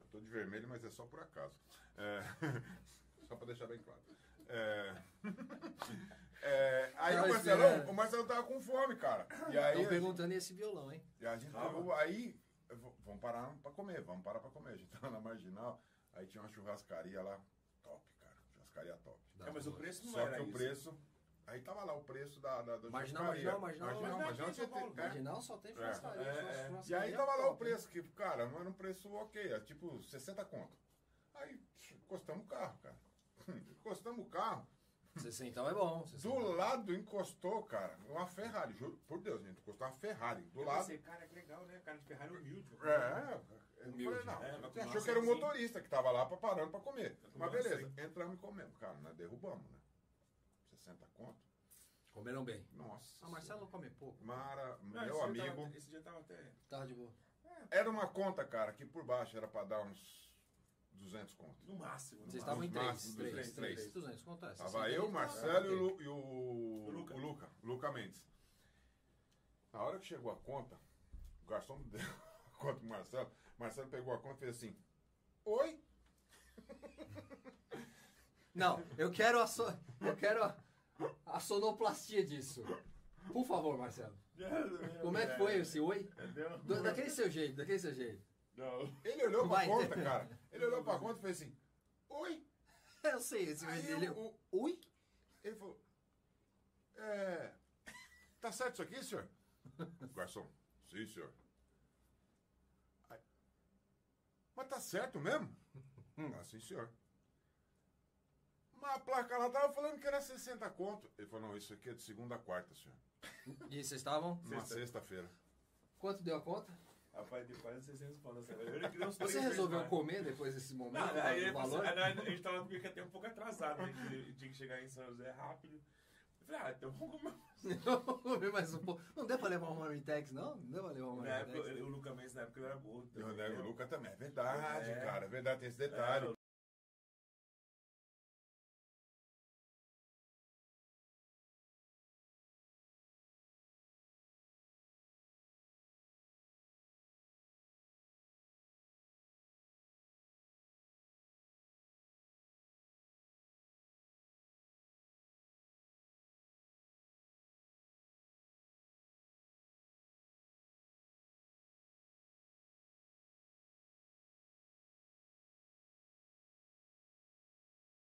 eu tô de vermelho, mas é só por acaso. É, só pra deixar bem claro. É, é, aí Não, o mas Marcelão, é- o Marcelão tava com fome, cara. E aí, Estão perguntando esse violão, hein? e a gente Calma. pegou, aí eu vou- vamos parar pra comer, vamos parar pra comer. A gente tava na marginal, aí tinha uma churrascaria lá, top, cara. ficaria top. É, mas o preço não Só era que o isso. preço. Aí tava lá o preço da. da, da Marginal, churrascaria. marginal, marginal, marginal, marginal marginal, de São Paulo. tinha- é. Marginal só tem churrascaria. É, churras- é. E churrascaria aí tava lá top, o preço, que, cara, era um preço ok, é tipo 60 conto. Aí psh, encostamos o carro, cara. Encostamos o carro, hein? 60 é bom. 60. do lado encostou, cara, uma Ferrari, juro por Deus, gente, encostou uma Ferrari. Do Eu lado. pensei, cara, que legal, né? Cara de Ferrari humilde. É, eu Humilde, falei, não, né? Vai você comer achou uma que era o açaí. motorista que tava lá pra parando pra comer. Vai comer Mas uma beleza, entramos e comemos. Cara, nós derrubamos, né? 60 conto? Comeram bem. Nossa. Ah, Marcelo come pouco. Mara, Não, meu esse dia amigo. tava- esse dia tava até. Tá de boa. É. Era uma conta, cara, que por baixo era pra dar uns 200 conto. No máximo. no Vocês estavam máximo. em no 3. máximo, 3, três, 3. três. 200, conta essa. Tava eu, Marcelo e o, Lu- e o, O o Luca. Luca. o Luca. Mendes. Na hora que chegou a conta, o garçom deu a conta pro Marcelo. Marcelo pegou a conta e fez assim: Oi? Não, eu quero a, so... eu quero a... a sonoplastia disso. Por favor, Marcelo. Como é que foi esse oi? Entendeu? Do- Daquele seu jeito, daquele seu jeito. Não. Ele olhou pra Vai. conta, cara. Ele olhou pra conta e fez assim: Oi? Eu sei, esse Aí ele... eu- o- Oi? Ele falou: É. Tá certo isso aqui, senhor? Garçom, sim, senhor. Aí, Mas tá certo mesmo? Ah, sim, senhor. Mas a placa lá tava falando que era 60 conto. Ele falou: Não, isso aqui é de segunda a quarta, senhor. E vocês estavam? Uma sexta-feira. Quanto deu a conta? Rapaz, de quase 600 pau nessa vez. Eu queria uns três Você vezes resolveu mais. comer depois desse momento? Não, aí do ele falou, valor? assim, aí a gente tava meio até um pouco atrasado, né? que Tinha que chegar em São José rápido. Eu falei, ah, então vamos comer. Não, comer mais um pouco. Não deu pra levar um marmitex, não? Não deu pra levar um Na época, marmitex. eu- o Luca Mendes na época ele era gordo. E o entendeu? André Luca também. É verdade, É. cara. É verdade, tem esse É, detalhe.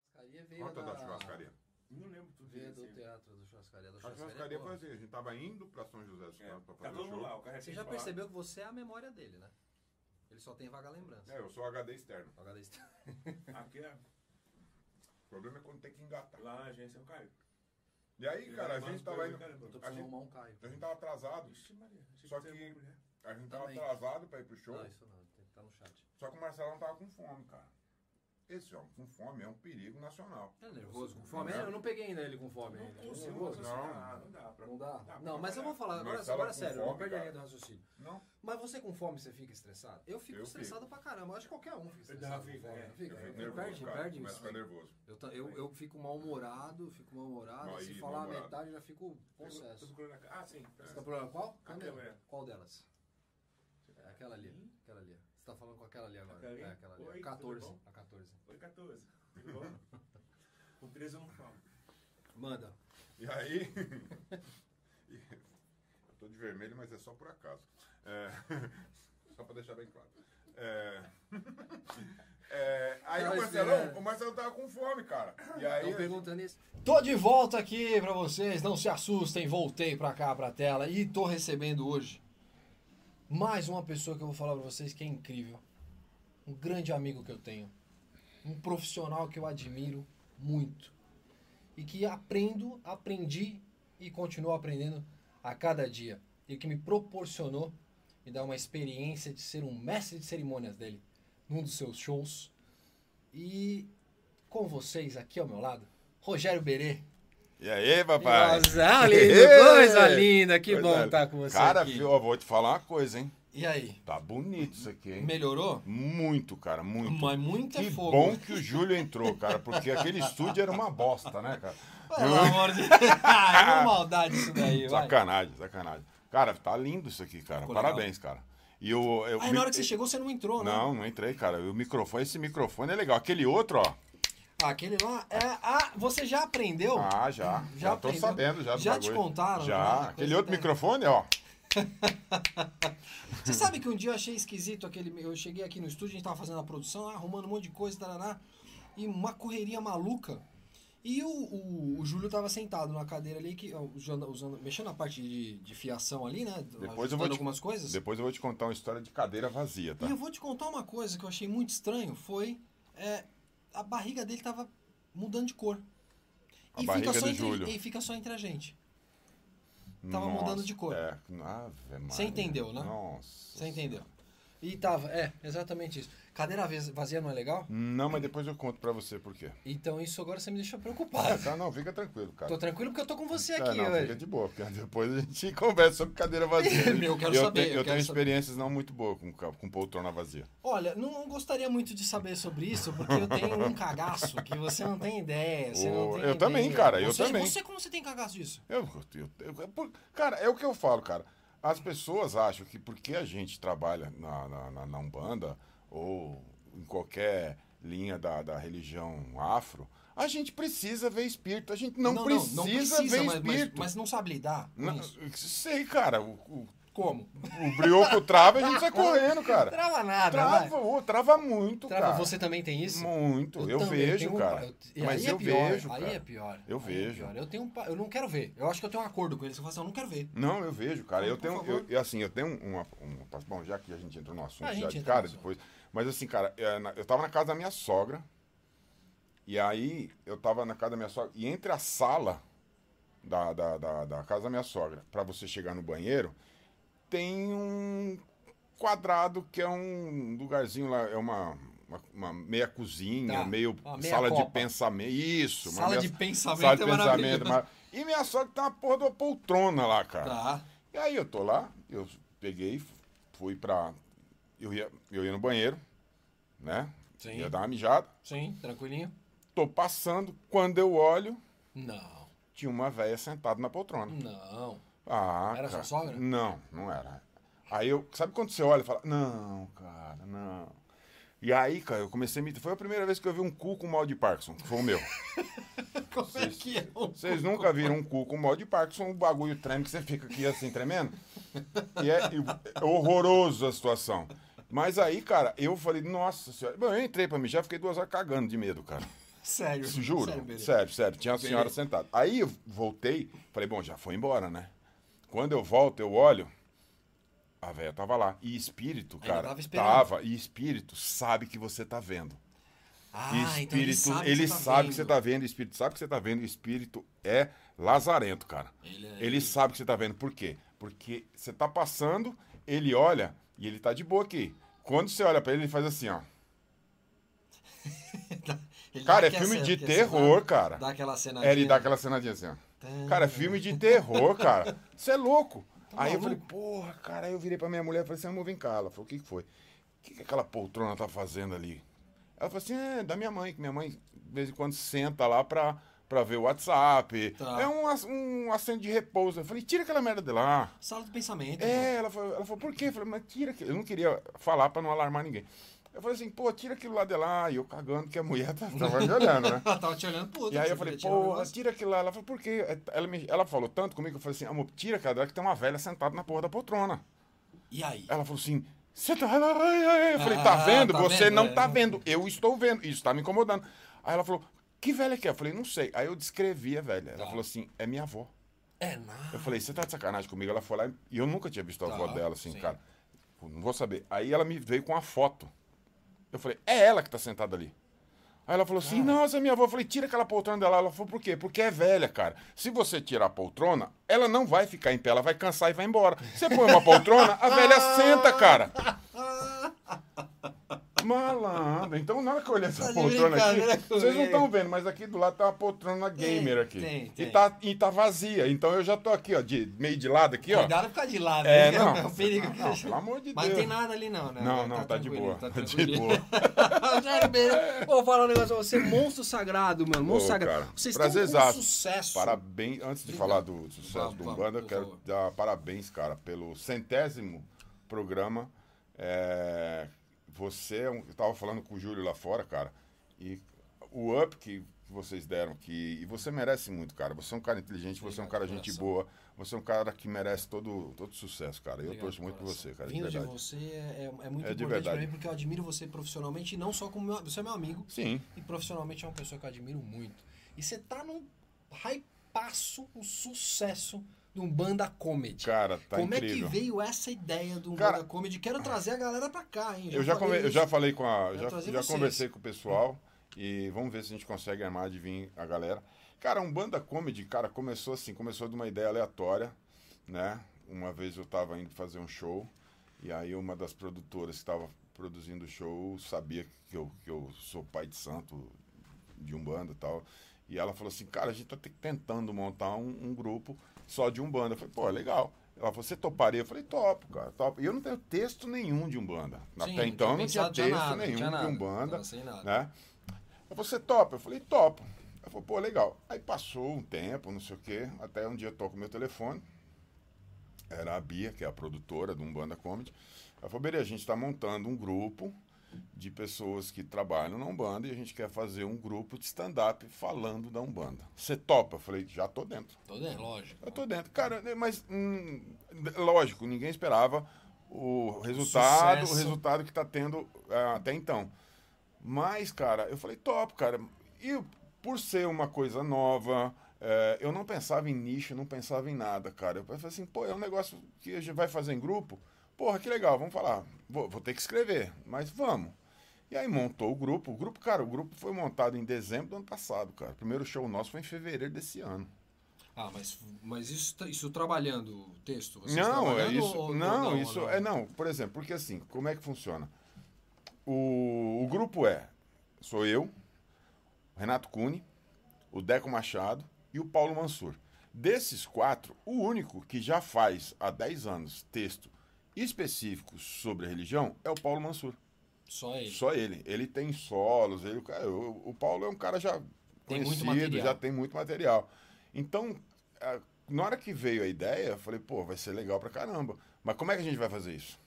Churrascaria veio Conta da da- churrascaria. Não lembro tudo Veio do direito. teatro, da churrascaria. Da A churrascaria é churrascaria boa. foi assim: a gente tava indo pra São José dos Campos pra Tá fazer o todo mundo show. lá, o carretinho Você já pra lá. percebeu que você é a memória dele, né? Ele só tem vaga lembrança. É, eu sou HD externo. Vaga da história. Aqui, é- O problema é quando tem que engatar. lá na agência eu caio. E aí, cara, a gente tava indo. Eu tô A precisando gente, arrumar um Caio. a gente tava atrasado. Ixi, Maria. achei Só você que- era uma mulher. A gente tava Também. atrasado pra ir pro show. Não, isso é não. Tem que estar no chat. Só que o Marcelão tava com fome, cara. Esse homem com fome é um perigo nacional. Ele é nervoso, com fome? Eu não peguei ainda ele com fome. ainda. Não consigo Nervoso? raciocinar, não dá pra. Não dá? pra Não, mas eu trabalhar. vou falar. Agora, Marcelo agora com sério, fome, não perde a cara. linha do raciocínio. Não? Mas você com fome, você fica estressado? Eu fico Eu estressado pra caramba. Eu acho que qualquer um fica estressado. fico, com fome, é. não fica? Eu fico Eu nervoso, perde, cara. perde Começo a isso. ficar nervoso. Eu, ta- eu, eu fico mal-humorado, fico mal-humorado. Aí, Se falar a mal-humorado. metade, já fico Eu tô possesso. procurando a ca- Ah, sim. Você tá procurando qual? A câmera. Qual delas? É aquela ali, aquela ali. Você tá falando com aquela ali agora. Aquela ali? É, aquela ali. Oi, a tudo 14, bom? a 14. Oi, 14. Tudo bom? Com 13 eu não falo. Manda. E aí. e- eu tô de vermelho, mas é só por acaso. É, só pra deixar bem claro. É, é, aí Não, o isso Marcelão, é- o Marcelão tava com fome, cara. E aí. Estão perguntando isso. Tô de volta aqui pra vocês, não se assustem, voltei pra cá, pra tela e tô recebendo hoje mais uma pessoa que eu vou falar pra vocês que é incrível. Um grande amigo que eu tenho, um profissional que eu admiro muito e que aprendo, aprendi e continuo aprendendo a cada dia e que me proporcionou me dar uma experiência de ser um mestre de cerimônias dele num dos seus shows. E com vocês aqui ao meu lado, Rogério Berê. E aí, Coisa é linda, coisa linda, que Coisa bom linda. estar com você Cara, aqui. viu, eu vou te falar uma coisa, hein? E aí, Tá bonito isso aqui, hein? melhorou? Muito, cara, muito. Mas muito é que fogo. bom que o Júlio entrou, cara, porque aquele estúdio era uma bosta, né, cara? Pelo amor de Deus, é uma maldade isso daí, vai. Sacanagem, sacanagem. Cara, tá lindo isso aqui, cara. Ficou Parabéns, cara. E eu, eu Aí na hora que você chegou, você não entrou, né? É Não, não entrei, cara. O microfone, esse microfone é legal. Aquele outro, ó. Aquele lá, é, ah, você já aprendeu? Ah, já. Já Já, tô aprendeu? sabendo já do Já te bagulho. contaram, né, Já. coisa Aquele outro dessa? microfone, Tá ó. Você sabe que um dia eu achei esquisito aquele. Eu cheguei aqui no estúdio, a gente tava fazendo a produção, lá, arrumando um monte de coisa, taraná, e uma correria maluca. E o, o, o Júlio tava sentado na cadeira ali, que, ó, usando, usando- mexendo na parte de, de fiação ali, né? Depois eu ajustando vou te- algumas coisas. Depois eu vou te contar uma história de cadeira vazia, tá? E eu vou te contar uma coisa que eu achei muito estranho, foi é, a barriga dele tava mudando de cor. A barriga só do entre, Júlio. e fica só entre a gente. tava mudando de cor. É, Ave Você Maria. entendeu, né? Nossa. Você entendeu? E tava, é, exatamente isso. Cadeira vaz- vazia não é legal? Não, mas depois eu conto pra você por quê. Então isso agora você me deixou preocupado. Tá, não, fica tranquilo, cara. Tô tranquilo porque eu tô com você É, aqui, não, fica velho. de boa, porque depois a gente conversa sobre cadeira vazia. Meu, eu quero saber, tenho- eu quero eu tenho saber. experiências não muito boas com, ca- com poltrona vazia. Olha, não, não gostaria muito de saber sobre isso, porque eu tenho um cagaço que você não tem ideia. Você não Ô, tem eu também, ideia. cara, eu Você- também. Você como você tem cagaço disso? Eu, eu- eu- por- cara, é o que eu falo, cara. As pessoas acham que porque a gente trabalha na, na, na- na Umbanda ou em qualquer linha da, da religião afro, a gente precisa ver espírito. A gente não, precisa, ver mas, mas, espírito. mas não sabe lidar com Não, isso. sei, cara. O, o, Como? o brioco trava e a gente sai correndo, cara. Trava nada, Trava, ô, trava muito, Trava, cara. você também tem isso? Muito, eu, também vejo, tenho um pa- cara. eu- e Mas aí é eu pior, vejo, Aí cara. é pior. Eu aí é vejo. pior. Eu, tenho um pa- eu não quero ver. Eu acho que eu tenho um acordo com eles. Eu falo assim, eu não quero ver. Não, eu vejo, cara. Eu Por tenho, favor. eu, eu, assim, eu tenho uma, um- Bom, já que a gente entrou no assunto A gente já de entra no cara assunto. depois. Mas assim, cara, é, na- eu tava na casa da minha sogra. E aí, eu tava na casa da minha sogra. E entre a sala da, da, da, da casa da minha sogra, pra você chegar no banheiro, tem um quadrado que é um lugarzinho lá, é uma. Uma, uma meia cozinha, Tá. meio Uma meia sala de copa. pensamento. Isso, uma Sala meia- de pensamento sala de é pensamento. maravilhoso. mar- E minha sogra tem uma porra de uma poltrona lá, cara. Tá. E aí eu tô lá, eu peguei, fui pra. Eu ia, eu ia no banheiro, né? Sim. Ia dar uma mijada. Sim, tranquilinho? Tô passando, quando eu olho, Não. tinha uma velha sentada na poltrona. Não. Ah, Era sua cara. sogra? Não, não era. Aí eu. Sabe quando você olha e fala, não, cara, não. E aí, cara, eu comecei a me. Foi a primeira vez que eu vi um cu com mal de Parkinson, que foi o meu. Como é que é? o- Vocês nunca viram um cu com mal de Parkinson, o bagulho treme que você fica aqui assim tremendo? E é, e é horroroso a situação. Mas aí, cara, eu falei, nossa senhora. Bom, eu entrei pra mijar, fiquei duas horas cagando de medo, cara. Sério. Juro. Sério, Sério, Pereira. sério. Tinha a senhora Beleza. sentada. Aí eu voltei, falei, bom, já foi embora, né? Quando eu volto, eu olho, a velha tava lá. E espírito, Ainda cara, tava esperando. tava. E espírito sabe que você tá vendo Ah, então ele espírito, sabe, ele que, você tá sabe que você vendo. tá vendo, espírito sabe que você tá vendo, e espírito é lazarento, cara. Ele, é sabe que você tá vendo. Por quê? Porque você tá passando, ele olha e ele tá de boa aqui. Quando você olha pra ele, ele faz assim, ó. Ele Cara, assim, dá aquela é filme de cena- aquela terror, cena- cara. Dá aquela cena. É, ele dá aquela cenadinha assim, ó. Tá. Cara, é filme de terror, cara. Você é louco. Aí eu falei, maluco. porra, cara. Aí eu virei pra minha mulher e falei assim, amor, vem cá. Ela falou, o que que foi? O que que aquela poltrona tá fazendo ali? Ela falou assim, é, da minha mãe, que minha mãe, de vez em quando, senta lá pra, pra ver o WhatsApp. Tá. É um, ass- um assento de repouso. Eu falei, tira aquela merda de lá. Sala do pensamento. É, ela falou, ela falou, por quê? Eu falei, mas tira aquilo. Eu não queria falar pra não alarmar ninguém. Eu falei assim, pô, tira aquilo lá de lá. E eu cagando, que a mulher tá- tava me olhando, né? Ela tava te olhando puta. E aí você eu falei, queria tirar o porra, um negócio. tira aquilo lá. Ela falou, por quê? Ela, me- ela falou tanto comigo, eu falei assim, amor, tira aquela dela que tem uma velha sentada na porra da poltrona. E aí? Ela falou assim, você tá... ai, ai, ai." Eu falei, tá Ah, vendo? tá você vendo, não é. tá vendo. Eu estou vendo. Isso tá me incomodando. Aí ela falou, que velha que é? Eu falei, não sei. Aí eu descrevi a velha. Ela falou assim, é minha avó. Tá. É nada. Eu falei, você tá de sacanagem comigo? Ela foi lá e eu nunca tinha visto a Tá, avó dela assim, sim. cara. Pô, Não vou saber. Aí ela me veio com a foto. Eu falei, é ela que tá sentada ali. Aí ela falou assim, nossa, minha avó. Eu falei, tira aquela poltrona dela. Ela falou, por quê? Porque é velha, cara. Se você tirar a poltrona, ela não vai ficar em pé, ela vai cansar e vai embora. Você põe uma poltrona, a velha senta, cara. Malandro. Então, na hora que eu olhei essa Tá de poltrona aqui, brincadeira vocês não comigo. estão vendo, mas aqui do lado tá uma poltrona gamer aqui. tem, E tem. tá tá- e tá vazia. Então eu já tô aqui, ó, de meio de lado aqui, ó. Cuidado por causa de lá, É, né? não. É um perigo. Não, não, pelo amor de Mas Deus. tem nada ali, não, né? Não, não, tá, de tranquilo, boa. Tá Tá de tranquilo. boa. Rogério Pereira, Vou falar um negócio pra você. Monstro sagrado, mano. Ô, Monstro sagrado. cara, Vocês um estão com prazerzaço. sucesso. Parabéns. Antes de Obrigado. falar do sucesso Vamos, do vamos, Umbanda, eu por quero favor. dar parabéns, cara, pelo centésimo programa. É, você é um. Eu tava falando com o Júlio lá fora, cara, e o up que que vocês deram, que. E você merece muito, cara. Você é um cara inteligente, você é um cara gente boa, você é um cara que merece todo, todo sucesso, cara. Eu torço muito por você, cara. Vindo de de verdade. você é, é- é muito É de importante pra verdade. mim, porque eu admiro você profissionalmente e não só como meu, você é meu amigo. Sim. E profissionalmente é uma pessoa que eu admiro muito. E você tá num hypaço, um sucesso de um banda comedy. Cara, tá Como incrível. é que veio essa ideia do um Cara- banda comedy? Quero trazer a galera pra cá, hein? Eu já, come- eu isso. já falei com a. Quero Já, trazer já vocês. conversei com o pessoal e vamos ver se a gente consegue armar de vir a galera. Cara, um banda comedy, cara, começou assim, começou de uma ideia aleatória, né? Uma vez eu tava indo fazer um show, e aí uma das produtoras que estava produzindo o show sabia que eu, que eu sou pai de santo de Umbanda e tal. E ela falou assim, cara, a gente tá te- tentando montar um, um grupo só de Umbanda. Eu falei, pô, legal. Ela falou, você toparia? Eu falei, topo, cara, topo. E eu não tenho texto nenhum de Umbanda. Sim, Até então eu tinha não tinha pensado, já texto nada, nenhum tinha nada. de um Umbanda. Tava sem nada. Né? Ela falou, você topa? Eu falei, topo. Ela falou, pô, legal. Aí passou um tempo, não sei o quê, até um dia eu toco meu telefone era a Bia, que é a produtora do Umbanda Comedy. Ela falou, Berê, a gente está montando um grupo de pessoas que trabalham na Umbanda e a gente quer fazer um grupo de stand-up falando da Umbanda. Você topa? Eu falei, já tô dentro. Tô dentro, Então, né, lógico. Eu tô dentro. Cara, né, mas hum, lógico, ninguém esperava o resultado, Sucesso. o resultado que tá tendo ah, até então. Mas, cara, eu falei, top, cara. E por ser uma coisa nova, eh, eu não pensava em nicho, não pensava em nada, cara. Eu falei assim, pô, é um negócio que a gente vai fazer em grupo. Porra, que legal, vamos falar. Vou, vou ter que escrever, mas vamos. E aí montou o grupo. O grupo, cara, o grupo foi montado em dezembro do ano passado, cara. O primeiro show nosso foi em fevereiro desse ano. Ah, mas, mas isso, tá- isso trabalhando o texto? vocês Não, é trabalhando ou- isso. ou não, ou isso ou é não. Por exemplo, porque assim, como é que funciona? O, o grupo é sou eu, o Renato Cune, o Deco Machado e o Paulo Mansur. Desses quatro, o único que já faz há 10 anos texto específico sobre a religião é o Paulo Mansur. Só ele. Só ele. Ele tem solos, ele, o cara- o, o Paulo é um cara já Tem muito conhecido, material. já tem muito material. Então, a- na hora que veio a ideia, eu falei, pô, vai ser legal pra caramba. Mas como é que a gente vai fazer isso?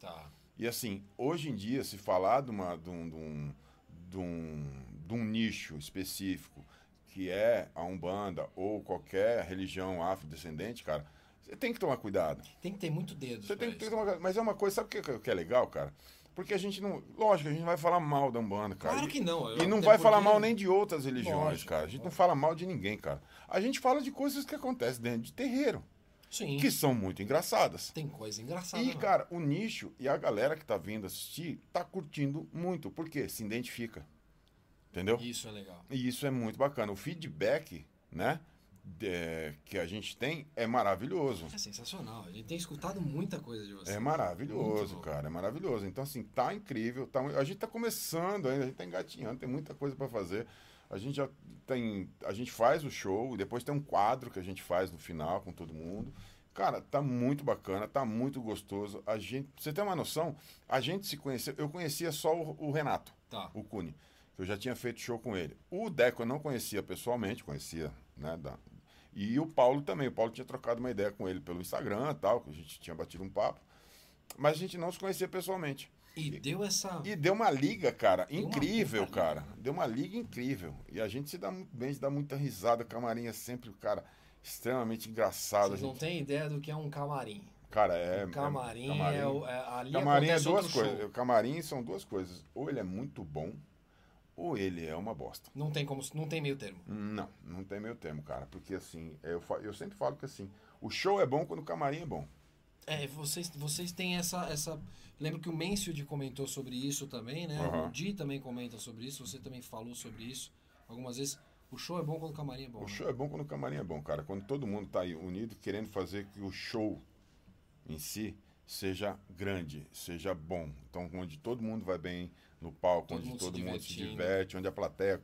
Tá. E assim, hoje em dia, se falar de, uma, de, um, de, um, de, um, de um nicho específico, que é a Umbanda ou qualquer religião afrodescendente, cara, você tem que tomar cuidado. Tem que ter muito dedo. Você tem que ter tomar cuidado. Mas é uma coisa, sabe o que, que é legal, cara? Porque a gente não. Lógico, a gente não vai falar mal da Umbanda, cara. Claro que não. E Eu- não até vai falar porque- mal nem de outras religiões, Lógico, cara. A gente não fala mal de ninguém, cara. A gente fala de coisas que acontecem dentro de terreiro. Sim. Que são muito engraçadas. Tem coisa engraçada. E, né? cara, o nicho e a galera que tá vindo assistir tá curtindo muito, porque se identifica. Entendeu? Isso é legal. E isso é muito bacana. O feedback, né, de- que a gente tem é maravilhoso. É sensacional. A gente tem escutado muita coisa de você. É Muito maravilhoso, bom. cara, é maravilhoso. Então, assim, tá incrível. Tá, a gente tá começando ainda, a gente tá engatinhando, tem muita coisa para fazer. A gente já tem. A gente faz o show, depois tem um quadro que a gente faz no final com todo mundo. Cara, tá muito bacana, tá muito gostoso. A gente, pra você tem uma noção? A gente se conheceu. Eu conhecia só o, o Renato, Tá. o Cune, que eu já tinha feito show com ele. O Deco eu não conhecia pessoalmente, conhecia, né, da, e o Paulo também. O Paulo tinha trocado uma ideia com ele pelo Instagram e tal, que a gente tinha batido um papo. Mas a gente não se conhecia pessoalmente. E deu essa. E deu uma liga, cara, uma incrível, cara. Deu uma liga incrível. E a gente se dá muito bem, se dá muita risada. Camarim é sempre, cara, extremamente engraçado. a Vocês não gente- têm ideia do que é um camarim. Cara, é. O camarim, é, o- é ali Camarim é acontece duas outro show. coisas. O camarim são duas coisas. Ou ele é muito bom, ou ele é uma bosta. Não tem como, não tem meio termo. Não, não tem meio termo, cara. Porque assim, eu, fa- eu sempre falo que assim, o show é bom quando o camarim é bom. É, vocês, vocês têm essa, essa. Lembro que o Mansfield comentou sobre isso também, né? Aham. O Di também comenta sobre isso, você também falou sobre isso algumas vezes. O show é bom quando o camarim é bom. O né? show é bom quando o camarim é bom, cara. Quando todo mundo tá aí unido, querendo fazer que o show em si seja grande, seja bom. Então, onde todo mundo vai bem no palco, Todo onde mundo se todo mundo se divertindo. diverte, onde a plateia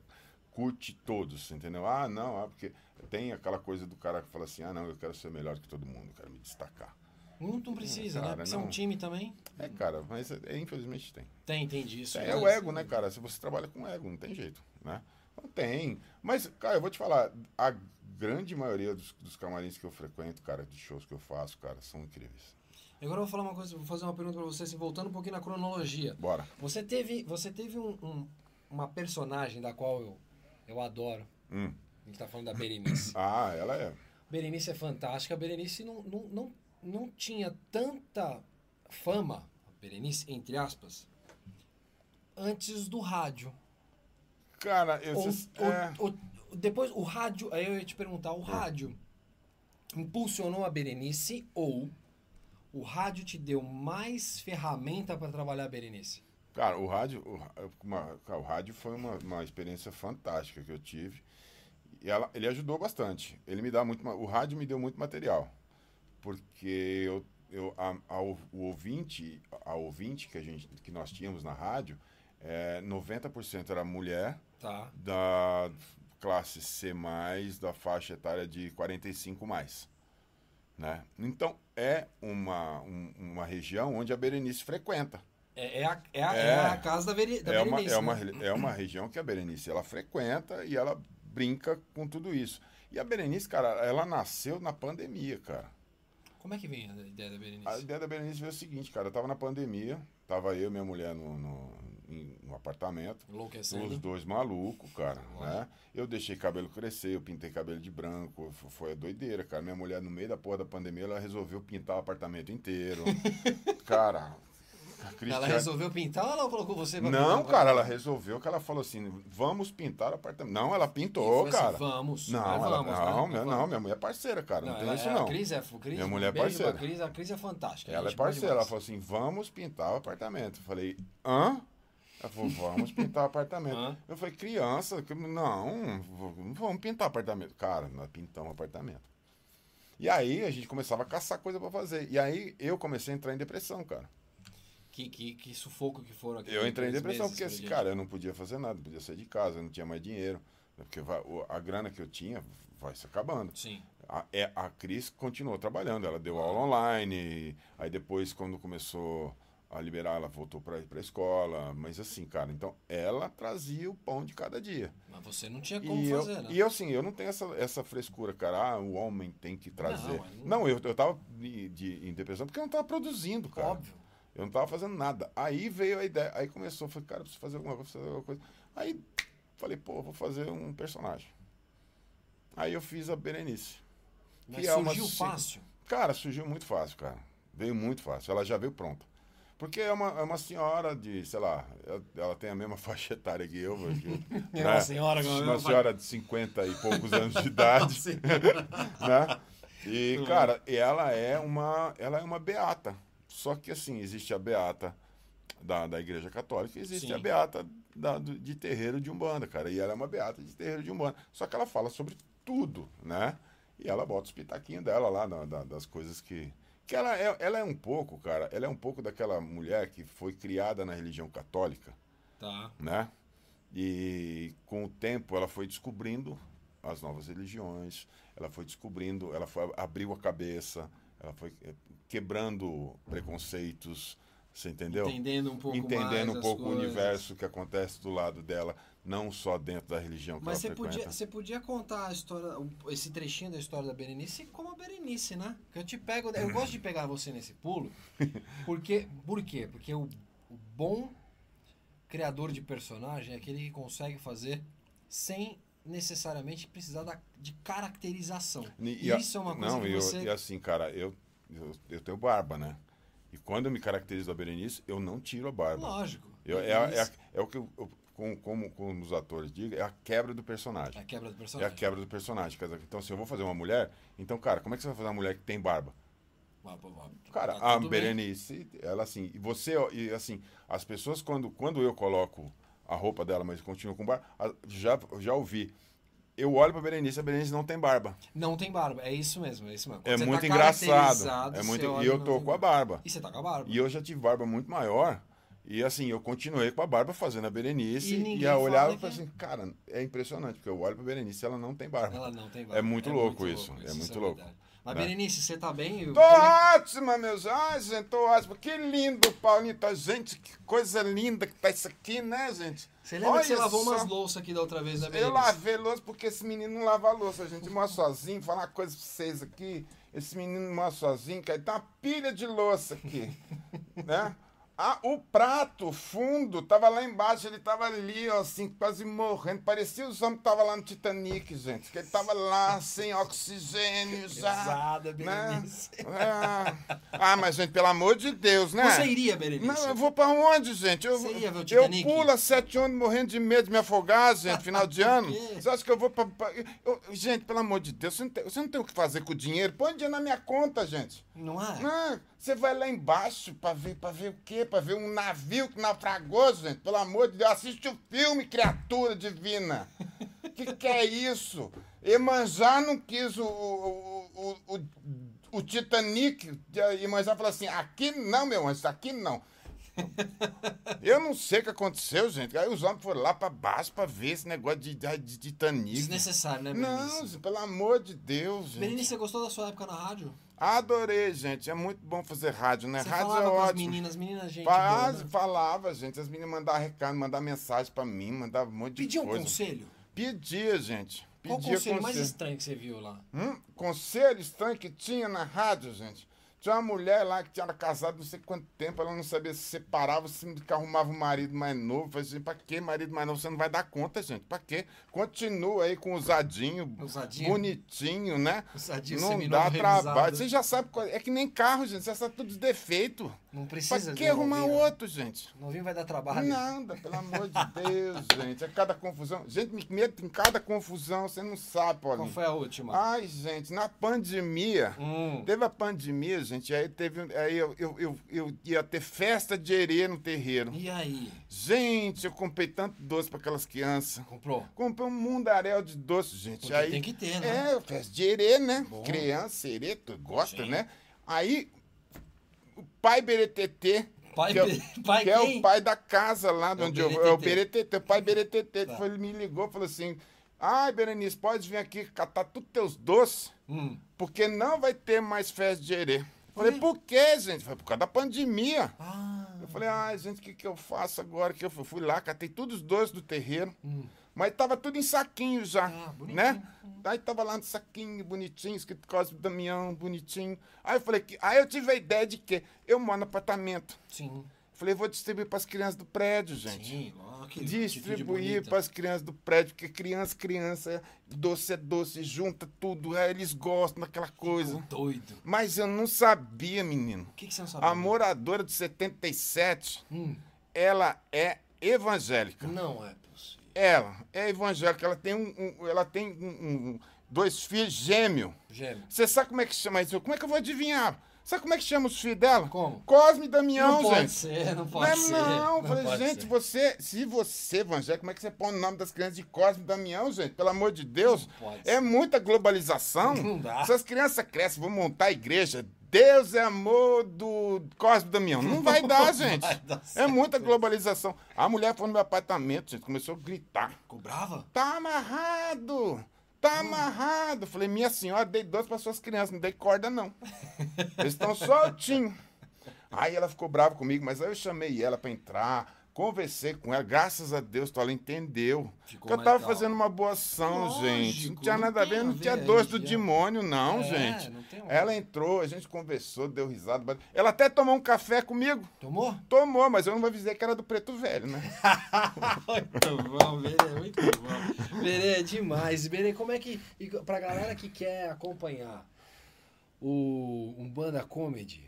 curte todos, entendeu? Ah, não, ah, porque tem aquela coisa do cara que fala assim, ah, não, eu quero ser melhor que todo mundo, eu quero me destacar. Não, não precisa, Cara, né? Porque você é um não. time também. É, cara, mas é, infelizmente tem. Tem, tem disso. É, né? é o ego, né, cara? Se você trabalha com ego, não tem jeito, né? Não tem. Mas, cara, eu vou te falar, a grande maioria dos, dos camarins que eu frequento, cara, de shows que eu faço, cara, são incríveis. Agora eu vou falar uma coisa, vou fazer uma pergunta pra você, assim, voltando um pouquinho na cronologia. Bora. Você teve, você teve um- um- uma personagem da qual eu, eu adoro. Hum. A gente tá falando da Berenice. Ah, ela é. Berenice é fantástica. A Berenice não, não, não, não tinha tanta fama, a Berenice, entre aspas, antes do rádio. Cara, eu. Ou, cês- ou- é, ou- depois o rádio, aí eu ia te perguntar, o rádio impulsionou a Berenice ou o rádio te deu mais ferramenta para trabalhar a Berenice? Cara, o rádio, o, ra- uma- cara, o rádio foi uma, uma experiência fantástica que eu tive. E ela, ele ajudou bastante. Ele me dá muito, ma- o rádio me deu muito material, porque eu, eu a, a o o ouvinte, a ouvinte que a gente, que nós tínhamos na rádio, é, 90% era mulher, Tá. da classe C+, da faixa etária de 45 mais, né? Então é uma um- uma região onde a Berenice frequenta. É, é a, é a- é a casa da, Beri, da É uma, Berenice. é, uma, né? re- é uma região que a Berenice ela frequenta e ela brinca com tudo isso. E a Berenice, cara, ela nasceu na pandemia, cara. Como é que vem a ideia da Berenice? A ideia da Berenice veio o seguinte, cara, eu tava na pandemia, tava eu e minha mulher no, no, em- no apartamento. Enlouquecendo. Os dois malucos, cara, né? Eu deixei cabelo crescer, eu pintei cabelo de branco, f- foi a doideira, cara. Minha mulher, no meio da porra da pandemia, ela resolveu pintar o apartamento inteiro. cara, a Ela Cristiane- resolveu pintar ou ela colocou você um pra é. não, pintar? cara, ela resolveu que ela falou assim: vamos pintar o apartamento. Não, ela pintou, E foi assim, cara. "Vamos, Não, mas ela- vamos, né? não, Mas minha, vamos." não, minha mulher é parceira, cara. Não, tem ela- isso, ela- não. A Cris é, a Cris, minha mulher é beijo pra parceira. Cris, a Cris é fantástica. Ela é gente boa parceira. Ela demais. falou assim: vamos pintar o apartamento. Eu falei: hã? Ela falou: vamos pintar o apartamento. Eu falei: criança, que- não, v- vamos pintar o apartamento. Cara, nós pintamos o apartamento. E aí a gente começava a caçar coisa pra fazer. E aí eu comecei a entrar em depressão, cara. Que, que, que sufoco que foram aqui. assim, Eu entrei em depressão, porque assim, esse cara, eu não podia fazer nada, não podia sair de casa, eu não tinha mais dinheiro. né, Porque vai- o- a grana que eu tinha vai se acabando. Sim. A, é, a Cris continuou trabalhando, ela deu aula online, aí depois, quando começou a liberar, ela voltou para a escola. Mas assim, cara, então ela trazia o pão de cada dia. Mas você não tinha como e fazer, eu, né? E eu, assim, eu não tenho essa, essa frescura, cara. Ah, o homem tem que trazer. mas não- Não, eu, eu tava de, de, em depressão porque eu não tava produzindo, cara. Óbvio. Eu não tava fazendo nada. Aí veio a ideia. Aí começou, falei, cara, eu preciso fazer alguma coisa, preciso fazer alguma coisa. Aí falei, pô, vou fazer um personagem. Aí eu fiz a Berenice. Mas surgiu si- fácil? Cara, surgiu muito fácil, cara. Veio muito fácil. Ela já veio pronta. Porque é uma, é uma senhora de, sei lá, ela, ela tem a mesma faixa etária que eu. Porque, É uma senhora com a mesma Uma faixa- senhora de 50 e poucos anos de idade. né? E, Hum. cara, ela é uma ela é uma beata. Só que, assim, existe a beata da, da Igreja Católica e existe Sim. a beata da- do- de terreiro de Umbanda, cara. E ela é uma beata de terreiro de Umbanda. Só que ela fala sobre tudo, né? E ela bota os pitaquinhos dela lá, na- da- das coisas que. Que ela é, ela é um pouco, cara, ela é um pouco daquela mulher que foi criada na religião católica Tá. né? E com o tempo ela foi descobrindo as novas religiões, ela foi descobrindo, ela foi, abriu a cabeça, ela foi eh, quebrando preconceitos, você entendeu? Entendendo um pouco mais Entendendo um as pouco o coisas. universo que acontece do lado dela, não só dentro da religião que Mas você ela frequenta. podia, você podia contar a história, um- esse trechinho da história da Berenice como a Berenice, né? Que eu te pego, eu gosto de pegar você nesse pulo, porque, por quê? Porque o, o bom criador de personagem é aquele que consegue fazer sem necessariamente precisar da- de caracterização. E- E, e a- isso é uma coisa não, que eu- você... E assim, cara, eu, eu, eu tenho barba, né? E quando eu me caracterizo da Berenice, eu não tiro a barba. Lógico. Eu- é, a- é, a- Isso. é o que, eu, eu- como, como, como os atores digam, é a quebra do personagem. É a quebra do É personagem. a quebra do personagem. quer dizer, Então, se eu vou fazer uma mulher, então, cara, como é que você vai fazer uma mulher que tem barba? Mas, pô, mas- Cara, tá a tudo bem. Berenice, ela assim, e você, ó, e assim, as pessoas quando, quando eu coloco a roupa dela, mas continuo com barba, a- já, já ouvi. Eu olho pra Berenice, a Berenice não tem barba. Não tem barba, é isso mesmo, é isso mesmo. é Quando você muito tá engraçado. caracterizado, É você muito, olha e eu não tô tem com a barba. E você tá com a barba. E eu já tive barba muito maior. E assim, eu continuei com a barba fazendo a Berenice. E E, ninguém eu olhava fala e falava assim, cara, é impressionante, porque eu olho pra Berenice e ela não tem barba. Ela não tem barba. É muito É louco muito isso. louco É isso, muito isso é louco. Mas, né? Berenice, você tá bem? Tô ótima, meus olhos, gente. Tô ótima. Que lindo, Paulinho. Tá, gente, que coisa linda que tá isso aqui, né, gente? Você lembra que você Olha lavou só. umas louças aqui da outra vez, né, Eu Berenice? lavei louça porque esse menino não lava louça, gente. Mora sozinho, falar uma coisa pra vocês aqui. Esse menino mora sozinho, cara. Tá uma pilha de louça aqui, né? Ah, o prato fundo tava lá embaixo, ele tava ali, ó, assim, quase morrendo. Parecia os homens que tava lá no Titanic, gente. Que ele tava lá sem oxigênio já. Pesada, né? Berenice. Ah, ah, mas, gente, pelo amor de Deus, né? Você iria, Berenice? Não, eu vou pra onde, gente? Eu, Você ia ver o eu Titanic? pulo há sete anos morrendo de medo de me afogar, gente, final de ano. Você acha que eu vou pra. pra- eu- gente, pelo amor de Deus, você não, tem, você não tem o que fazer com o dinheiro. Põe dinheiro na minha conta, gente. Não é? Não, você vai lá embaixo pra ver, pra ver o quê? Pra ver um navio que naufragou, gente. Pelo amor de Deus, assiste o filme, criatura divina. O que, que é isso? Emanjá não quis o, o, o, o, o Titanic. Emanjá falou assim: aqui não, meu anjo, aqui não. Eu não sei o que aconteceu, gente. Aí os homens foram lá pra baixo pra ver esse negócio de, de, de Titanic. Desnecessário, né, Não, Berenice? gente, pelo amor de Deus, gente. Berenice, você gostou da sua época na rádio? Adorei, gente. É muito bom fazer rádio, né? Você rádio falava é com as ótimo. meninas, meninas, gente Faz- boa, né? Falava, gente. As meninas mandavam recado, mandavam mensagem pra mim, mandavam um monte de Pediam coisa. conselho? Pedia, gente. Pedia Qual o conselho mais estranho que você viu lá? Hum? Conselho estranho que tinha na rádio, gente. Tinha uma mulher lá que tinha- era casada não sei quanto tempo, ela não sabia se separava, se arrumava um marido mais novo. Eu Falei assim, pra que marido mais novo? Você não vai dar conta, gente. Pra quê? Continua aí com usadinho, Usadinho. bonitinho, né? Usadinho não seminovo dá revisado. trabalho. Você já sabe, qual- é que nem carro, gente. Você sabe tudo de defeito. Não precisa Pra de que um arrumar novinho, né? outro, gente? Novinho vai dar trabalho. Nada, pelo amor de Deus, gente. É cada confusão. Gente, me meto em cada confusão, você não sabe, Paulinho. Qual foi a última? Hum. Ai, gente, na pandemia. Teve a pandemia, gente, aí teve. um- Aí eu, eu, eu, eu ia ter festa de herê no terreiro. E aí? Gente, eu comprei tanto doce para aquelas crianças. Comprou? Comprei um mundaréu de doce, gente. Porque aí, tem que ter, né? É, festa de herê, né? Criança, herê, tu gosta, né? Aí, o pai Beretetê. Pai que é, o- Bere- pai que é quem? o pai da casa lá de onde eu vou. É o Beretetê. O pai Beretetê Tá. foi, ele me ligou e falou assim: Ai, Berenice, pode vir aqui catar tudo teus doces, porque não vai ter mais festa de herê. Falei, por quê, gente? Foi por causa da pandemia. Eu falei, ai, gente, o que, que eu faço agora? Que eu fui fui lá, catei todos os doces do terreiro, Hum. mas tava tudo em saquinho já, Ah, né? Aí tava lá no saquinho, bonitinho, escrito Cosme Damião, bonitinho. Aí eu falei, que... aí eu tive a ideia de que eu moro no apartamento. Sim. Falei, vou distribuir para as crianças do prédio, gente. Sim, ó, que atitude Distribuir bonita. para as crianças do prédio, porque criança, criança, doce é doce, junta tudo, aí eles gostam daquela coisa. doido. Mas eu não sabia, menino. O que, que você não Hum, sabia? A moradora de 77, ela é evangélica. Não é possível. Ela é evangélica, ela tem um, um- ela tem um- um- um- dois filhos gêmeos. Gêmeo. Você sabe como é que chama isso? Como é que eu vou adivinhar? Sabe como é que chama os filhos dela? Como? Cosme e Não Damião, pode gente. ser, não pode Mas ser, Não, eu não falei, pode gente, ser. você, se você é evangélico, como é que você põe o nome das crianças de Cosme e Damião, gente? Pelo amor de Deus. pode É muita globalização. Não dá. Essas crianças crescem, vão montar a igreja. Deus é amor do Cosme e Damião. Não vai dar, gente. vai dar é certo. muita globalização. A mulher foi no meu apartamento, gente, começou a gritar. Ficou brava? Tá amarrado! Tá amarrado! Falei, minha senhora, dei doce para suas crianças, não dei corda, não. Eles estão soltinhos. Aí ela ficou brava comigo, mas aí eu chamei ela para entrar, conversei com ela, graças a Deus, ela entendeu. Ficou que eu mais tava calma. fazendo uma boa ação, Lógico, gente. Não tinha não nada a tem ver, não a tinha ver a doce do religião. demônio, não, É, gente. não tem um- Ela entrou, a gente conversou, deu risada. bate- Ela até tomou um café comigo. Tomou? Tomou, mas eu não vou dizer que era do preto velho, né? muito bom, Berê, né? muito bom. Berê, é demais. Berê, como é que. E pra galera que quer acompanhar o Umbanda Comedy,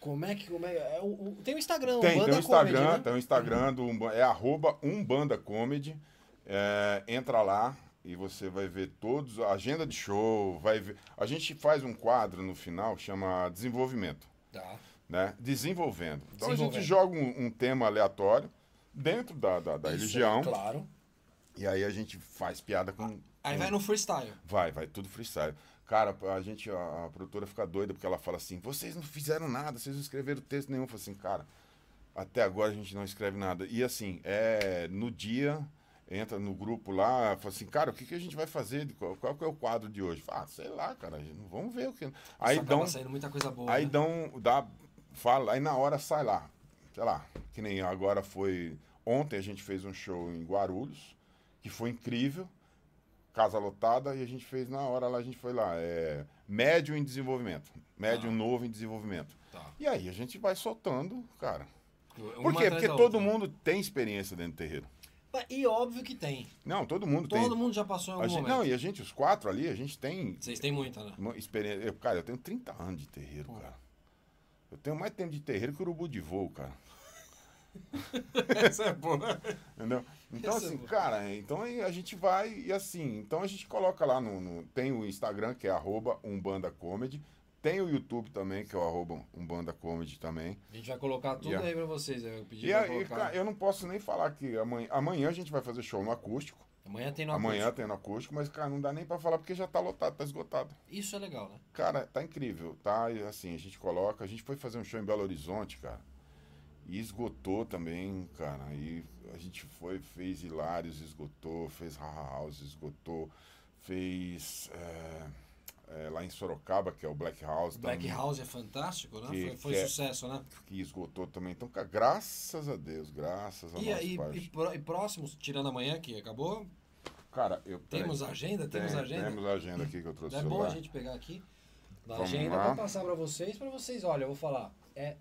como é que. Como é, é o- o- tem o Instagram, Tem, Umbanda tem o Instagram, tá. Comedy. né? tem o Instagram do Umba- é arroba Umbanda Comedy. É, entra lá e você vai ver todos, a agenda de show, vai ver. A gente faz um quadro no final, chama Desenvolvimento, Tá. né? Desenvolvendo. Então a gente Desenvolvendo. joga um, um tema aleatório dentro da, da, da Isso, religião. Claro. E aí a gente faz piada com. Aí com- vai no freestyle. Vai, vai, tudo freestyle. Cara, a gente, a, a produtora fica doida porque ela fala assim: vocês não fizeram nada, vocês não escreveram texto nenhum. Eu falo assim, cara, até agora a gente não escreve nada. E assim, é no dia, entra no grupo lá, fala assim, cara, o que, que a gente vai fazer? Qual, qual que é o quadro de hoje? Fala, ah, sei lá, cara, vamos ver o que. Aí Isso acaba dão, um saindo muita coisa boa. Aí né? dão, dá, fala, aí na hora sai lá, sei lá, que nem agora foi, ontem a gente fez um show em Guarulhos, que foi incrível, casa lotada, e a gente fez na hora lá, a gente foi lá, é, médium em desenvolvimento, médium novo em desenvolvimento. Ah. Tá. E aí a gente vai soltando, cara, Por Uma quê? atrás Porque da todo outra. mundo tem experiência dentro do terreiro. Mas- E óbvio que tem. Não, todo mundo tem. Todo mundo já passou em A algum gente- um momento. não, e a gente, os quatro ali, a gente tem. Vocês têm muita, né? uma experiência. Eu, cara, eu tenho 30 anos de terreiro, cara. Eu tenho mais tempo de terreiro que urubu de voo, cara. Essa é né? boa. Entendeu? Então, Essa é assim, boa. cara, então aí a gente vai e assim, então a gente coloca lá no. no- tem o Instagram, que é arroba Umbanda Comedy. Tem o YouTube também, que é o arroba Umbanda Comedy também. A gente vai colocar tudo Yeah. aí pra vocês. né? Eu pedi E pra aí, colocar. cara, eu não posso nem falar que amanhã, amanhã a gente vai fazer show no acústico. Amanhã tem no Amanhã acústico. tem no acústico, mas, cara, não dá nem pra falar porque já tá lotado, tá esgotado. Isso é legal, né? Cara, tá incrível, tá? E, assim, a gente coloca. A gente foi fazer um show em Belo Horizonte, cara. E esgotou também, cara. E a gente foi, fez Hilários, esgotou, fez Haha House, esgotou, fez é, é, lá em Sorocaba, que é o Black House. Black também, House é fantástico, né? Que- Foi, foi que é- sucesso, né? Que esgotou também. Então, cara, graças a Deus, graças a E, nosso e, pai. e, pró- e próximos, tirando amanhã que acabou, Cara, eu. Temos peraí. agenda? Temos Tem- agenda? Temos agenda aqui que eu trouxe. é o bom celular. a gente pegar aqui na Vamos agenda lá. pra passar pra vocês, pra vocês, olha, eu vou falar, é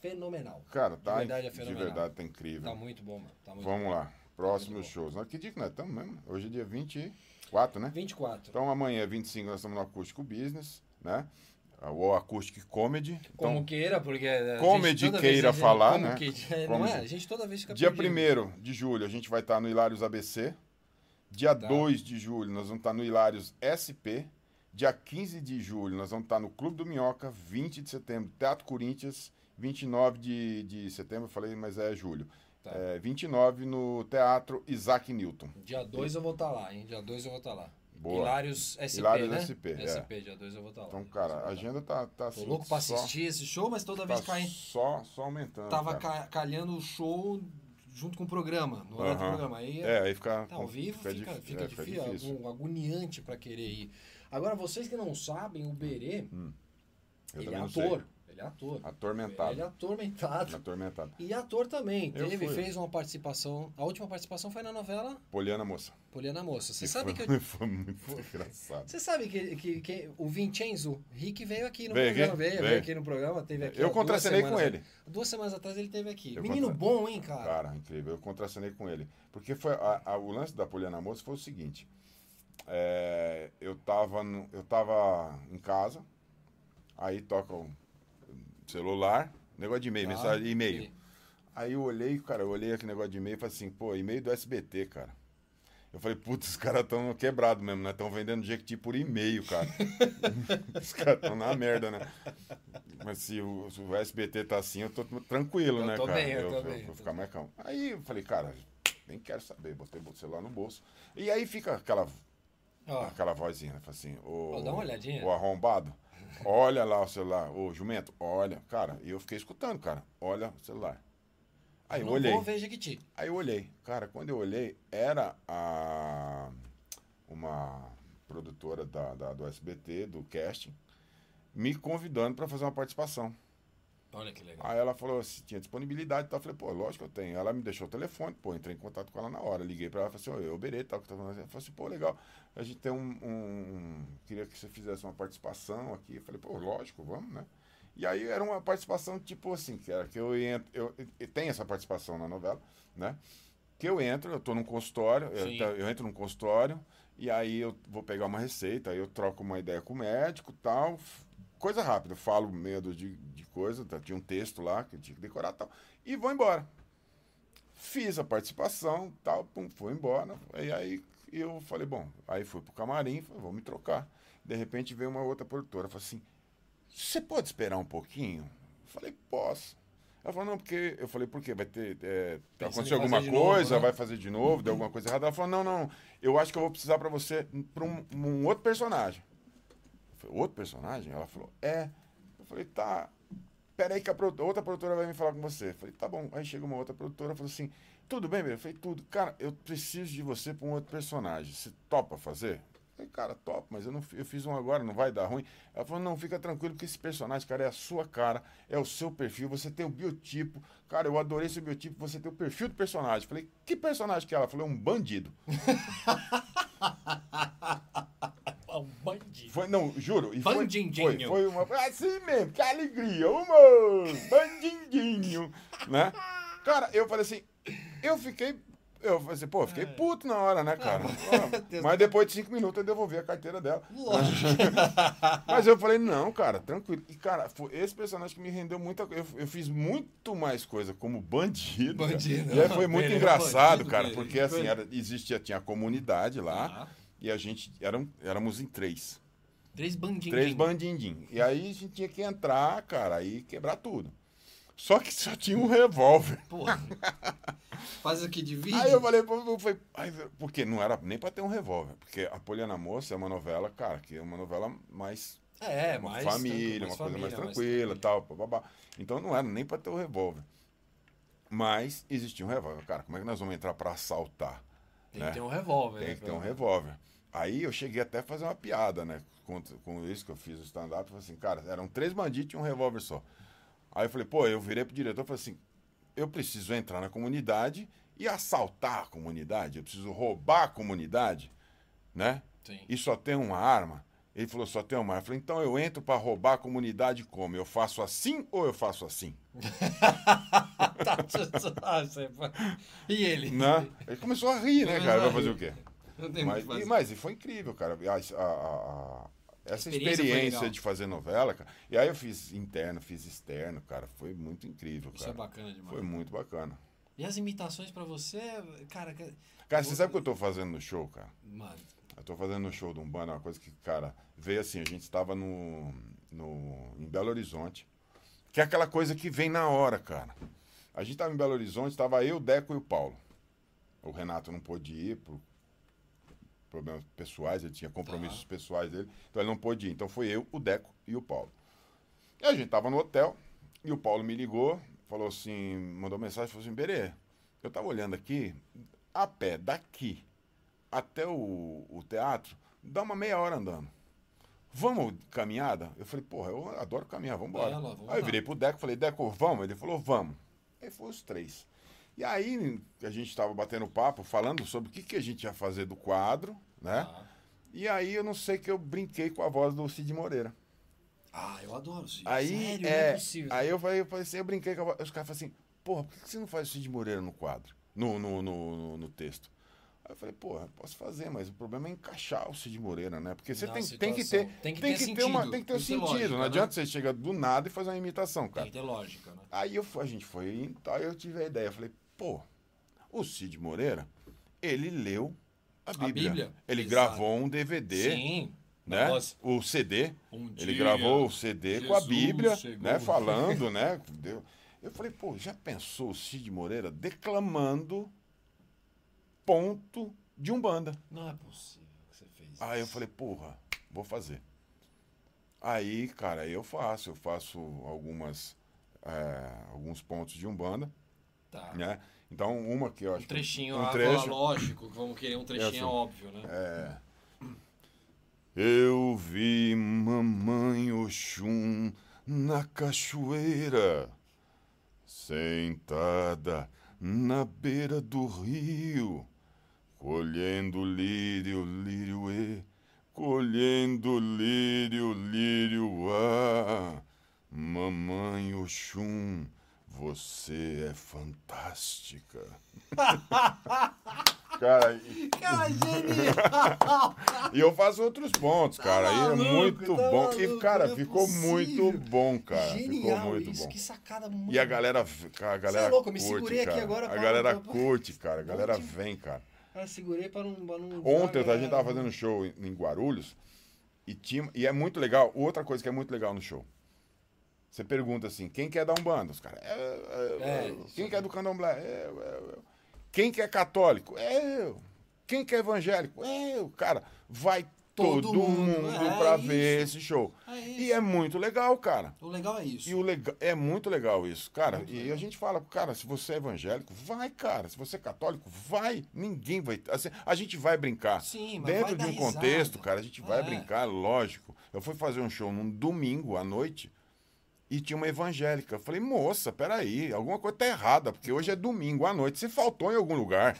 fenomenal. Cara, tá. de verdade é de fenomenal. verdade, tá incrível. Tá muito bom, mano. Tá muito Vamos bom. lá. Próximos shows. Não, que dia que nós estamos mesmo? Hoje é dia 24, né? 24. Então amanhã, 25, nós estamos no Acústico Business, né? Ou Acoustic Comedy. Como Então, queira, porque a gente comedy toda vez queira a gente- falar, como né? que- é, não Comedy. é? A gente toda vez fica Dia perdido. 1 de julho a gente vai estar no Hilários ABC. Dia Tá. 2 de julho nós vamos estar no Hilários SP. Dia 15 de julho nós vamos estar no Clube do Minhoca. 20 de setembro, Teatro Corinthians. 29 de, de setembro, eu falei, mas é julho. Tá. É, 29 no Teatro Isaac Newton. Dia 2 eu vou estar lá, hein? Dia 2 eu vou estar lá. Boa. Hilários SP, Hilários né? SP, é. dia 2 eu vou estar lá. Então, cara, a agenda tá, tá Tô louco pra assistir esse show, mas toda vez tá cai- Só, só aumentando. Tava cara. ca- calhando o show junto com o programa, no horário do Aham. programa. Aí, É, aí fica- tá, ao vivo fica fica, dif- fica é, fica difícil, difícil. algum- agoniante pra querer ir. Agora, vocês que não sabem, o Berê, Hum, Eu ele é também não ator. sei. Ele é ator. Atormentado. Ele é atormentado. Atormentado. E ator também. Eu Teve, fui. fez uma participação. A última participação foi na novela Poliana Moça. Poliana Moça. Você E sabe que foi, eu- Foi muito engraçado. Você sabe que, que, que o Vincenzo Rick veio aqui no Veio aqui? programa, veio, veio Veio. aqui no programa, teve aqui. Eu ó, duas contracenei semanas- com ele. Duas semanas atrás ele teve aqui. Eu Menino contra- Tá. bom, hein, cara? Cara, incrível. Eu contracenei com ele. Porque foi a- a- o lance da Poliana Moça foi o seguinte. É, eu, tava no- eu tava em casa, aí toca o celular, negócio de Ah, e-mail, Tá, mensagem, e-mail. Aí eu olhei, cara, eu olhei aquele negócio de e-mail e falei assim, pô, e-mail do SBT, cara. Eu falei, putz, os caras estão quebrados mesmo, né? Estão vendendo Jequiti por e-mail, cara. os caras estão na merda, né? Mas se o, se o SBT tá assim, eu tô tranquilo, Eu né, tô cara? bem, eu tô bem, eu tô vou ficar mais calmo. Aí eu falei, cara, nem quero saber, botei o celular no bolso. E aí fica aquela, Ó. aquela vozinha, né? Fala assim, ô. Ó, dá uma olhadinha. Ô arrombado, olha lá o celular. Ô, jumento, olha. Cara, e eu fiquei escutando, cara. Olha o celular. Aí eu não olhei. vou ver Jequiti. Aí eu olhei. Cara, quando eu olhei, era a uma produtora da, da- do SBT, do casting, me convidando para fazer uma participação. Olha que legal. Aí ela falou se tinha disponibilidade e tal. Eu falei, pô, lógico que eu tenho. Ela me deixou o telefone, pô, entrei em contato com ela na hora. Liguei pra ela, falei assim, ó, eu berei, tal, que tá falando. Ela falou assim, pô, legal. A gente tem um, um- Queria que você fizesse uma participação aqui. Eu falei, pô, lógico, vamos, né? E aí era uma participação tipo assim, que era que eu entro. Eu, eu tenho essa participação na novela, né? Que eu entro, eu tô num consultório, eu, Sim. tá- eu entro num consultório, e aí eu vou pegar uma receita, aí eu troco uma ideia com o médico tal. f- Coisa rápida, falo medo de, de coisa, tá? tinha um texto lá que eu tinha que decorar tal, e vou embora. Fiz a participação, tal, pum, foi embora. E aí eu falei, bom, aí fui pro camarim, falei, vou me trocar. De repente veio uma outra produtora, falou assim, você pode esperar um pouquinho? Eu falei, posso. Ela falou, não, porque. Eu falei, por quê? Vai ter. é, Pensando em aconteceu fazer alguma de coisa, novo, né? vai fazer de novo, deu alguma coisa errada. Ela falou, não, não, eu acho que eu vou precisar pra você pra um, um outro personagem. Eu falei, outro personagem? Ela falou, é. Eu falei, tá. Peraí que a produ- outra produtora vai me falar com você. Eu falei, tá bom. Aí chega uma outra produtora e falou assim, tudo bem, meu? Eu falei, tudo. Cara, eu preciso de você pra um outro personagem. Você topa fazer? Eu falei, cara, top, mas eu, não, fi- eu fiz um agora, não vai dar ruim. Ela falou, não, fica tranquilo, porque esse personagem, cara, é a sua cara, é o seu perfil, você tem o biotipo. Cara, eu adorei seu biotipo, você tem o perfil do personagem. Eu Falei, que personagem que é ela? Falou, um bandido. um bandido. Foi, não, juro. E foi- um Bandindinho. Foi, foi uma. Assim mesmo, que alegria. Humor! Bandindinho. né? Cara, eu falei assim, eu fiquei. Eu falei assim, pô, eu É. fiquei puto na hora, né, cara? Pô, Mas depois de cinco minutos eu devolvi a carteira dela. Lógico. Mas eu falei, não, cara, tranquilo. E, cara, foi esse personagem que me rendeu muita coisa. Eu, eu fiz muito mais coisa como bandido. cara. Bandido. E aí foi muito Ele é engraçado, bandido, cara, ele- porque assim, era, existia, tinha a comunidade lá. E a gente, eram, éramos em três. Três bandinhos. Três bandindim. E aí a gente tinha que entrar, cara, e quebrar tudo. Só que só tinha um revólver. Porra. Faz aqui de vídeo. Aí eu falei, pô, pô, foi, aí, porque não era nem pra ter um revólver. Porque a Poliana Moça é uma novela, cara, que é uma novela mais. É, uma mais tranquila, família, mais uma coisa mais família, mais tranquila e tal, babá. Então não era nem pra ter o revólver. Mas existia um revólver. Cara, como é que nós vamos entrar pra assaltar? Tem que ter um revólver, Tem né, que ter pelo um menos. revólver. Aí eu cheguei até a fazer uma piada, né? Com, com isso que eu fiz o stand-up. Eu Falei assim, cara, eram três bandidos e um revólver só. Aí eu falei, pô, eu virei pro diretor e falei assim: eu preciso entrar na comunidade e assaltar a comunidade, eu preciso roubar a comunidade, né? Sim. E só tem uma arma. Ele falou, só tem uma arma. Eu falei, então eu entro pra roubar a comunidade como? Eu faço assim ou eu faço assim? Ah, você- e ele? Né? Ele começou a rir, né, Começou cara? a Vai rir. fazer o quê? Não tem muito o mas, que fazer. e, mas e foi incrível, cara. A- a- a- a- essa A experiência foi experiência, legal. de fazer novela, cara. E aí eu fiz interno, fiz externo, cara. Foi muito incrível, Isso cara. é bacana demais. Foi muito bacana. E as imitações pra você, cara. que- Cara, você sabe o que eu tô fazendo no show, cara? Mano, Eu tô fazendo um show do Umbanda, uma coisa que, cara, veio assim, a gente tava no, no, em Belo Horizonte, que é aquela coisa que vem na hora, cara. A gente tava em Belo Horizonte, tava eu, Deco e o Paulo. O Renato não pôde ir por problemas pessoais, ele tinha compromissos Tá. pessoais dele, então ele não pôde ir. Então foi eu, o Deco e o Paulo. E a gente tava no hotel, e o Paulo me ligou, falou assim, mandou mensagem, falou assim, Berê, eu tava olhando aqui, a pé daqui até o, o teatro, dá uma meia hora andando. Vamos caminhada? Eu falei, porra, eu adoro caminhar, vamos embora. É, lá, vamos aí eu lá. virei pro Deco, falei, Deco, vamos? Ele falou, vamos. Aí foram os três. E aí a gente tava batendo papo, falando sobre o que, que a gente ia fazer do quadro, né? Ah. E aí eu não sei que eu brinquei com a voz do Cid Moreira. Ah, eu adoro Cid. Aí, Sério, não é, é possível. Aí eu falei, eu falei assim, eu brinquei com a voz. Os caras falaram assim, porra, por que que você não faz o Cid Moreira no quadro? No, no, no, no, no texto. Aí eu falei, porra, posso fazer, mas o problema é encaixar o Cid Moreira, né? Porque você Na tem, tem que ter. situação. Tem que ter uma, sentido, tem que ter um tem que ter sentido. lógica, não né? adianta você chegar do nada e fazer uma imitação, cara. Tem que ter lógica, né? Aí eu, fu- a gente foi, então eu tive a ideia, eu falei, pô, o Cid Moreira, ele leu a Bíblia. Bíblia, Ele exato. gravou um DVD, Sim, né? nós- O CD. Um ele dia, gravou o CD com a Jesus Bíblia, chegou. né? Falando, né? com Deus. Eu falei, pô, já pensou o Cid Moreira declamando ponto de Umbanda? Não é possível que você fez. Aí eu falei, porra, vou fazer. Aí, cara, eu faço, eu faço algumas, é, alguns pontos de Umbanda, Tá. né? Então, uma que eu acho Um trechinho, um ah, trecho, lógico, que vamos querer um trechinho, assim, é óbvio, né? é. Eu vi mamãe Oxum na cachoeira, sentada na beira do rio, colhendo lírio, lírio e, colhendo lírio, lírio a. Mamãe Oxum, você é fantástica. Cara, e- Cara, genial! Tá e eu faço outros pontos, cara. Aí é maluco, muito tá bom. maluco, e, cara, não é ficou possível. muito bom, cara. ficou Genial muito isso, bom. que sacada muito. E a galera, cara, a galera é louco, eu me curte, segurei aqui cara. agora A pra- galera pra- curte, cara. A galera vem, cara. Ah, segurei pra não. Pra não Ontem Ah, a gente tava fazendo um show em em Guarulhos e, tinha, e é muito legal. Outra coisa que é muito legal no show. Você pergunta assim, quem quer dar um bando? Os caras, é, é, É, eu. isso quem quer do candomblé? É, eu, é, eu. Quem quer católico? É eu. Quem quer evangélico? É eu. Cara, vai todo, Todo mundo, mundo, é pra isso. ver esse show. É isso. e é muito legal, cara. O legal é isso. E o legal, é muito legal isso, cara. e a gente fala, cara, se você é evangélico, vai, cara. Se você é católico, vai. Ninguém vai. assim, a gente vai brincar. Sim, mas Dentro vai de dar um risada. contexto, cara, a gente vai É. brincar, lógico. Eu fui fazer um show num domingo à noite e tinha uma evangélica. Eu falei, moça, peraí, alguma coisa tá errada, porque hoje é domingo à noite. Você faltou em algum lugar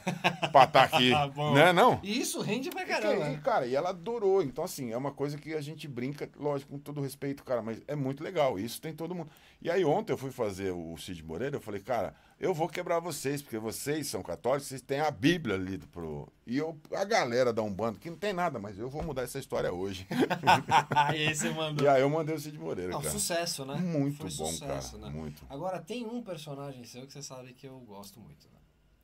pra estar aqui. Tá Bom. né, não? E isso rende pra E, caramba. que- e, cara, e ela adorou. Então, assim, é uma coisa que a gente brinca, lógico, com todo respeito, cara, mas é muito legal. Isso tem todo mundo. E aí, ontem eu fui fazer o Cid Moreira, eu falei, cara, eu vou quebrar vocês, porque vocês são católicos, vocês têm a Bíblia lido pro. E eu, a galera da Umbanda, que não tem nada, mas eu vou mudar essa história hoje. e aí você mandou. E aí eu mandei o Cid Moreira. Não, cara. sucesso, né? Muito Foi bom, sucesso, cara. né? Muito. Agora, tem um personagem seu que você sabe que eu gosto muito. né?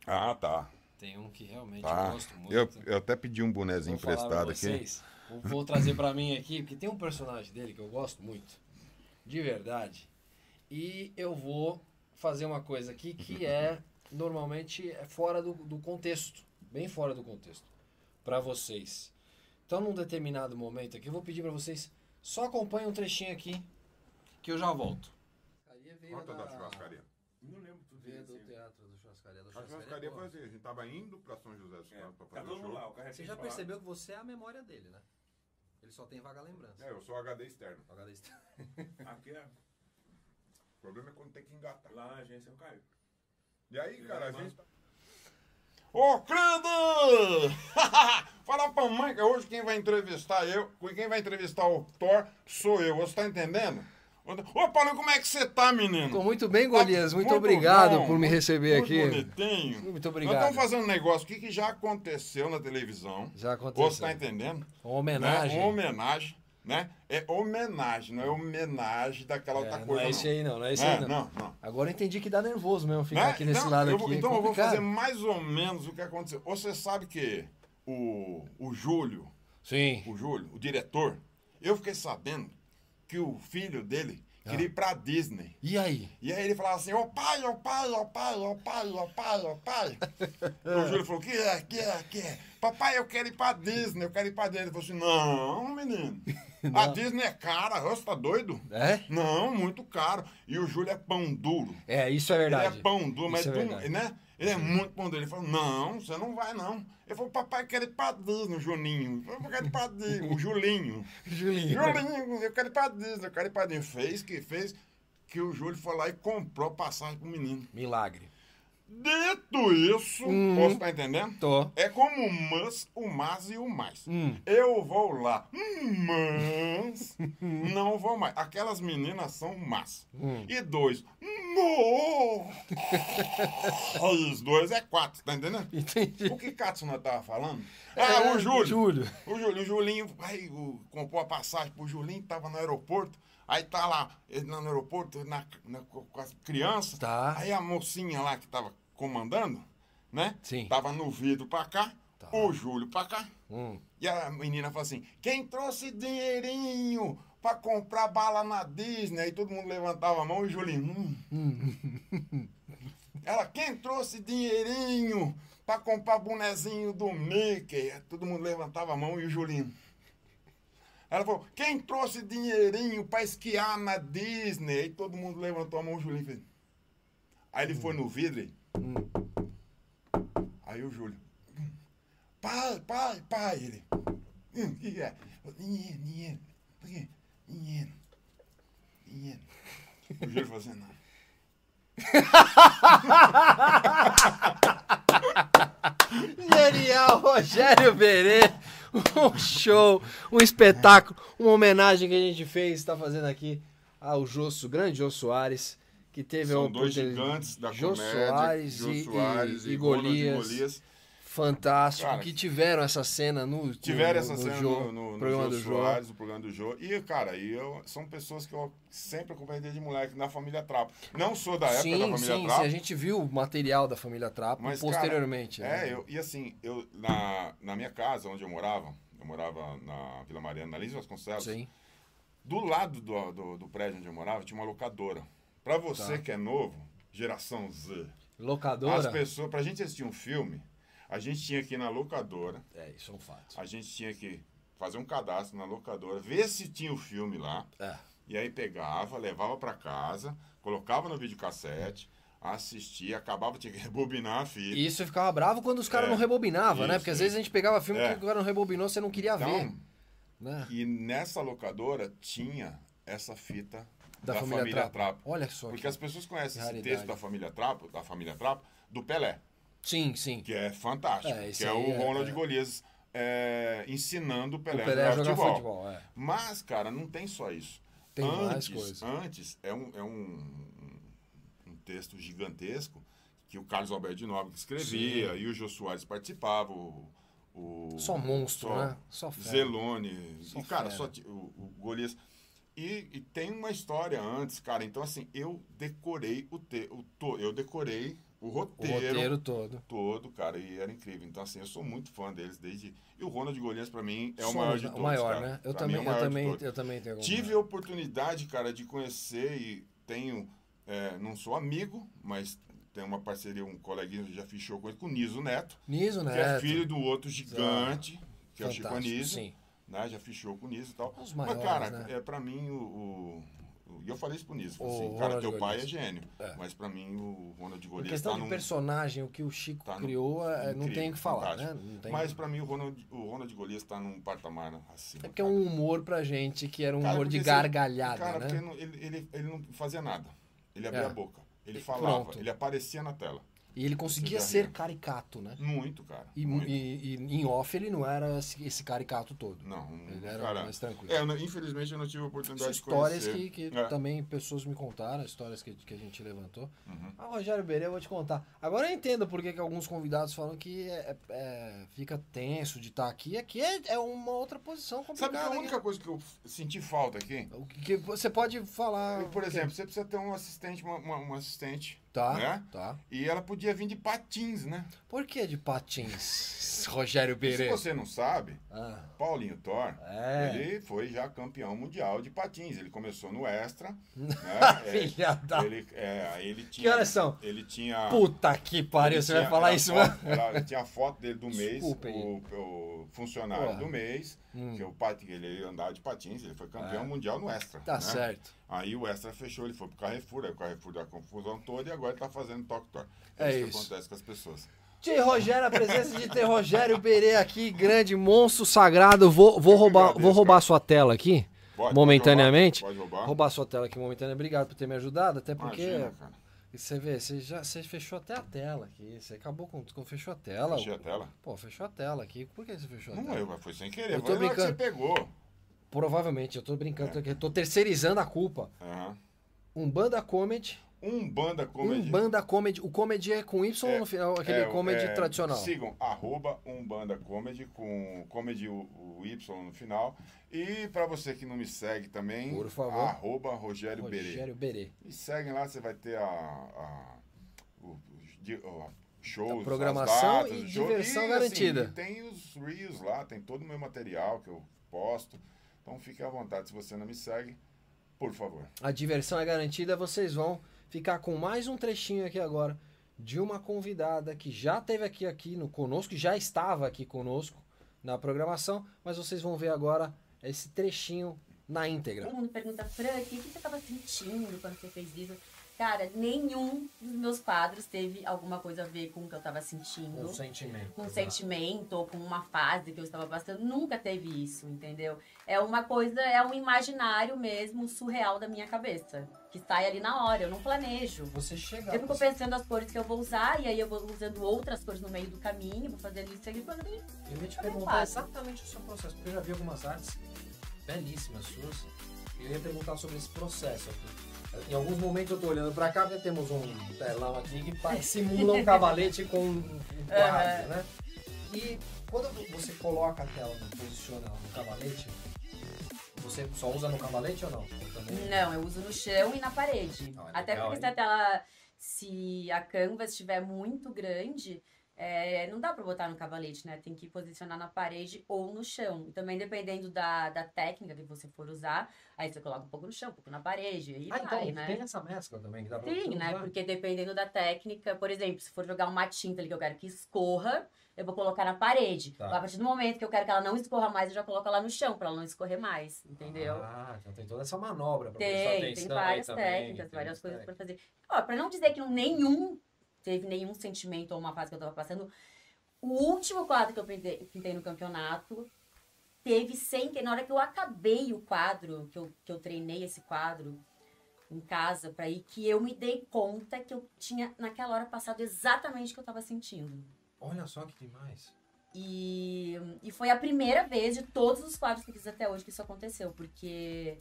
Ah, tá. Tem um que realmente eu tá. gosto muito. Eu, eu até pedi um bonezinho Vou falar pra emprestado aqui. vocês. Eu Vou trazer pra mim aqui, porque tem um personagem dele que eu gosto muito. De verdade. E eu vou fazer uma coisa aqui que Uhum. é normalmente é fora do, do contexto. Bem fora do contexto. Pra vocês. Então, num determinado momento aqui, eu vou pedir pra vocês só acompanhem um trechinho aqui que eu já volto. Conta é da churrascaria. Não lembro tudo Veio do teatro do churrascaria. é Do A churrascaria foi assim, a gente tava indo pra São É, José dos Campos pra tá fazer o show. Você já percebeu que você é a memória dele, né? Ele só tem vaga lembrança. É, eu sou HD externo. HD externo. Aqui é. O problema é quando tem que engatar. Lá na agência eu caio. E aí, cara, a gente... tá- Ô, Credo! Fala pra mãe que hoje quem vai entrevistar eu, quem vai entrevistar o Thor sou eu, você tá entendendo? Ô, Paulo, como é que você tá, menino? Ficou muito bem, Golias. Muito, Muito obrigado bom, por me muito- receber muito aqui. bonitinho. Muito Nós obrigado. estamos fazendo um negócio aqui que já aconteceu na televisão. Já aconteceu. Você tá entendendo? Uma homenagem. Né? Uma homenagem, né? É homenagem, não é homenagem daquela outra não coisa. Né? é esse aí não, não é esse aí não. não, Agora eu entendi que dá nervoso mesmo ficar né? aqui nesse então, lado eu, aqui. vou- é Então eu vou complicado. fazer mais ou menos o que aconteceu. Você sabe que o, o Júlio, Sim. o Júlio, o diretor, eu fiquei sabendo que o filho dele queria ir pra Disney. Ah. E aí? E aí ele falava assim, ô pai, ô pai, ô pai, ô pai, ô pai, ô pai. o Júlio falou, que é, que é, que é? Papai, eu quero ir pra Disney, eu quero ir pra Disney. Ele falou assim, não, menino, a Disney é cara, você tá doido? É? Não, muito caro. E o Júlio é pão duro. É, isso é verdade. Ele é pão duro, mas Isso é tu- verdade. Uhum. né? Ele é muito pão duro. Ele falou, não, você não vai, não. Ele falou, papai, eu quero ir pra Disney, o Juninho. Eu quero ir pra Disney, o Julinho. Julinho. Julinho, eu quero ir pra Disney, eu quero ir pra Disney. Fez que fez que o Júlio foi lá e comprou passagem pro menino. Milagre. Dito isso, Hum. você tá entendendo? Tô. Hum. É como o mas, o mas e o mais. Eu vou lá, mas não vou mais. Aquelas meninas são más. Hum. E dois, mas dois é quatro, tá entendendo? Entendi. O que Katsuna tava falando? É, Ah, o Júlio. Júlio. O Júlio, o Julinho, aí, o- comprou a passagem pro Julinho, tava no aeroporto. Aí tá lá, ele no aeroporto, na, na- com as crianças. Tá. Aí a mocinha lá que tava comandando, né? Sim. Tá. Tava no vidro pra cá, o Júlio pra cá. Hum. E a menina fala assim: quem trouxe dinheirinho pra comprar bala na Disney? Aí todo mundo levantava a mão e o Julinho. hum. Ela, quem trouxe dinheirinho pra comprar bonezinho do Mickey? Aí Todo mundo levantava a mão e o Julinho. Ela falou, quem trouxe dinheirinho pra esquiar na Disney? Aí todo mundo levantou a mão e o Julinho fez. Aí ele foi no vidro. e- Aí o Júlio. Pai, pai, pai, ele. "Hum, O que que é? Dinheiro, dinheiro. Por quê? Dinheiro. Dinheiro. O Júlio falou assim, não. Genial, Rogério Berê. Um show, um espetáculo, uma homenagem que a gente fez, está fazendo aqui ao Josso, grande Jô Soares, que teve a São dois oportunidade- gigantes da Jô comédia, Soares Jô e, Soares e, e e Ronald Golias. Golias. Fantástico, Cara, que tiveram essa cena no Tiveram no- essa no cena Jô, no, no, no programa Jô do Jô. Soares, no programa do Jô. E, cara, e eu, são pessoas que eu sempre acompanhei desde moleque na família Trapo. Não sou da época da Sim, família sim, Trapo. sim, a gente viu o material da família Trapo Mas, cara, posteriormente. né? É, eu, e assim, eu, na, na minha casa, onde eu morava, eu morava na Vila Mariana, na Lins Vasconcelos. Sim. Do lado do, do, do prédio onde eu morava, tinha uma locadora. Pra você que é novo, geração Z, as Tá. Locadora? pessoas, pra gente assistir um filme, a gente tinha que ir na locadora, É, isso é um fato. a gente tinha que fazer um cadastro na locadora, ver se tinha o filme lá. É. E aí pegava, levava pra casa, colocava no videocassete, assistia, acabava, tinha que rebobinar a fita. E isso eu ficava bravo quando os caras não rebobinavam, né? Isso, Porque às vezes a gente pegava filme É. que o cara não rebobinou, você não queria ver. Então, Né? E nessa locadora tinha essa fita Da da, família família, Trapo. Trapo. Olha só Porque que- as pessoas conhecem que esse raridade. texto da família Trapo, da família Trapo, do Pelé. Sim, sim. Que é fantástico. É, isso que é aí o é- Ronald é. Golias é, ensinando o Pelé, O Pelé a a jogar, jogar futebol. futebol, é. Mas, cara, não tem só isso. Tem mais antes, coisa. Antes, é um, é um, um texto gigantesco que o Carlos Alberto de Nobre escrevia Sim. e o Jô Soares participava, o, o- Só monstro, né? Só fera. Zelone. Só e, cara, fera. só ti- o, o Golias. E, e tem uma história antes, cara. Então, assim, eu decorei o, te, o to- eu decorei o roteiro. roteiro todo. Todo, cara, e era incrível. Então, assim, eu sou muito fã deles desde. E o Ronald Golias, pra mim, é o Só maior o de ma- o todos. maior, cara. né? Eu Pra mim, também- é o eu maior de também- todos. eu também tenho algum- Tive a oportunidade, cara, de conhecer e tenho. é, não sou amigo, mas tenho uma parceria, um coleguinha que já fechou com ele, com o Niso Neto. Niso Que é Neto. filho do outro gigante, que é o Chico Fantástico, Anísio. sim. Né? Já fechou com o Niso e tal. Os mas, maiores, cara, né? é pra mim o. o- o- e eu falei isso pro Niso. falei O assim, Ronald cara, teu pai é Golias. gênio. É. Mas pra mim o Ronald Em Golias questão tá de num personagem, o que o Chico tá num- criou, é, não incrível, tem o que falar, fantástico. né? Não tem- tipo, Mas pra mim o Ronald, o Ronald Golias tá num patamar assim. É porque é um humor pra gente que era um Cara, humor porque de se- gargalhada, cara, né? porque não- ele, ele, ele não fazia nada. Ele abria É. a boca. Ele E falava, pronto. ele aparecia na tela. E ele conseguia Você já ser caricato, né? Muito, cara. E, mu- e- e em off ele não era esse esse caricato todo. Não, Ele era cara, mais tranquilo. é, eu não- infelizmente eu não tive a oportunidade de histórias conhecer. que, que É. também pessoas me contaram, histórias que, que a gente levantou. Uhum. Ah, Rogério Berê, eu vou te contar. Agora eu entendo porque que alguns convidados falam que é- é- fica tenso de estar aqui. Aqui é, é uma outra posição Sabe complicada. que a né? única coisa que eu senti falta aqui? O que, que você pode falar. Por exemplo, você precisa ter um assistente, uma, uma- uma assistente. Tá, né? tá. E ela podia vir de patins, né? Por que de patins, Rogério Berê? Se você não sabe, Ah. Paulinho Thor, É. ele foi já campeão mundial de patins. Ele começou no Extra. Né? Filha da- Ele, é, aí ele tinha, horas são? Ele tinha... Puta que pariu, ele você vai tinha- falar era isso, foto- mano? era- tinha a foto dele do mês, Desculpa aí. o, o funcionário Porra. Hum. do mês, que é o pat- ele andava de patins, ele foi campeão É. mundial no Extra. Tá né? certo. Aí o Extra fechou, ele foi pro Carrefour, aí o Carrefour deu a confusão toda e agora ele tá fazendo toque-toque. É que isso. acontece com as pessoas. Tio Rogério, a presença de ter Rogério Berê aqui, grande monstro sagrado. Vou, vou roubar, vou roubar a sua tela aqui, Pode, momentaneamente. pode roubar, pode roubar. roubar a sua tela aqui momentaneamente. Obrigado por ter me ajudado, até porque. Imagina, cara. Você vê, você já você fechou até a tela aqui. Você acabou com tudo. Fechou a tela. Fechei a tela? Pô, fechou a tela aqui. Por que você fechou a Não tela? eu, mas foi sem querer. Eu Eu tô tô na hora que você brincando. pegou. Provavelmente, eu tô É. brincando aqui. Eu tô terceirizando a culpa. Aham. Umbanda Comedy. Umbanda É. Um Comedy. Umbanda Comedy. O comedy é com Y no final, aquele É, comedy é, tradicional. Sigam, arroba Umbanda Comedy, com comedy o, o Y no final. E pra você que não me segue também, Por favor. arroba Rogério, Berê. Rogério Berê. Me seguem lá, você vai ter a, a, o, os di- o- shows, A programação as datas, e o show. diversão assim, garantida. e tem os reels lá, tem todo o meu material que eu posto. Então fique à vontade, se você não me segue, por favor. A diversão é garantida. Vocês vão ficar com mais um trechinho aqui agora de uma convidada que já teve aqui aqui no conosco, já estava aqui conosco na programação, mas vocês vão ver agora esse trechinho na íntegra. Todo mundo pergunta, Fran, o que você estava sentindo quando você fez isso? Cara, nenhum dos meus quadros teve alguma coisa a ver com o que eu estava sentindo. sentimento. né? com um sentimento ou com uma fase que eu estava passando. Nunca teve isso, entendeu? É uma coisa, é um imaginário mesmo surreal da minha cabeça, que sai ali na hora, eu não planejo. Você chega. Eu fico pensando as cores que eu vou usar, e aí eu vou usando outras cores no meio do caminho, vou fazendo isso aqui, fazendo isso. Eu ia te Também perguntar faço. exatamente o seu processo, porque eu já vi algumas artes belíssimas suas. E eu ia perguntar sobre esse processo aqui. Em alguns momentos eu tô olhando pra cá, porque temos um telão aqui que pa- simula um cavalete com um um quadro, né? E quando você coloca a tela, posiciona ela no cavalete, você só usa no cavalete ou não? Eu também- Não, eu uso no chão e na parede. Ah, é Até legal, porque hein? se a tela, se a canvas estiver muito grande, é, não dá pra botar no cavalete, né? Tem que posicionar na parede ou no chão. E também dependendo da, da técnica que você for usar, aí você coloca um pouco no chão, um pouco na parede, e Ah, vai, então, né? tem essa mescla também que dá pra Sim, né? usar? Porque dependendo da técnica, por exemplo, se for jogar uma tinta ali que eu quero que escorra, eu vou colocar na parede. Tá. A partir do momento que eu quero que ela não escorra mais, eu já coloco ela no chão, pra ela não escorrer mais, entendeu? Ah, então tem toda essa manobra pra prestar Tem, tem atenção aí várias também, técnicas, tem várias as coisas técnicas. pra fazer. Ó, pra não dizer que não- nenhum teve nenhum sentimento ou uma fase que eu tava passando, o último quadro que eu pintei, pintei no campeonato teve sem que na hora que eu acabei o quadro, que eu, que eu treinei esse quadro, em casa para ir que eu me dei conta que eu tinha naquela hora passado exatamente o que eu estava sentindo. Olha só que demais. E, e foi a primeira vez de todos os quadros que eu fiz até hoje que isso aconteceu, porque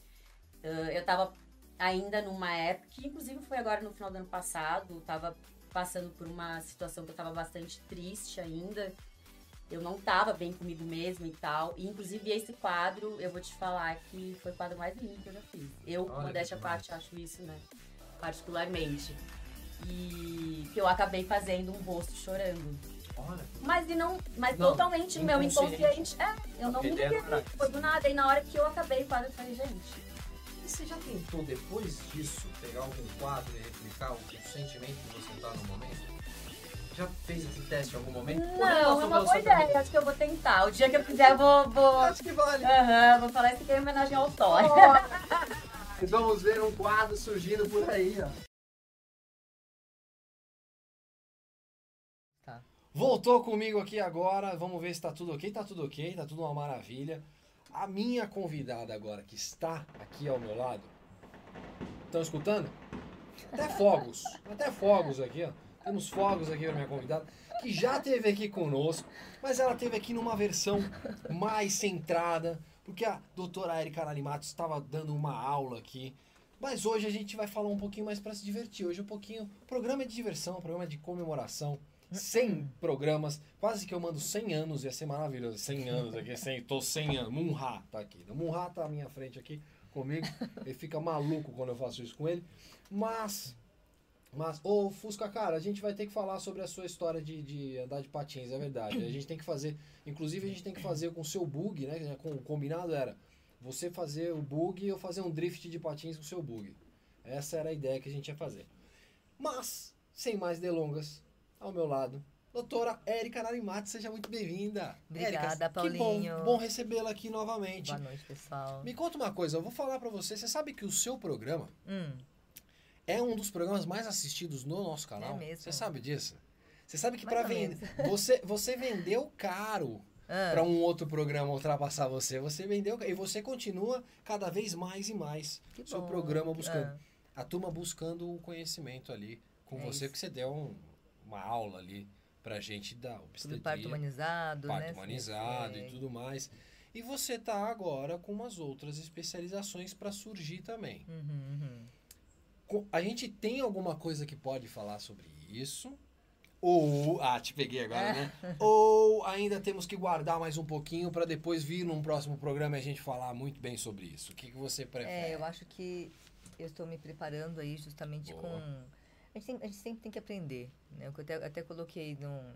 ah, eu tava ainda numa época, que inclusive foi agora no final do ano passado, eu tava passando por uma situação que eu tava bastante triste ainda. Eu não tava bem comigo mesma e tal. E, inclusive, esse quadro, eu vou te falar que foi o quadro mais lindo que eu já fiz. Eu, Olha que modéstia à demais. parte, acho isso, né? Particularmente. E que eu acabei fazendo um rosto chorando. Olha. Mas e não. Mas Não, totalmente no meu inconsciente. inconsciente. É, eu não me Ele era liguei. pra Foi do nada. E na hora que eu acabei o quadro, eu falei, gente. E você já tentou, depois disso, pegar algum quadro e replicar o sentimento que você tá no momento? Já fez esse teste em algum momento? Ou nem Não, passou é uma pela boa sua ideia. Acho que eu vou tentar. O dia que eu quiser, eu vou. vou... Acho que vale. Aham, vou falar isso aqui em homenagem ao Thor. cabeça? Vamos ver um quadro surgindo por aí, ó. Voltou comigo aqui agora, vamos ver se tá tudo ok, tá tudo ok, tá tudo uma maravilha. A minha convidada agora, que está aqui ao meu lado, estão escutando? Até fogos, até fogos aqui, ó. Temos fogos aqui para minha convidada, que já esteve aqui conosco, mas ela esteve aqui numa versão mais centrada, porque a doutora Erika Nalimato estava dando uma aula aqui. Mas hoje a gente vai falar um pouquinho mais para se divertir. Hoje é um pouquinho. Programa é de diversão, programa é de comemoração. 100 programas, quase que eu mando 100 anos, ia ser maravilhoso. 100 anos aqui, 100, tô 100 anos. Munra tá aqui. Munra tá à minha frente aqui comigo. Ele fica maluco quando eu faço isso com ele. Mas, mas, ô Fusca, cara, a gente vai ter que falar sobre a sua história de, de andar de patins, é verdade. A gente tem que fazer, inclusive a gente tem que fazer com o seu bug, né? Com, o combinado era você fazer o bug e eu fazer um drift de patins com o seu bug. Essa era a ideia que a gente ia fazer. Mas, sem mais delongas, ao meu lado, doutora Érica Narimato, seja muito bem-vinda. Obrigada, Érica, Que Paulinho. bom, bom recebê-la aqui novamente. Boa noite, pessoal. Me conta uma coisa, eu vou falar pra você, você sabe que o seu programa Hum, é um dos programas mais assistidos no nosso canal. É mesmo. Você sabe disso? Você sabe que Mais para ou vender, menos. você você vendeu caro Ah. pra um outro programa ultrapassar você. Você vendeu ca- e você continua cada vez mais e mais Que seu bom. programa buscando Ah. a turma buscando o conhecimento ali com É você isso. porque você deu um- uma aula ali pra gente da sobre obstetria, parto humanizado, parto né? humanizado É. e tudo mais. E você tá agora com umas outras especializações pra surgir também. Uhum, uhum. Co- A gente tem alguma coisa que pode falar sobre isso? Ou. Ah, te peguei agora, É. né? Ou ainda temos que guardar mais um pouquinho para depois vir num próximo programa e a gente falar muito bem sobre isso. O que, que você prefere? É, eu acho que eu estou me preparando aí justamente Boa. com. A gente, tem- a gente sempre tem que aprender, né? O que Eu até, até coloquei num,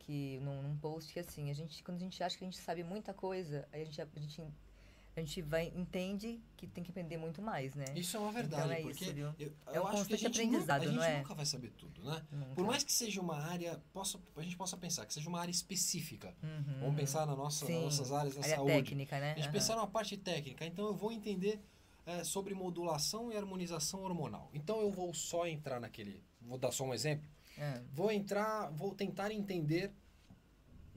que, num, num post que assim, a gente, quando a gente acha que a gente sabe muita coisa, aí a gente, a gente, a gente vai, entende que tem que aprender muito mais, né? Isso é uma verdade, então é porque isso, viu? eu, é eu um acho que a constante gente, nunca, a aprendizado, gente não é? nunca vai saber tudo, né? Nunca. Por mais que seja uma área, possa, a gente possa pensar que seja uma área específica. Uhum, Vamos pensar na nossa, nas Sim, nossas áreas da área saúde. técnica, né? A gente Aham. pensar na parte técnica, então eu vou entender eh, sobre modulação e harmonização hormonal. Então eu vou só entrar naquele. Vou dar só um exemplo. É. Vou entrar, vou tentar entender.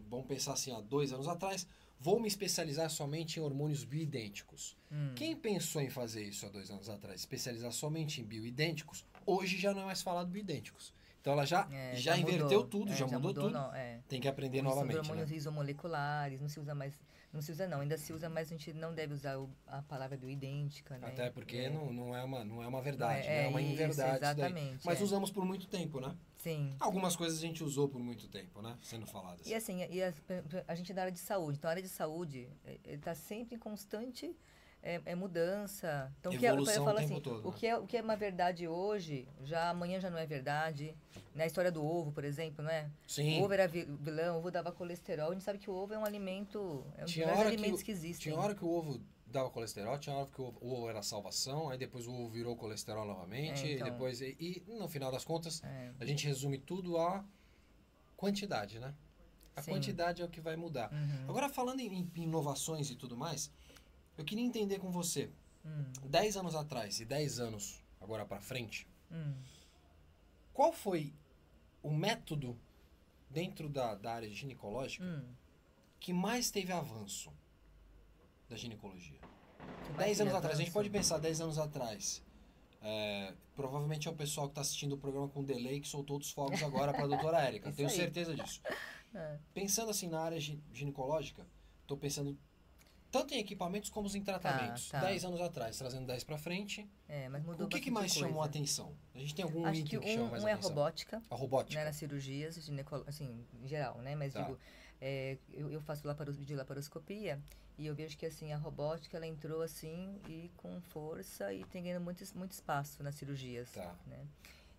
Vamos pensar assim, há dois anos atrás, vou me especializar somente em hormônios bioidênticos. Hum. Quem pensou em fazer isso há dois anos atrás, especializar somente em bioidênticos, hoje já não é mais falado bioidênticos. Então ela já, É, já, mudou. inverteu tudo, É, já, mudou, tudo. não, é. Tem que aprender Hoje são novamente. hormônios né? isomoleculares, não se usa mais. Não se usa não, ainda se usa, mas a gente não deve usar o- a palavra bioidêntica, né? Até porque É. Não, não, é uma, não é uma verdade, né? é, é uma isso, inverdade. isso daí. exatamente, Mas é. usamos por muito tempo, né? Sim. Algumas coisas a gente usou por muito tempo, né? Sendo faladas. E assim, e as- pe- pe- a gente é da área de saúde. Então, a área de saúde está sempre em constante é, é mudança. Então, o que é, eu Evolução o falo tempo assim, todo, o, né? que é, o que é uma verdade hoje, já amanhã já não é verdade. Na história do ovo, por exemplo, não é? Sim. O ovo era vi- vilão, o ovo dava colesterol. A gente sabe que o ovo é um alimento, é um dos Tinha melhores hora que alimentos o- que, existem. Tinha hora que o ovo dava colesterol, tinha hora que o ovo, o ovo era salvação, aí depois o ovo virou colesterol novamente, É, então. É. e depois. E, e, no final das contas, a gente resume tudo à quantidade, né? A Sim. Uhum. quantidade é o que vai mudar. Agora, falando em, em inovações e tudo mais, eu queria entender com você, Hum. 10 anos atrás e 10 anos agora pra frente, Hum. qual foi o método dentro da, da área ginecológica Hum. que mais teve avanço da ginecologia? mais 10 teve anos atrás, a gente avanço? pode pensar 10 anos atrás. É, provavelmente é o pessoal que está assistindo o programa com delay que soltou dos fogos agora para a doutora Érica. Isso Tenho aí. certeza disso. É. Pensando assim na área gi- ginecológica, estou pensando tanto em equipamentos como em tratamentos. tá. 10 anos atrás, trazendo 10 para frente. É, mas mudou O que, que bastante mais chamou a coisa. atenção? A gente tem algum Acho item que que, um, chama mais um é atenção? robótica. A robótica. Né, nas cirurgias, ginecolo- assim, em geral, né? Mas Tá. digo, é, eu, eu faço laparo- de laparoscopia e eu vejo que assim, a robótica ela entrou assim e com força e tem ganhando muito, es- muito espaço nas cirurgias. Tá. Né?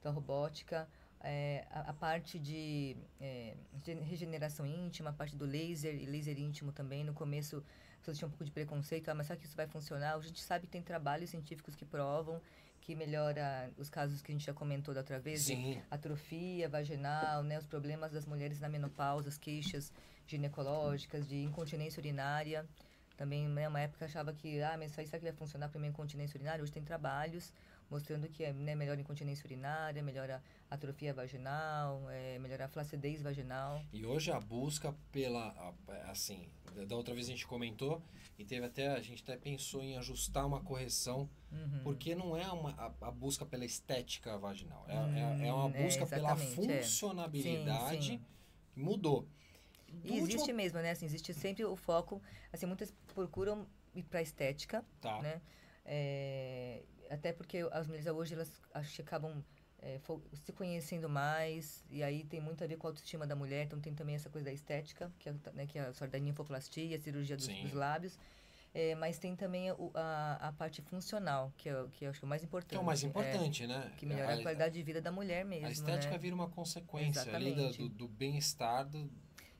Então a robótica, é, a, a parte de é, regen- regeneração íntima, a parte do laser e laser íntimo também, no começo. as pessoas tinham um pouco de preconceito, ah, mas será que isso vai funcionar? Hoje A gente sabe que tem trabalhos científicos que provam que melhora os casos que a gente já comentou da outra vez, de Sim. atrofia vaginal, né, os problemas das mulheres na menopausa, as queixas ginecológicas, de incontinência urinária. Também, né, uma época achava que, ah, mas isso aí será que vai funcionar para minha incontinência urinária? Hoje tem trabalhos mostrando que é, né, melhora a incontinência urinária, melhora a atrofia vaginal, é, melhora a flacidez vaginal. E hoje a busca pela. a- Assim, da- da outra vez a gente comentou e teve até. A gente até pensou em ajustar uma correção, Uhum. porque não é uma, a, a busca pela estética vaginal, é, é, é uma Hum, é, busca pela exatamente, é. funcionabilidade Sim, sim. que mudou. E Do existe último- mesmo, né? Assim, existe sempre o foco. Assim, muitas procuram ir para estética, Tá. né? É, até porque as mulheres hoje elas acho que acabam é, fo- se conhecendo mais e aí tem muito a ver com a autoestima da mulher. Então tem também essa coisa da estética, que é, o ta- né, que é a história da ninfoplastia, a cirurgia dos, Sim. dos lábios. É, mas tem também o- a, a parte funcional, que, é, o- que eu acho que é o mais importante. Que é o mais importante, né? Que melhora a, A- qualidade de vida da mulher mesmo. a estética né? vira uma consequência ali da- Exatamente. do, do bem-estar do-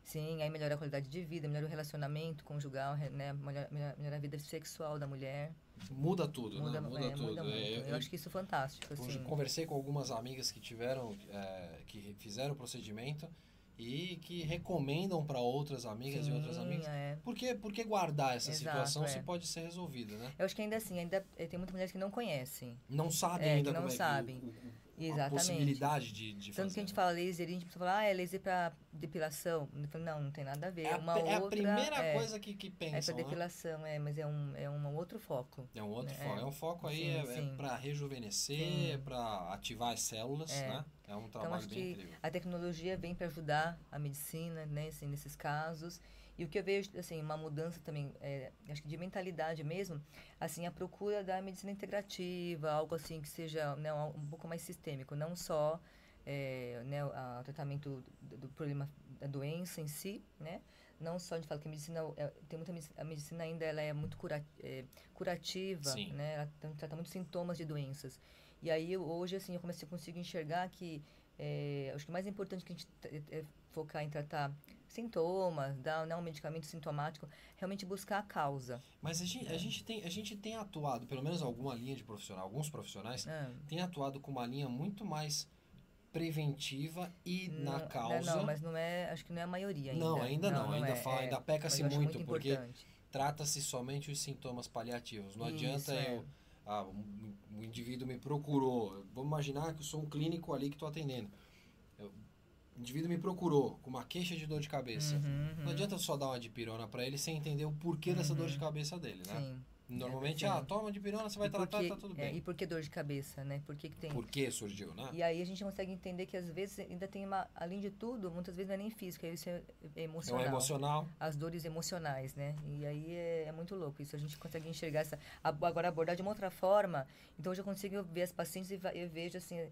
Sim, aí melhora a qualidade de vida, melhora o relacionamento conjugal, re- né? Melhora, melhora- melhora a vida sexual da mulher. Muda tudo, muda, né? Muda é, tudo. Muda muito. É, eu, eu- acho que isso é fantástico, Hoje assim. conversei com algumas amigas que tiveram, eh, que fizeram o procedimento e que recomendam para outras amigas e outras Sim, amigas. é. Por que, por que guardar essa Exato, situação se é. pode ser resolvida, né? Eu acho que ainda assim, ainda eh, tem muitas mulheres que não conhecem. Não sabem É, ainda que não como é que- sabem. o- o- A Exatamente. possibilidade de, de Tanto fazer. que a gente fala laser, a gente fala, ah, é laser pra depilação. Eu falo, não, não tem nada a ver. É a uma pe- é a outra, primeira é, coisa que- que É pensam, pra né? depilação, é, mas é um, é um outro foco. É um outro né? foco. É um foco aí, Sim, é, sim. para rejuvenescer, Sim. é para ativar as células, É. né? É um Então, trabalho acho bem que incrível. a tecnologia vem para ajudar a medicina, né, assim, nesses casos. E o que eu vejo, assim, uma mudança também, é, acho que de mentalidade mesmo, assim, a procura da medicina integrativa, algo assim que seja né, um um pouco mais sistêmico, não só é, né, a- o tratamento do, do problema da doença em si, né? Não só a gente fala que a medicina, é, tem muita medici- a medicina ainda ela é muito cura, é, curativa, Sim. né? Ela tra- trata muitos sintomas de doenças. E aí eu- hoje assim eu comecei consigo enxergar que é, acho que o mais importante que a gente t- é focar em tratar sintomas, dar né, um medicamento sintomático, realmente buscar a causa. Mas a É. gente, a, gente tem, a gente tem atuado, pelo menos alguma linha de profissional, alguns profissionais É. têm atuado com uma linha muito mais preventiva e na Não, causa. Não, mas não é, acho que não é a maioria ainda. Não, ainda não, ainda, é, fala- é, ainda peca-se mas eu acho muito, porque importante. trata-se somente os sintomas paliativos. Não Isso, adianta é. eu. Ah, um, um indivíduo me procurou. Vamos imaginar que eu sou um clínico ali que estou atendendo. Eu- o indivíduo me procurou com uma queixa de dor de cabeça. Uhum, Não adianta eu só dar uma dipirona para ele sem entender o porquê dessa dor de cabeça dele, né? Uhum. Sim. Normalmente, É, ah, sim. toma dipirona, você vai E por tratar, que- tá tudo é, bem. e por que dor de cabeça, né? Por que, que tem. Por que surgiu, né? E aí a gente consegue entender que às vezes ainda tem uma, além de tudo, muitas vezes não é nem física, isso é é emocional. emocional. As dores emocionais, né? E aí é, é muito louco isso, a gente consegue enxergar essa, ab- agora abordar de uma outra forma. Então hoje eu consigo ver as pacientes e va- eu vejo assim,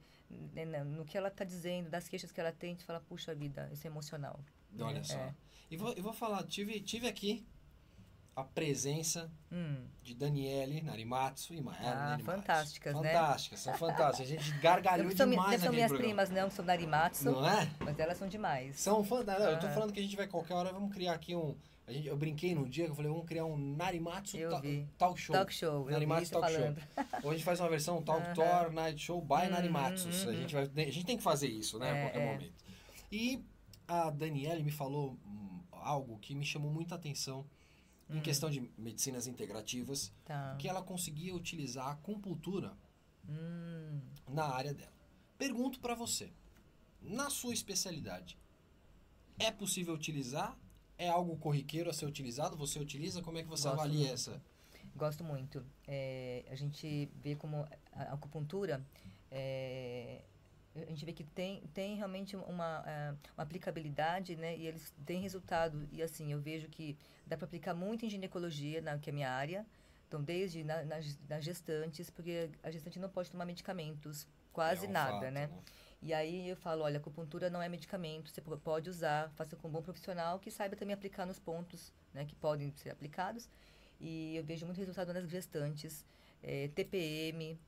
né, na- no que ela está dizendo, das queixas que ela tem, tu fala, puxa vida, isso é emocional. Olha É. só. E vou, eu vou falar, tive, tive aqui a presença Hum. de Daniele Narimatsu e Maera Ah, Narimatsu. fantásticas, né? Fantásticas, são fantásticas. A gente gargalhou Não são, mi- demais não são naquele minhas programa. primas, não, que são Narimatsu. Não é? Mas elas são demais. Ah. São fantásticas. Eu tô Aham. falando que a gente vai qualquer hora, vamos criar aqui um... a gente- eu brinquei num dia que eu falei, vamos criar um Narimatsu ta- Talk Show. Talk show, eu vi Narimatsu isso Talk falando. Show. Ou a gente faz uma versão Talk Aham. Tour Night Show by Narimatsu. A, uhum. gente vai, a gente tem que fazer isso, né? a É, qualquer é. momento. E a Daniele me falou hum, algo que me chamou muita atenção em Hum. questão de medicinas integrativas, Tá. que ela conseguia utilizar a acupuntura Hum. na área dela. Pergunto pra você, na sua especialidade, é possível utilizar? É algo corriqueiro a ser utilizado? Você utiliza? Como é que você Gosto avalia muito. essa? Gosto muito. É, a gente vê como a acupuntura, é, a gente vê que tem, tem realmente uma, ah, uma aplicabilidade, né? E eles têm resultado. E assim, eu vejo que dá para aplicar muito em ginecologia, na, que é a minha área. Então, desde na- nas, nas gestantes, porque a gestante não pode tomar medicamentos, quase É um nada, fato, né? né? E aí eu falo, olha, acupuntura não é medicamento, você po- pode usar, faça com um bom profissional que saiba também aplicar nos pontos, né, que podem ser aplicados. E eu vejo muito resultado nas gestantes, eh, TPM,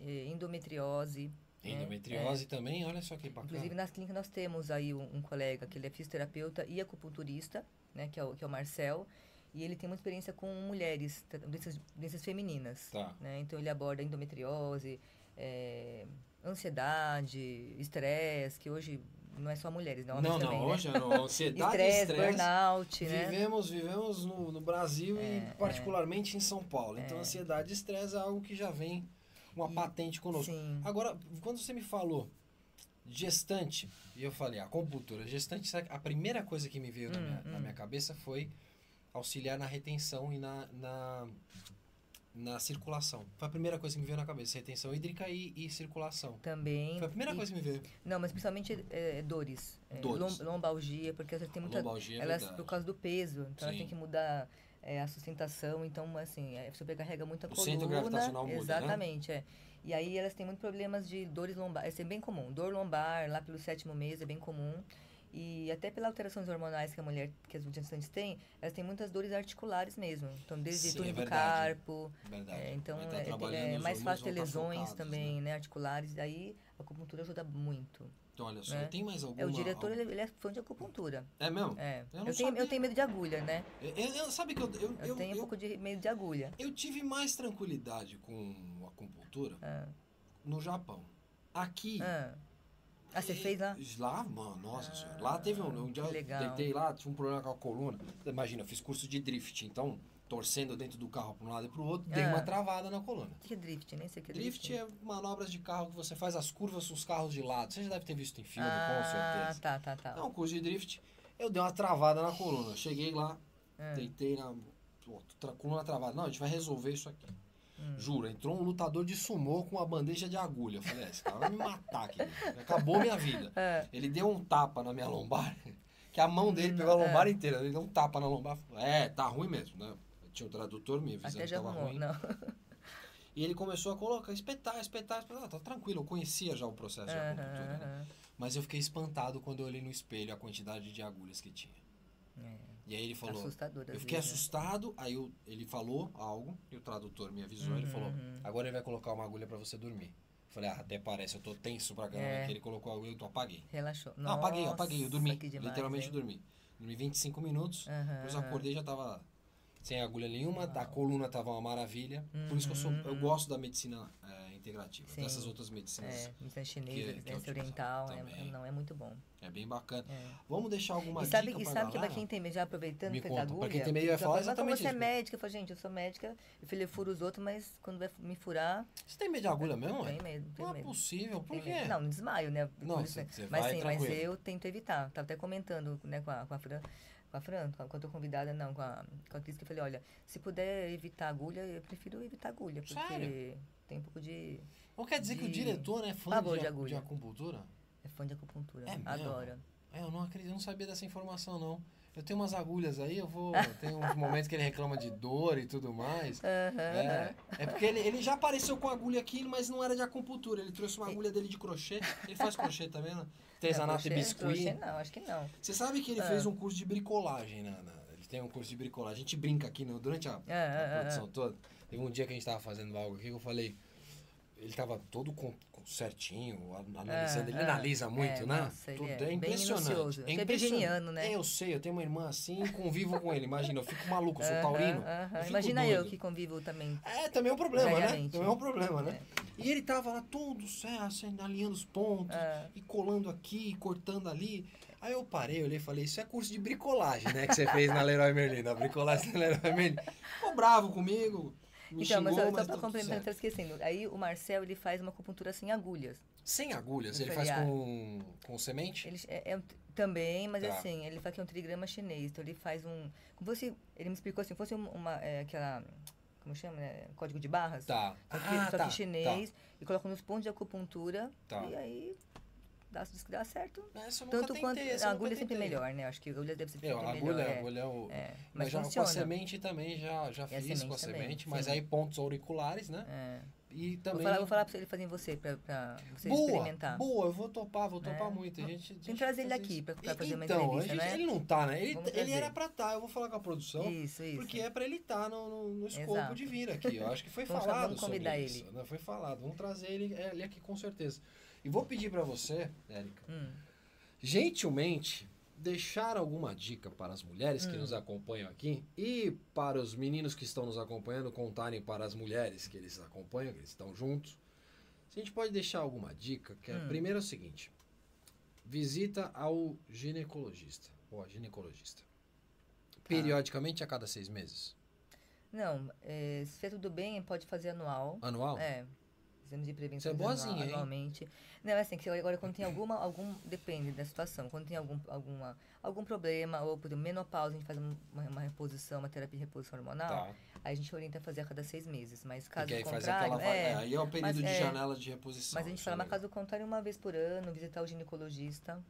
eh, endometriose. né? Endometriose É. também, olha só que bacana. Inclusive, nas clínicas nós temos aí um, um colega que ele é fisioterapeuta e acupunturista, né, que é o, que é o Marcel, e ele tem muita experiência com mulheres, tra- doenças, doenças femininas. Tá. né? Então, ele aborda endometriose, eh, ansiedade, estresse, que hoje não é só mulheres, não, homens Não, também, não, né? hoje não. Ansiedade, estresse, estresse, burnout, né? Vivemos, vivemos no, no Brasil e particularmente em São Paulo. Então, É. ansiedade e estresse é algo que já vem uma patente conosco. Agora, quando você me falou gestante, e eu falei, ah, acupuntura, gestante, sabe que a primeira coisa que me veio na, Hum, minha, na hum. minha cabeça foi auxiliar na retenção e na, na, na circulação. Foi a primeira coisa que me veio na cabeça, retenção hídrica e, e circulação. Também. Foi a primeira E- coisa que me veio. Não, mas principalmente eh, dores. eh, Dores. lom- lombalgia, porque elas têm muita. Lombalgia é elas, verdade. por causa do peso, então elas Sim. têm que mudar eh, a sustentação, então, assim, eh, sobrecarrega muito a O coluna. centro gravitacional muda, né? Exatamente, é. E aí elas têm muito problemas de dores lombares, isso é bem comum. Dor lombar, lá pelo sétimo mês, é bem comum. E até pelas alterações hormonais que a mulher, que as gestantes têm, elas têm muitas dores articulares mesmo. Então, desde Sim, túnel é do verdade. carpo. Verdade. eh, então, Vai tá é, trabalhando, é os mais hormônios fácil ter vão tá lesões chocados, também, né? Articulares. Daí a acupuntura ajuda muito. Então, olha só, né? tem mais É, o alguma- diretor, ele, ele é fã de acupuntura. É mesmo? É. Eu Eu, não tenho, sabia. eu tenho medo de agulha, né? Eu, eu- eu- sabe que eu, eu, eu- tenho um pouco de medo de agulha. Eu tive mais tranquilidade com a acupuntura no Japão. Aqui. Ah, você fez lá? Ah, Lá, mano, nossa senhora. Lá teve um. Um dia eu legal. deitei lá, tive um problema com a coluna. Imagina, eu fiz curso de drift, então, torcendo dentro do carro para um lado e para o outro, dei Ah. uma travada na coluna. O que é drift? Nem sei o que é drift. Drift é manobras de carro que você faz as curvas os carros de lado. Você já deve ter visto em filme, com Ah, certeza. tá, tá, tá. É um curso de drift. Eu dei uma travada na coluna. Cheguei lá, Ah. deitei na. pô, tra- coluna travada. Não, a gente vai resolver isso aqui. Hum. Juro, entrou um lutador de sumô com uma bandeja de agulha. Eu falei, "Ah, esse cara vai me matar aqui. Acabou minha vida. É. Ele deu um tapa na minha lombar, que a mão dele pegou a lombar É. inteira. Ele deu um tapa na lombar. falou, É, tá ruim mesmo, né? Tinha um tradutor me avisando Até que já tava arrumou, ruim. não. E ele começou a colocar, espetar, espetar, espetar. Ah, tá tranquilo, eu conhecia já o processo de Aham, acupuntura, né? aham. Mas eu fiquei espantado quando eu olhei no espelho a quantidade de agulhas que tinha. É. E aí ele falou. Assustador, às eu fiquei vezes, né? assustado, aí eu- ele falou algo, e o tradutor me avisou, ele Uhum, falou: uhum. agora ele vai colocar uma agulha pra você dormir. Eu Falei, ah, até parece, eu tô tenso pra caramba. É. que Ele colocou a agulha, eu apaguei. Relaxou. Não, apaguei, eu apaguei, eu dormi. Nossa, que demais, literalmente hein? dormi. Dormi 25 minutos, depois eu aham. acordei e já tava sem agulha nenhuma, a coluna tava uma maravilha. Por isso que eu sou, eu Uhum. gosto da medicina é, integrativa, Sim. dessas outras medicinas. É, medicina chinesa, que- que eu medicina utilizo. oriental, né? Também. não, é muito bom. É bem bacana. Vamos deixar alguma E sabe, dica e pra sabe que pra galera? quem tem medo, já aproveitando, Me fez conta, um pra agulha. quem tem medo, eu já ia falar fala, exatamente Mas você é isso. né? médica, eu falo, gente, eu sou médica, eu falei, eu furo os outros, mas quando vai me furar... Você tem medo de agulha mesmo, Tenho é? medo, tenho Não é medo. possível, por Tenho quê? medo. Não, não desmaio, né? Não, Por isso, você- né? você mas vai sim, mas tranquilo. eu tento evitar. Tava até comentando né, com, a, com a Fran, com a Fran, com a, com a tua convidada, não, com a, com a Cris, que eu falei, olha, se puder evitar agulha, eu prefiro evitar agulha, porque Sério? tem um pouco de... Ou quer dizer que o de diretor é fã pavor de, de a- de, agulha. acupuntura? É fã de acupuntura, É mesmo? adora. É, eu não acredito, eu não sabia dessa informação, não. Eu tenho umas agulhas aí, eu vou. Tem uns momentos que ele reclama de dor e tudo mais. É, é porque ele, ele já apareceu com agulha aqui, mas não era de acupuntura. Ele trouxe uma agulha dele de crochê. Ele faz crochê também, né? Artesanato e Não, crochê- biscuit. crochê não, acho que não. Você sabe que ele Ah. fez um curso de bricolagem, né? né? Ele tem um curso de bricolagem. A gente brinca aqui, né? Durante a, É, é, a é, produção é. toda. Teve um dia que a gente tava fazendo algo aqui que eu falei. Ele tava todo com, com certinho, a- analisando. ele é. analisa muito, É, né? nossa, ele Tudo é é, bem impressionante. minucioso. Você é virginiano, né? Eu sei, eu tenho uma irmã assim e convivo com ele. Imagina, eu fico maluco, eu sou Aham, taurino. aham. eu fico Imagina eu doido. que convivo também. É, também é um problema, né? Vagamente, Também é um problema, né? É. E ele tava lá todo certo, assim, alinhando os pontos, É. e colando aqui, e cortando ali. Aí eu parei, olhei e falei, isso é curso de bricolagem, né? Que você fez na Leroy Merlin, na bricolagem da Leroy Merlin. Ficou bravo comigo, me então, xingou, mas só, mas só tá pra tudo complementar, eu tô certo. esquecendo. Aí o Marcel, ele faz uma acupuntura sem agulhas. Sem agulhas, Eu ele falei, faz ah, com, com semente? Ele, é, é um- também, mas Tá. assim, ele fala que é um trigrama chinês. Então ele faz um. Como fosse, ele me explicou assim, fosse um- uma. é, aquela. como chama, né? Código de barras. Tá. Só que, Ah, só que tá, chinês. E colocam nos pontos de acupuntura. Tá. E aí dá, diz que dá certo. eu nunca Tanto quanto tentei, essa eu a nunca agulha é sempre tentei. melhor, né? Acho que a agulha deve ser É, sempre a agulha, melhor. a agulha é o. É, mas mas já com a funciona. semente também já, já E a fiz com a semente também, semente, mas sim. É. aí pontos auriculares, né? E também. Vou falar, vou falar pra ele fazer em você, pra, pra você Boa, experimentar. boa, eu vou topar, vou Né? topar muito. A gente, Tem que trazer ele aqui pra, pra fazer uma então, a entrevista, gente- né? ele não tá, né? Ele, Vamos ele trazer. era pra estar, eu vou falar com a produção. Isso, isso. Porque é pra ele estar no, no, no escopo Exato. de vir aqui. Eu acho que foi Vamos- falado vamos convidar sobre ele. isso, né? Foi falado. Vamos trazer ele, é, ele aqui com certeza. E vou pedir pra você, Érica, gentilmente deixar alguma dica para as mulheres que Hum. nos acompanham aqui e para os meninos que estão nos acompanhando contarem para as mulheres que eles acompanham, que eles estão juntos. Se a gente pode deixar alguma dica, que é, Hum. primeiro é o seguinte: visita ao ginecologista ou a ginecologista. Tá. Periodicamente a cada seis meses. Não, é, se fizer tudo bem, pode fazer anual. Anual? É. Exames de prevenção Você é boazinha, hein? anualmente. Não, é assim, que agora quando tem alguma, algum, depende da situação, quando tem algum, alguma, algum problema, ou por exemplo, menopausa, a gente faz um- uma, uma reposição, uma terapia de reposição hormonal, Tá. aí a gente orienta a fazer a cada seis meses, mas caso Porque aí faz contrário... aquela. é, aí é o período mas de é, janela de reposição. Mas a gente isso fala, é mas legal. caso contrário, uma vez por ano, visitar o ginecologista.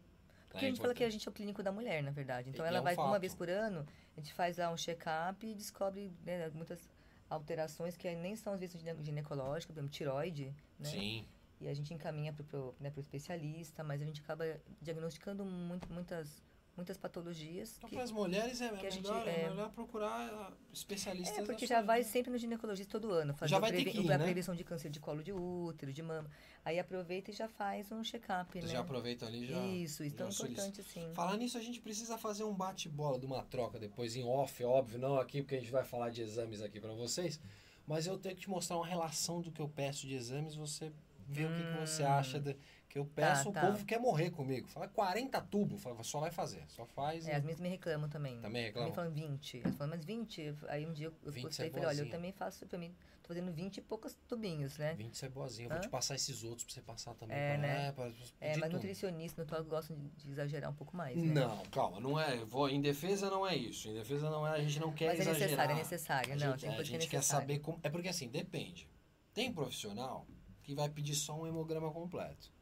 Porque é a gente fala que a importante. gente é o clínico da mulher, na verdade. Então E é ela um vai uma fato. vez por ano, a gente faz lá um check-up e descobre né, muitas alterações que nem são às vezes gine- ginecológicas, por exemplo, tiroide, né? Sim. E a gente encaminha para o né, pro especialista, mas a gente acaba diagnosticando muito, muitas, muitas patologias. Então, para as mulheres é, que a gente, melhor, é é, melhor procurar ah, especialistas. é, porque da já sua- vai sempre no ginecologista todo ano, fazer Já a vai ter previ- que ir, a né? prevenção de câncer de colo de útero, de mama. Aí aproveita e já faz um check-up, né? Já aproveita ali já. Isso, isso já é importante, solicita. sim. Falar nisso, a gente precisa fazer um bate-bola de uma troca depois em off, óbvio, não aqui, porque a gente vai falar de exames aqui para vocês. Mas eu tenho que te mostrar uma relação do que eu peço de exames, você vê o que, que você acha de- que eu peço. o Hum. tá. povo quer morrer comigo. Fala 40 tubos, fala, só vai fazer, só faz. É, as minhas me reclamam também. Também reclamam? Me falam 20. Elas falam, mas 20? Aí um dia eu- eu 20 postei é e falei, olha, eu boazinha. também faço, pra mim, tô fazendo 20 e poucos tubinhos, né? 20 você é boazinha. Eu vou Hã? te passar esses outros pra você passar também. É, pra- né? É, pra- É, de mas tudo. nutricionista, nutólogo, gostam de, de exagerar um pouco mais, né? Não, calma, não é. Vou, em defesa não é isso. Em defesa não é. A gente não quer Mas é necessário, exagerar. é necessário, A não, gente, tem é, a coisa que é gente quer necessário. saber como. É porque assim, depende. Tem profissional que vai pedir só um hemograma completo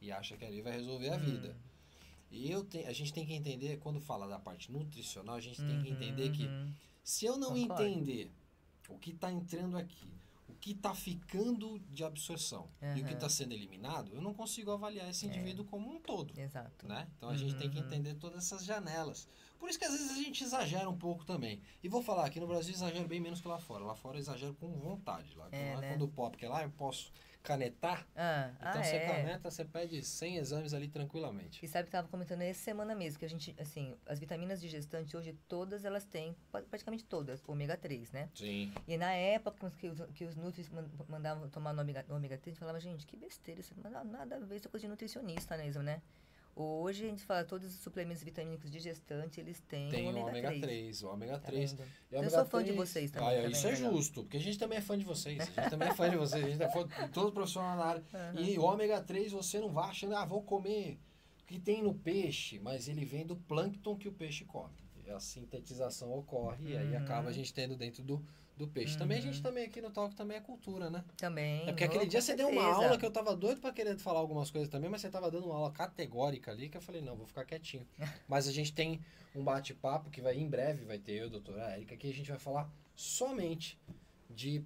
e acha que ali vai resolver a Hum. vida. E eu te, a gente tem que entender, quando fala da parte nutricional, a gente tem que entender que se eu não Uhum, Concordo. entender o que está entrando aqui, o que está ficando de absorção e o que Aham. É. está sendo eliminado, eu não consigo avaliar esse indivíduo como um todo. Exato. Uhum, Né? Então a gente tem que entender todas essas janelas. Por isso que às vezes a gente exagera um pouco também. E vou falar, aqui no Brasil eu exagero bem menos que lá fora. Lá fora eu exagero com vontade. Lá, É, lá né? quando o pop, que lá eu posso canetar. Ah, Então ah, você é. caneta, você pede 100 exames ali tranquilamente. E sabe que eu tava comentando essa semana mesmo, que a gente, assim, as vitaminas de gestante hoje, todas elas têm, pra- praticamente todas, ômega 3, né? Sim. E na época que os, que os nutris man- mandavam tomar no ômega, no ômega 3, a gente falava, gente, que besteira, isso não dá nada a ver, isso é coisa de nutricionista mesmo, né? Hoje a gente fala, todos os suplementos vitamínicos de gestante, eles têm Tem o ômega ômega 3, o ômega 3. vendo? E Eu ômega sou fã de 3 vocês também, Ah, tá isso é vendo? Legal. justo, porque a gente também é fã de vocês. A gente também é fã de vocês. A gente é fã de todo profissional na área. E o ômega 3 você não vai achando, ah, vou comer o que tem no peixe, mas ele vem do plâncton que o peixe come. E a sintetização ocorre e aí Uhum. acaba a gente tendo dentro do, do peixe. Também a gente também aqui no Talk também é cultura, né? Também. É porque não, aquele dia com você deu uma certeza. aula que eu tava doido pra querer falar algumas coisas também, mas você tava dando uma aula categórica ali que eu falei, não, vou ficar quietinho. Mas a gente tem um bate-papo que vai em breve vai ter eu, e a doutora Érica, que a gente vai falar somente de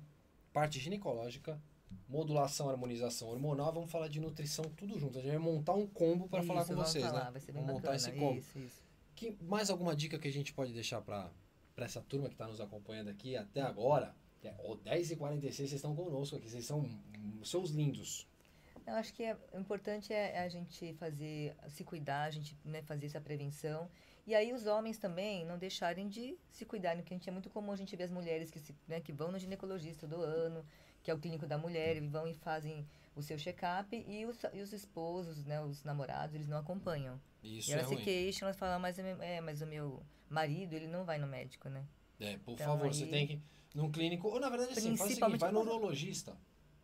parte ginecológica, modulação, harmonização hormonal, vamos falar de nutrição tudo junto. A gente vai montar um combo pra falar Isso, com vamos vocês, falar, né? vai ser bem vamos montar bacana, esse combo. isso, isso. Que, mais alguma dica que a gente pode deixar pra pra essa turma que tá nos acompanhando aqui até agora? Que É, ó, 10h46, vocês estão conosco aqui, vocês são hum, seus lindos. Eu acho que é, o importante é a gente fazer, se cuidar, a gente né, fazer essa prevenção. E aí os homens também não deixarem de se cuidarem, porque a gente é muito comum a gente ver as mulheres que, se, né, que vão no ginecologista do ano, que é o clínico da mulher, e vão e fazem o seu check-up, e os, e os esposos, né, os namorados, eles não acompanham. Isso e elas é se ruim. queixam, elas falam, mas, o meu- é, mas o meu marido, ele não vai no médico, né? É, por Então, favor, você aí- tem que ir num clínico, ou na verdade assim, faz o seguinte, Principalmente vai no quando- urologista.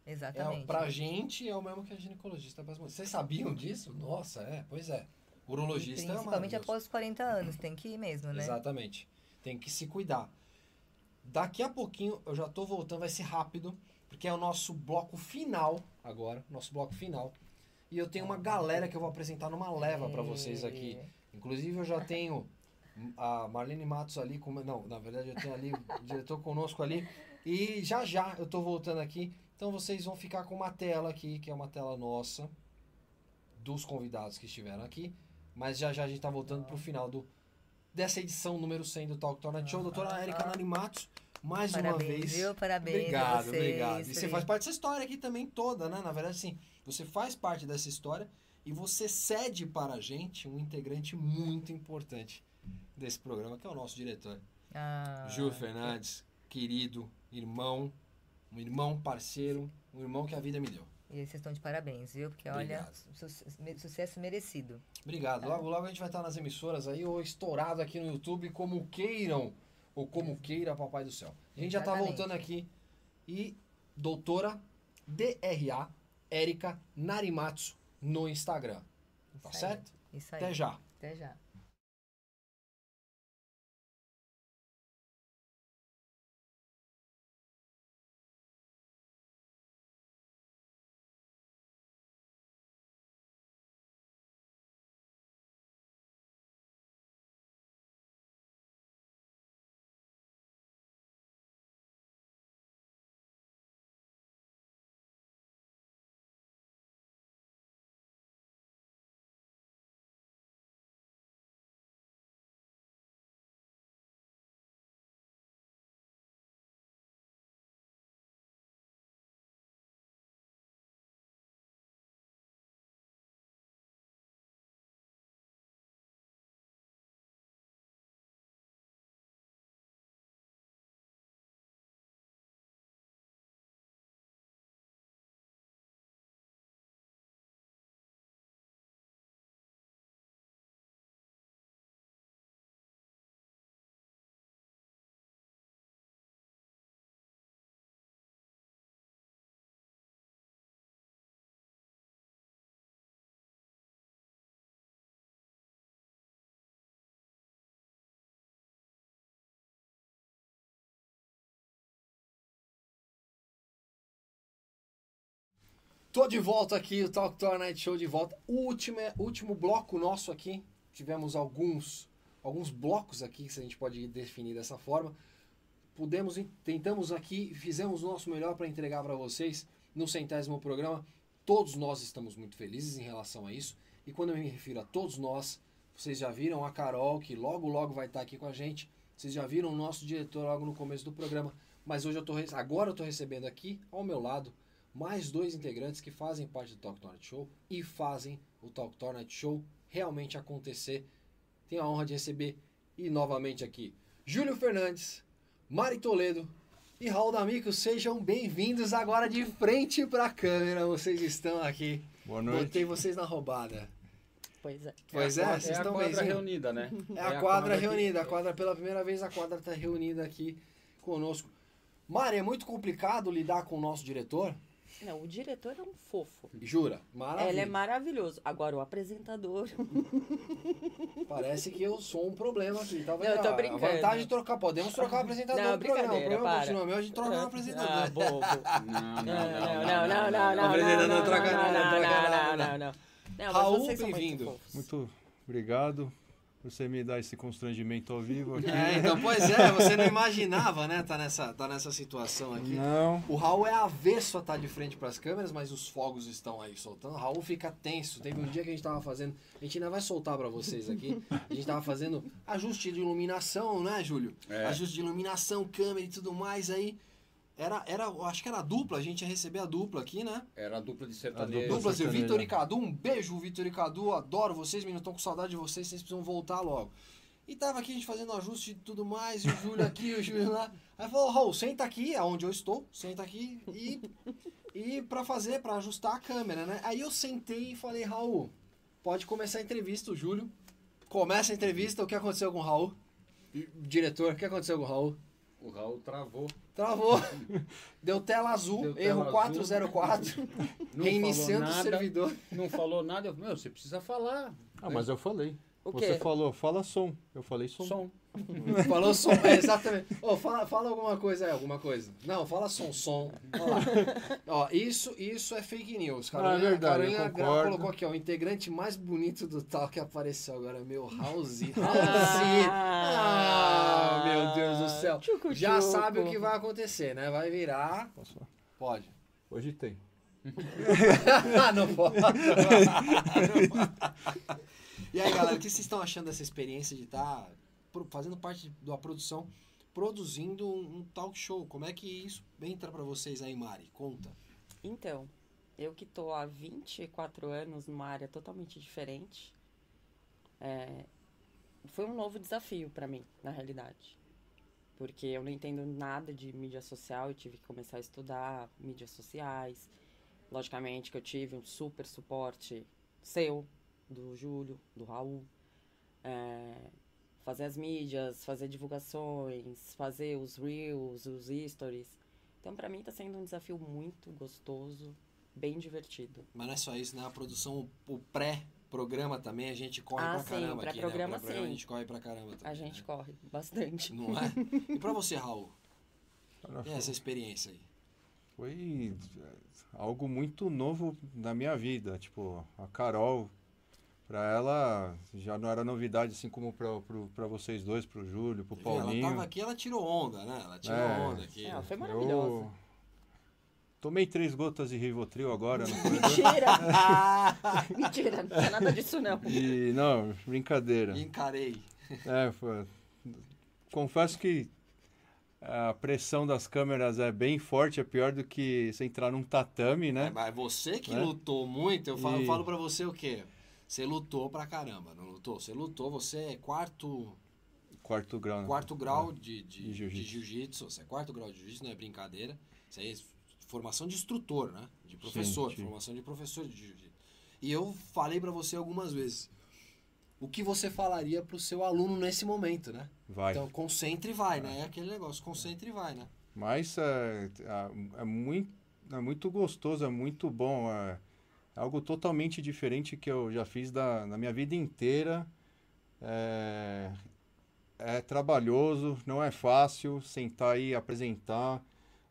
Exatamente. É, pra gente é o mesmo que a ginecologista para as mulheres. Vocês sabiam disso? Nossa, é, pois é. Urologista é Principalmente maravilhoso. né? após os 40 anos, tem que ir mesmo, né? Exatamente. Tem que se cuidar. Daqui a pouquinho eu já tô voltando, vai ser rápido, porque é o nosso bloco final agora, nosso bloco final. E eu tenho uma galera que eu vou apresentar numa leva pra vocês aqui. Inclusive eu já tenho a Marlene Matos ali com não, na verdade eu tenho ali o diretor conosco ali e já já eu tô voltando aqui. Então vocês vão ficar com uma tela aqui, que é uma tela nossa dos convidados que estiveram aqui, mas já já a gente tá voltando pro final do dessa edição número 100 do Talk Torna Show, doutora Erika Nanimatos, mais uma Parabéns, vez. viu? Parabéns a Obrigado, vocês, obrigado. E você Felipe. faz parte dessa história aqui também toda, né? Na verdade, assim, você faz parte dessa história e você cede para a gente um integrante muito importante desse programa, que é o nosso diretor. Ah, Ju Fernandes, querido irmão, um irmão parceiro, um irmão que a vida me deu. E vocês estão de parabéns, viu? Porque olha, su- sucesso merecido. Tá? Obrigado. É. Logo, logo a gente vai estar nas emissoras aí, ou estourado aqui no YouTube, como queiram, ou como queira, Papai do Céu. A gente já está Exatamente. voltando aqui. E doutora DRA Érica Narimatsu no Instagram. Isso Tá aí, certo? Isso aí. Até já. Até já. Tô de volta aqui, o Talk Tour Night Show de volta. Último, é, último bloco nosso aqui. Tivemos alguns, alguns blocos aqui, se a gente pode definir dessa forma. Pudemos, tentamos aqui, fizemos o nosso melhor para entregar para vocês no centésimo programa. Todos nós estamos muito felizes em relação a isso. E quando eu me refiro a todos nós, vocês já viram a Carol, que logo logo vai estar aqui com a gente. Vocês já viram o nosso diretor logo no começo do programa. Mas hoje eu tô, re- agora eu estou recebendo aqui, ao meu lado, mais dois integrantes que fazem parte do Talk Tour Night Show e fazem o Talk Tour Night Show realmente acontecer. Tenho a honra de receber e novamente aqui Júlio Fernandes, Mari Toledo e Raul D'Amico. Sejam bem-vindos agora de frente para a câmera. Vocês estão aqui. Boa noite. Botei vocês na roubada. Pois é. Pois é, É a quadra- vocês é a estão quadra benzinho. reunida, né? É a, quadra, que- reunida. A quadra, pela primeira vez, a quadra está reunida aqui conosco. Mari, é muito complicado lidar com o nosso diretor? Não, o diretor é um fofo. Jura? Maravilha. Ele é maravilhoso. Agora, o apresentador. Parece que eu sou um problema aqui. Tá vendo? Não, eu tô A- brincando. A vantagem de trocar, podemos trocar o apresentador Não, do programa. O brincadeira, programa para. continua meu, a gente troca o apresentador. Ah, bobo. Não, não, não, não, não, O apresentador não, não, troca não, nada, não, troca não, nada. não, não, não. Não, mas Raul, vocês são muito bem-vindo. Muito obrigado por você me dar esse constrangimento ao vivo aqui. É, então, pois é, você não imaginava, né? Tá nessa, tá nessa situação aqui. Não. O Raul é avesso a estar de frente pras câmeras, mas os fogos estão aí soltando. O Raul fica tenso. Teve um dia que a gente tava fazendo. A gente ainda vai soltar pra vocês aqui. A gente tava fazendo ajuste de iluminação, né, Júlio? É. Ajuste de iluminação, câmera e tudo mais aí. Era, era, eu acho que era a dupla, a gente ia receber a dupla aqui, né? Era a dupla de Dupla, sertanejo. dupla de Vitor e Cadu, um beijo, Vitor e Cadu, adoro vocês, meninos, tô com saudade de vocês, vocês precisam voltar logo. E tava aqui a gente fazendo ajuste e tudo mais, e o Júlio aqui, o Júlio lá. Aí falou, Raul, senta aqui, aonde eu estou, senta aqui e, e pra fazer, pra ajustar a câmera, né? Aí eu sentei e falei, Raul, pode começar a entrevista, o Júlio. Começa a entrevista, o que aconteceu com o Raul? Diretor, o que aconteceu com o Raul? O Raul travou. Travou. Deu tela azul, Deu tela erro azul. 404. Não reiniciando falou o nada, servidor. Não falou nada. Eu falei, meu, você precisa falar. Ah, mas eu falei. O Você quê? falou, fala som. Eu falei som. Som. Falou som, é, exatamente. Ô, fala, fala alguma coisa aí, alguma coisa. Não, fala som, som. Ó lá. Ó, isso, isso é fake news. Carolina, Ah, é verdade, eu Carolina Gra- concordo. colocou aqui, ó, o integrante mais bonito do tal que apareceu agora, meu Raulzinho. Raulzinho! Ah. Ah, meu Deus do céu. Tchucu, Já tchucu. sabe o que vai acontecer, né? Vai virar... Pode. Hoje tem. Ah, não pode. e aí, galera, o que vocês estão achando dessa experiência de estar fazendo parte da produção, produzindo um, um talk show? Como é que isso entra pra vocês aí, Mari? Conta. Então, eu que tô há 24 anos numa área totalmente diferente, é, foi um novo desafio para mim, na realidade. Porque eu não entendo nada de mídia social, eu tive que começar a estudar mídias sociais. Logicamente que eu tive um super suporte seu, do Júlio, do Raul. É, fazer as mídias, fazer divulgações, fazer os reels, os stories. Então, pra mim, tá sendo um desafio muito gostoso, bem divertido. Mas não é só isso, né? A produção, o o pré-programa também, a gente corre Ah, pra sim, caramba aqui, pré-programa, né? O pré-programa sim. a gente corre pra caramba também. A gente corre bastante. É. Não é? E pra você, Raul? E essa experiência aí? Foi é, algo muito novo na minha vida. Tipo, a Carol, pra ela já não era novidade, assim como pra, pro, pra vocês dois, pro Júlio, pro Paulinho. Ela tava aqui, ela tirou onda, né? Ela tirou É. onda aqui. né? Ela foi Eu tomei três gotas de Rivotril agora. no corredor. Mentira! Mentira, não é nada disso não. E não, brincadeira. Encarei. É, foi- confesso que a pressão das câmeras é bem forte, é pior do que você entrar num tatame, né? É, Mas você que Né? lutou muito, eu falo, E- falo pra você o quê? Você lutou pra caramba, não lutou? Você lutou, você é quarto, Quarto grau. né? quarto grau de, de, De jiu-jitsu. de jiu-jitsu. você é quarto grau de jiu-jitsu, não é brincadeira. Isso aí é formação de instrutor, né? De professor, sim. formação de professor de jiu-jitsu. E eu falei pra você algumas vezes o que você falaria pro seu aluno nesse momento, né? É, Vai. Então concentre e vai, né? É aquele negócio, concentre e vai, né? Mas é, é, muito, é muito gostoso, é muito bom. É, é algo totalmente diferente que eu já fiz da, na minha vida inteira. É, é trabalhoso, não é fácil sentar aí e apresentar,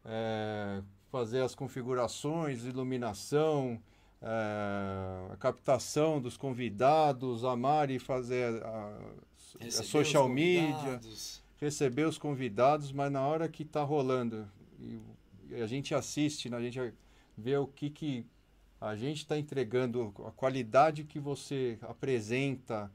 é, fazer as configurações, iluminação, é, a captação dos convidados, a Mari fazer a, a Receber os social media convidados. receber os convidados, mas na hora que tá rolando e, o- e a gente assiste, né, a gente vê o que que a gente está entregando, a qualidade que você apresenta,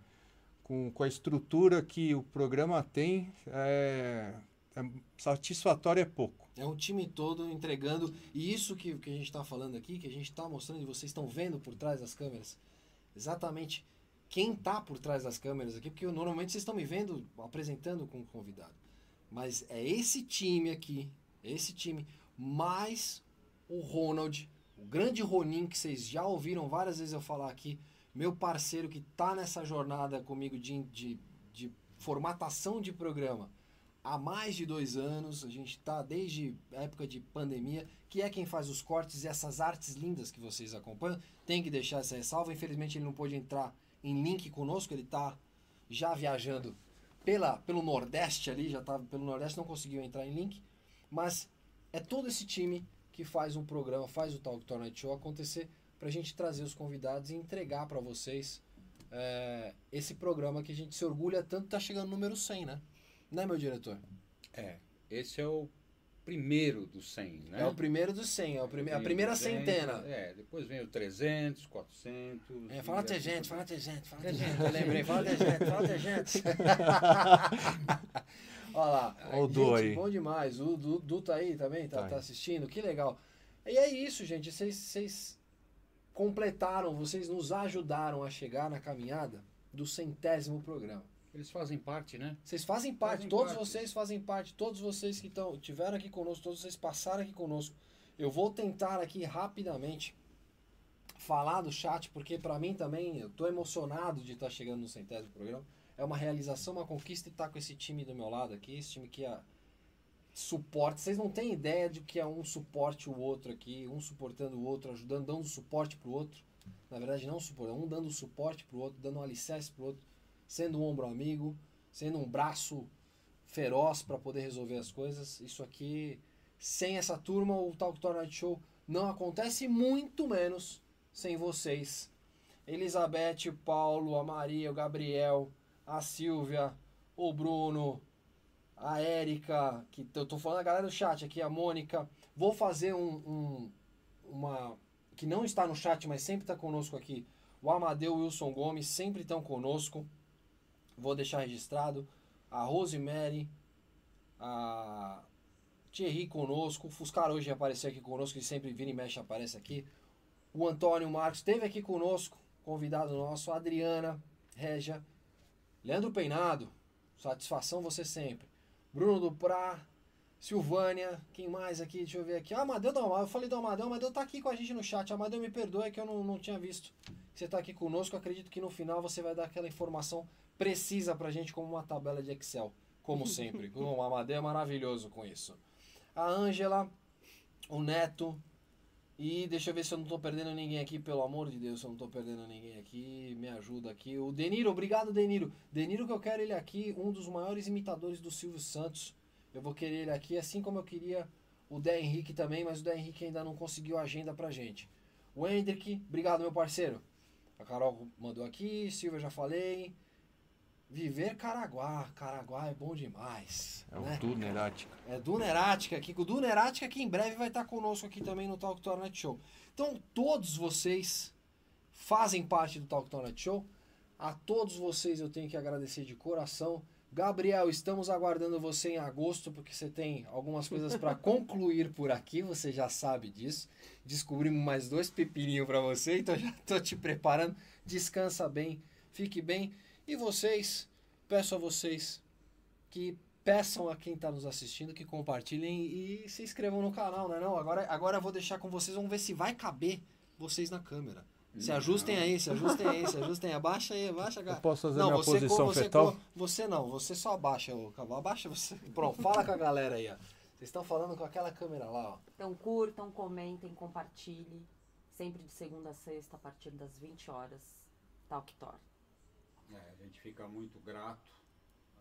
com, com a estrutura que o programa tem, é, é satisfatório é pouco. É um time todo entregando. E isso que, que a gente está falando aqui, que a gente está mostrando e vocês estão vendo por trás das câmeras, exatamente quem está por trás das câmeras aqui, porque eu- normalmente vocês estão me vendo apresentando com o convidado. Mas é esse time aqui, esse time, mais o Ronald, o grande Ronin, que vocês já ouviram várias vezes eu falar aqui, meu parceiro que está nessa jornada comigo de- de, de formatação de programa há mais de dois anos, a gente está desde a época de pandemia, que é quem faz os cortes e essas artes lindas que vocês acompanham. Tem que deixar essa ressalva. Infelizmente ele não pôde entrar em link conosco, ele está já viajando pela, pelo Nordeste ali, já tá pelo Nordeste, não conseguiu entrar em link. Mas é todo esse time que faz um programa, faz o Talk Tour Night Show acontecer para a gente trazer os convidados e entregar para vocês eh, esse programa que a gente se orgulha tanto, tá chegando no número 100, né? Né, meu diretor? É, esse é o primeiro dos 100, né? É o primeiro dos 100, é o prime- a Vem o primeira 200, centena. É, depois vem o 300, 400. É, fala e assim até aí- gente, fala até gente, fala até gente. Eu lembrei, fala até gente, fala até gente. Olha lá. Ó o Gente, Du aí. Bom demais. O Du, Du tá aí também, tá, Tá aí. tá assistindo, que legal. E é isso, gente. Vocês- Vocês completaram, vocês nos ajudaram a chegar na caminhada do centésimo programa. Eles fazem parte, né? Vocês fazem parte, Fazem todos parte. vocês fazem parte, todos vocês que estão tiveram aqui conosco, todos vocês passaram aqui conosco. Eu vou tentar aqui rapidamente falar do chat, porque pra mim também eu tô emocionado de estar chegando no centésimo programa. É uma realização, uma conquista estar com esse time do meu lado aqui, esse time que é suporte. Vocês não têm ideia de que é um suporte o outro aqui, um suportando o outro, ajudando, dando suporte pro outro. Na verdade, não suporte, um dando suporte pro outro, dando um alicerce pro outro, sendo um ombro amigo, sendo um braço feroz para poder resolver as coisas. Isso aqui, sem essa turma, o Talk Tour Night Show não acontece, muito menos sem vocês. Elizabeth, o Paulo, a Maria, o Gabriel, a Silvia, o Bruno, a Érica, que eu tô falando a galera do chat aqui, a Mônica. Vou fazer um, um- uma que não está no chat, mas sempre está conosco aqui. O Amadeu e o Wilson Gomes sempre estão conosco. Vou deixar registrado. A Rosemary, a Thierry conosco. O Fuscar hoje apareceu aqui conosco, ele sempre vira e mexe aparece aqui. O Antônio Marcos esteve aqui conosco, convidado nosso. A Adriana Regia. Leandro Peinado, satisfação você sempre. Bruno Duprá, Silvânia, quem mais aqui? Deixa eu ver aqui. Ah, Amadeu Dalmau, eu falei do Amadeu, Amadeu tá aqui com a gente no chat. Amadeu, me perdoe que eu não, não tinha visto que você tá aqui conosco. Acredito que no final você vai dar aquela informação precisa pra gente, como uma tabela de Excel, como sempre. o Amadeu é maravilhoso com isso. A Ângela, o Neto, e deixa eu ver se eu não tô perdendo ninguém aqui, pelo amor de Deus, se eu não tô perdendo ninguém aqui, me ajuda aqui. O Deniro, obrigado Deniro. Deniro que eu quero ele aqui, um dos maiores imitadores do Silvio Santos. Eu vou querer ele aqui, assim como eu queria o Dé Henrique também, mas o Dé Henrique ainda não conseguiu a agenda pra gente. O Hendrick, obrigado meu parceiro. A Carol mandou aqui, Silvia já falei. Viver Caraguá, Caraguá é bom demais. É o né? Dunerática. É Dunerática aqui, o Dunerática que em breve vai estar conosco aqui também no Talk Tour Night Show. Então, todos vocês fazem parte do Talk Tour Night Show. A todos vocês eu tenho que agradecer de coração. Gabriel, estamos aguardando você em agosto, porque você tem algumas coisas para concluir por aqui, você já sabe disso. Descobrimos mais dois pepininhos para você, então já tô te preparando. Descansa bem, fique bem. E vocês, peço a vocês que peçam a quem está nos assistindo que compartilhem e se inscrevam no canal, né? Não, agora, agora eu vou deixar com vocês, vamos ver se vai caber vocês na câmera. Se Não. ajustem aí, se ajustem aí, se ajustem aí. Abaixa aí, abaixa, cara. posso fazer não, minha você posição co- você fetal? co- você não, você só abaixa o cavalo. Abaixa você. Pronto, fala com a galera aí, ó. Vocês estão falando com aquela câmera lá, ó. Então curtam, comentem, compartilhem. Sempre de segunda a sexta, a partir das 20 horas. Talk Tor. É, a gente fica muito grato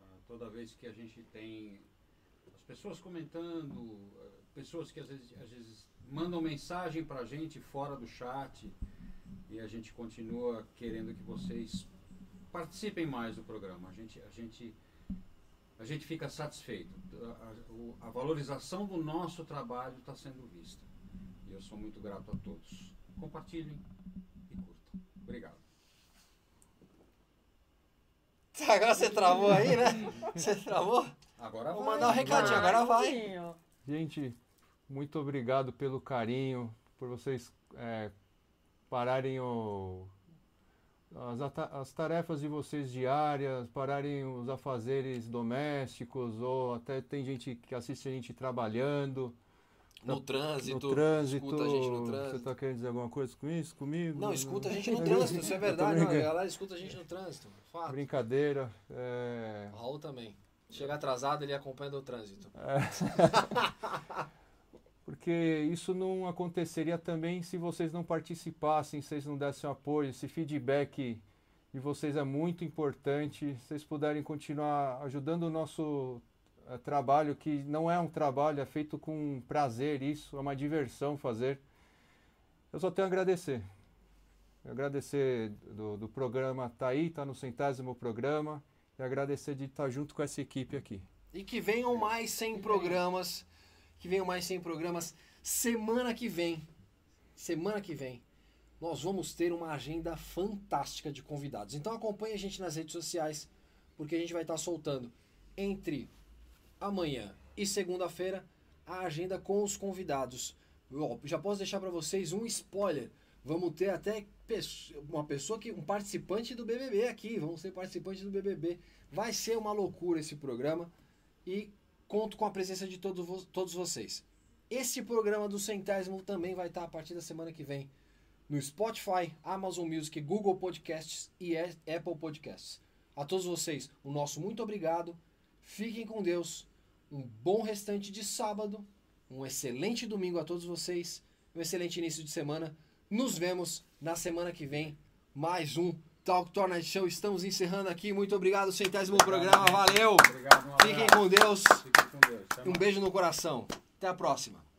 ah, toda vez que a gente tem as pessoas comentando, ah, pessoas que às vezes, às vezes mandam mensagem para a gente fora do chat e a gente continua querendo que vocês participem mais do programa. A gente, a gente, a gente fica satisfeito. A- a- o- a valorização do nosso trabalho está sendo vista. E eu sou muito grato a todos. Compartilhem e curtam. Obrigado. Agora você travou aí, né? Você travou? Agora Vou vai. mandar um recadinho, agora vai. Gente, muito obrigado pelo carinho, por vocês é, pararem o- as, ata- as tarefas de vocês diárias, pararem os afazeres domésticos, ou até tem gente que assiste a gente trabalhando. No Tá- trânsito, no trânsito, escuta a gente no Você trânsito. está querendo dizer alguma coisa com isso, comigo? Não, escuta a gente no Eu trânsito, isso é tô verdade. Não, a brincando. galera escuta a gente no trânsito. Fato. Brincadeira. é, O Raul também. Chega atrasado, ele acompanha o trânsito. É. Porque isso não aconteceria também se vocês não participassem, se vocês não dessem apoio. Esse feedback de vocês é muito importante. Se vocês puderem continuar ajudando o nosso eh, trabalho, que não é um trabalho, é feito com prazer, isso é uma diversão fazer. Eu só tenho a agradecer. Agradecer do, do programa tá aí, tá no centésimo programa, e agradecer de estar junto com essa equipe aqui. E que venham mais 100 programas. Que venham mais 100 programas. Semana que vem. Semana que vem. Nós vamos ter uma agenda fantástica de convidados. Então acompanhe a gente nas redes sociais, porque a gente vai estar soltando entre amanhã e segunda-feira a agenda com os convidados. Ó, já posso deixar para vocês um spoiler. Vamos ter até pesso- uma pessoa que um participante do BBB aqui. Vamos ter participante do BBB. Vai ser uma loucura esse programa e conto com a presença de todo vo- todos vocês. Este programa do Centésimo também vai estar a partir da semana que vem no Spotify, Amazon Music, Google Podcasts e A- Apple Podcasts. A todos vocês, o nosso muito obrigado. Fiquem com Deus. Um bom restante de sábado. Um excelente domingo a todos vocês. Um excelente início de semana. Nos vemos na semana que vem. Mais um Talk Tour Night Show. Estamos encerrando aqui. Muito obrigado, centésimo programa. Valeu. Obrigado, um abraço. Fiquem com Deus. Fiquem com Deus. Até Um mais. beijo no coração. Até a próxima.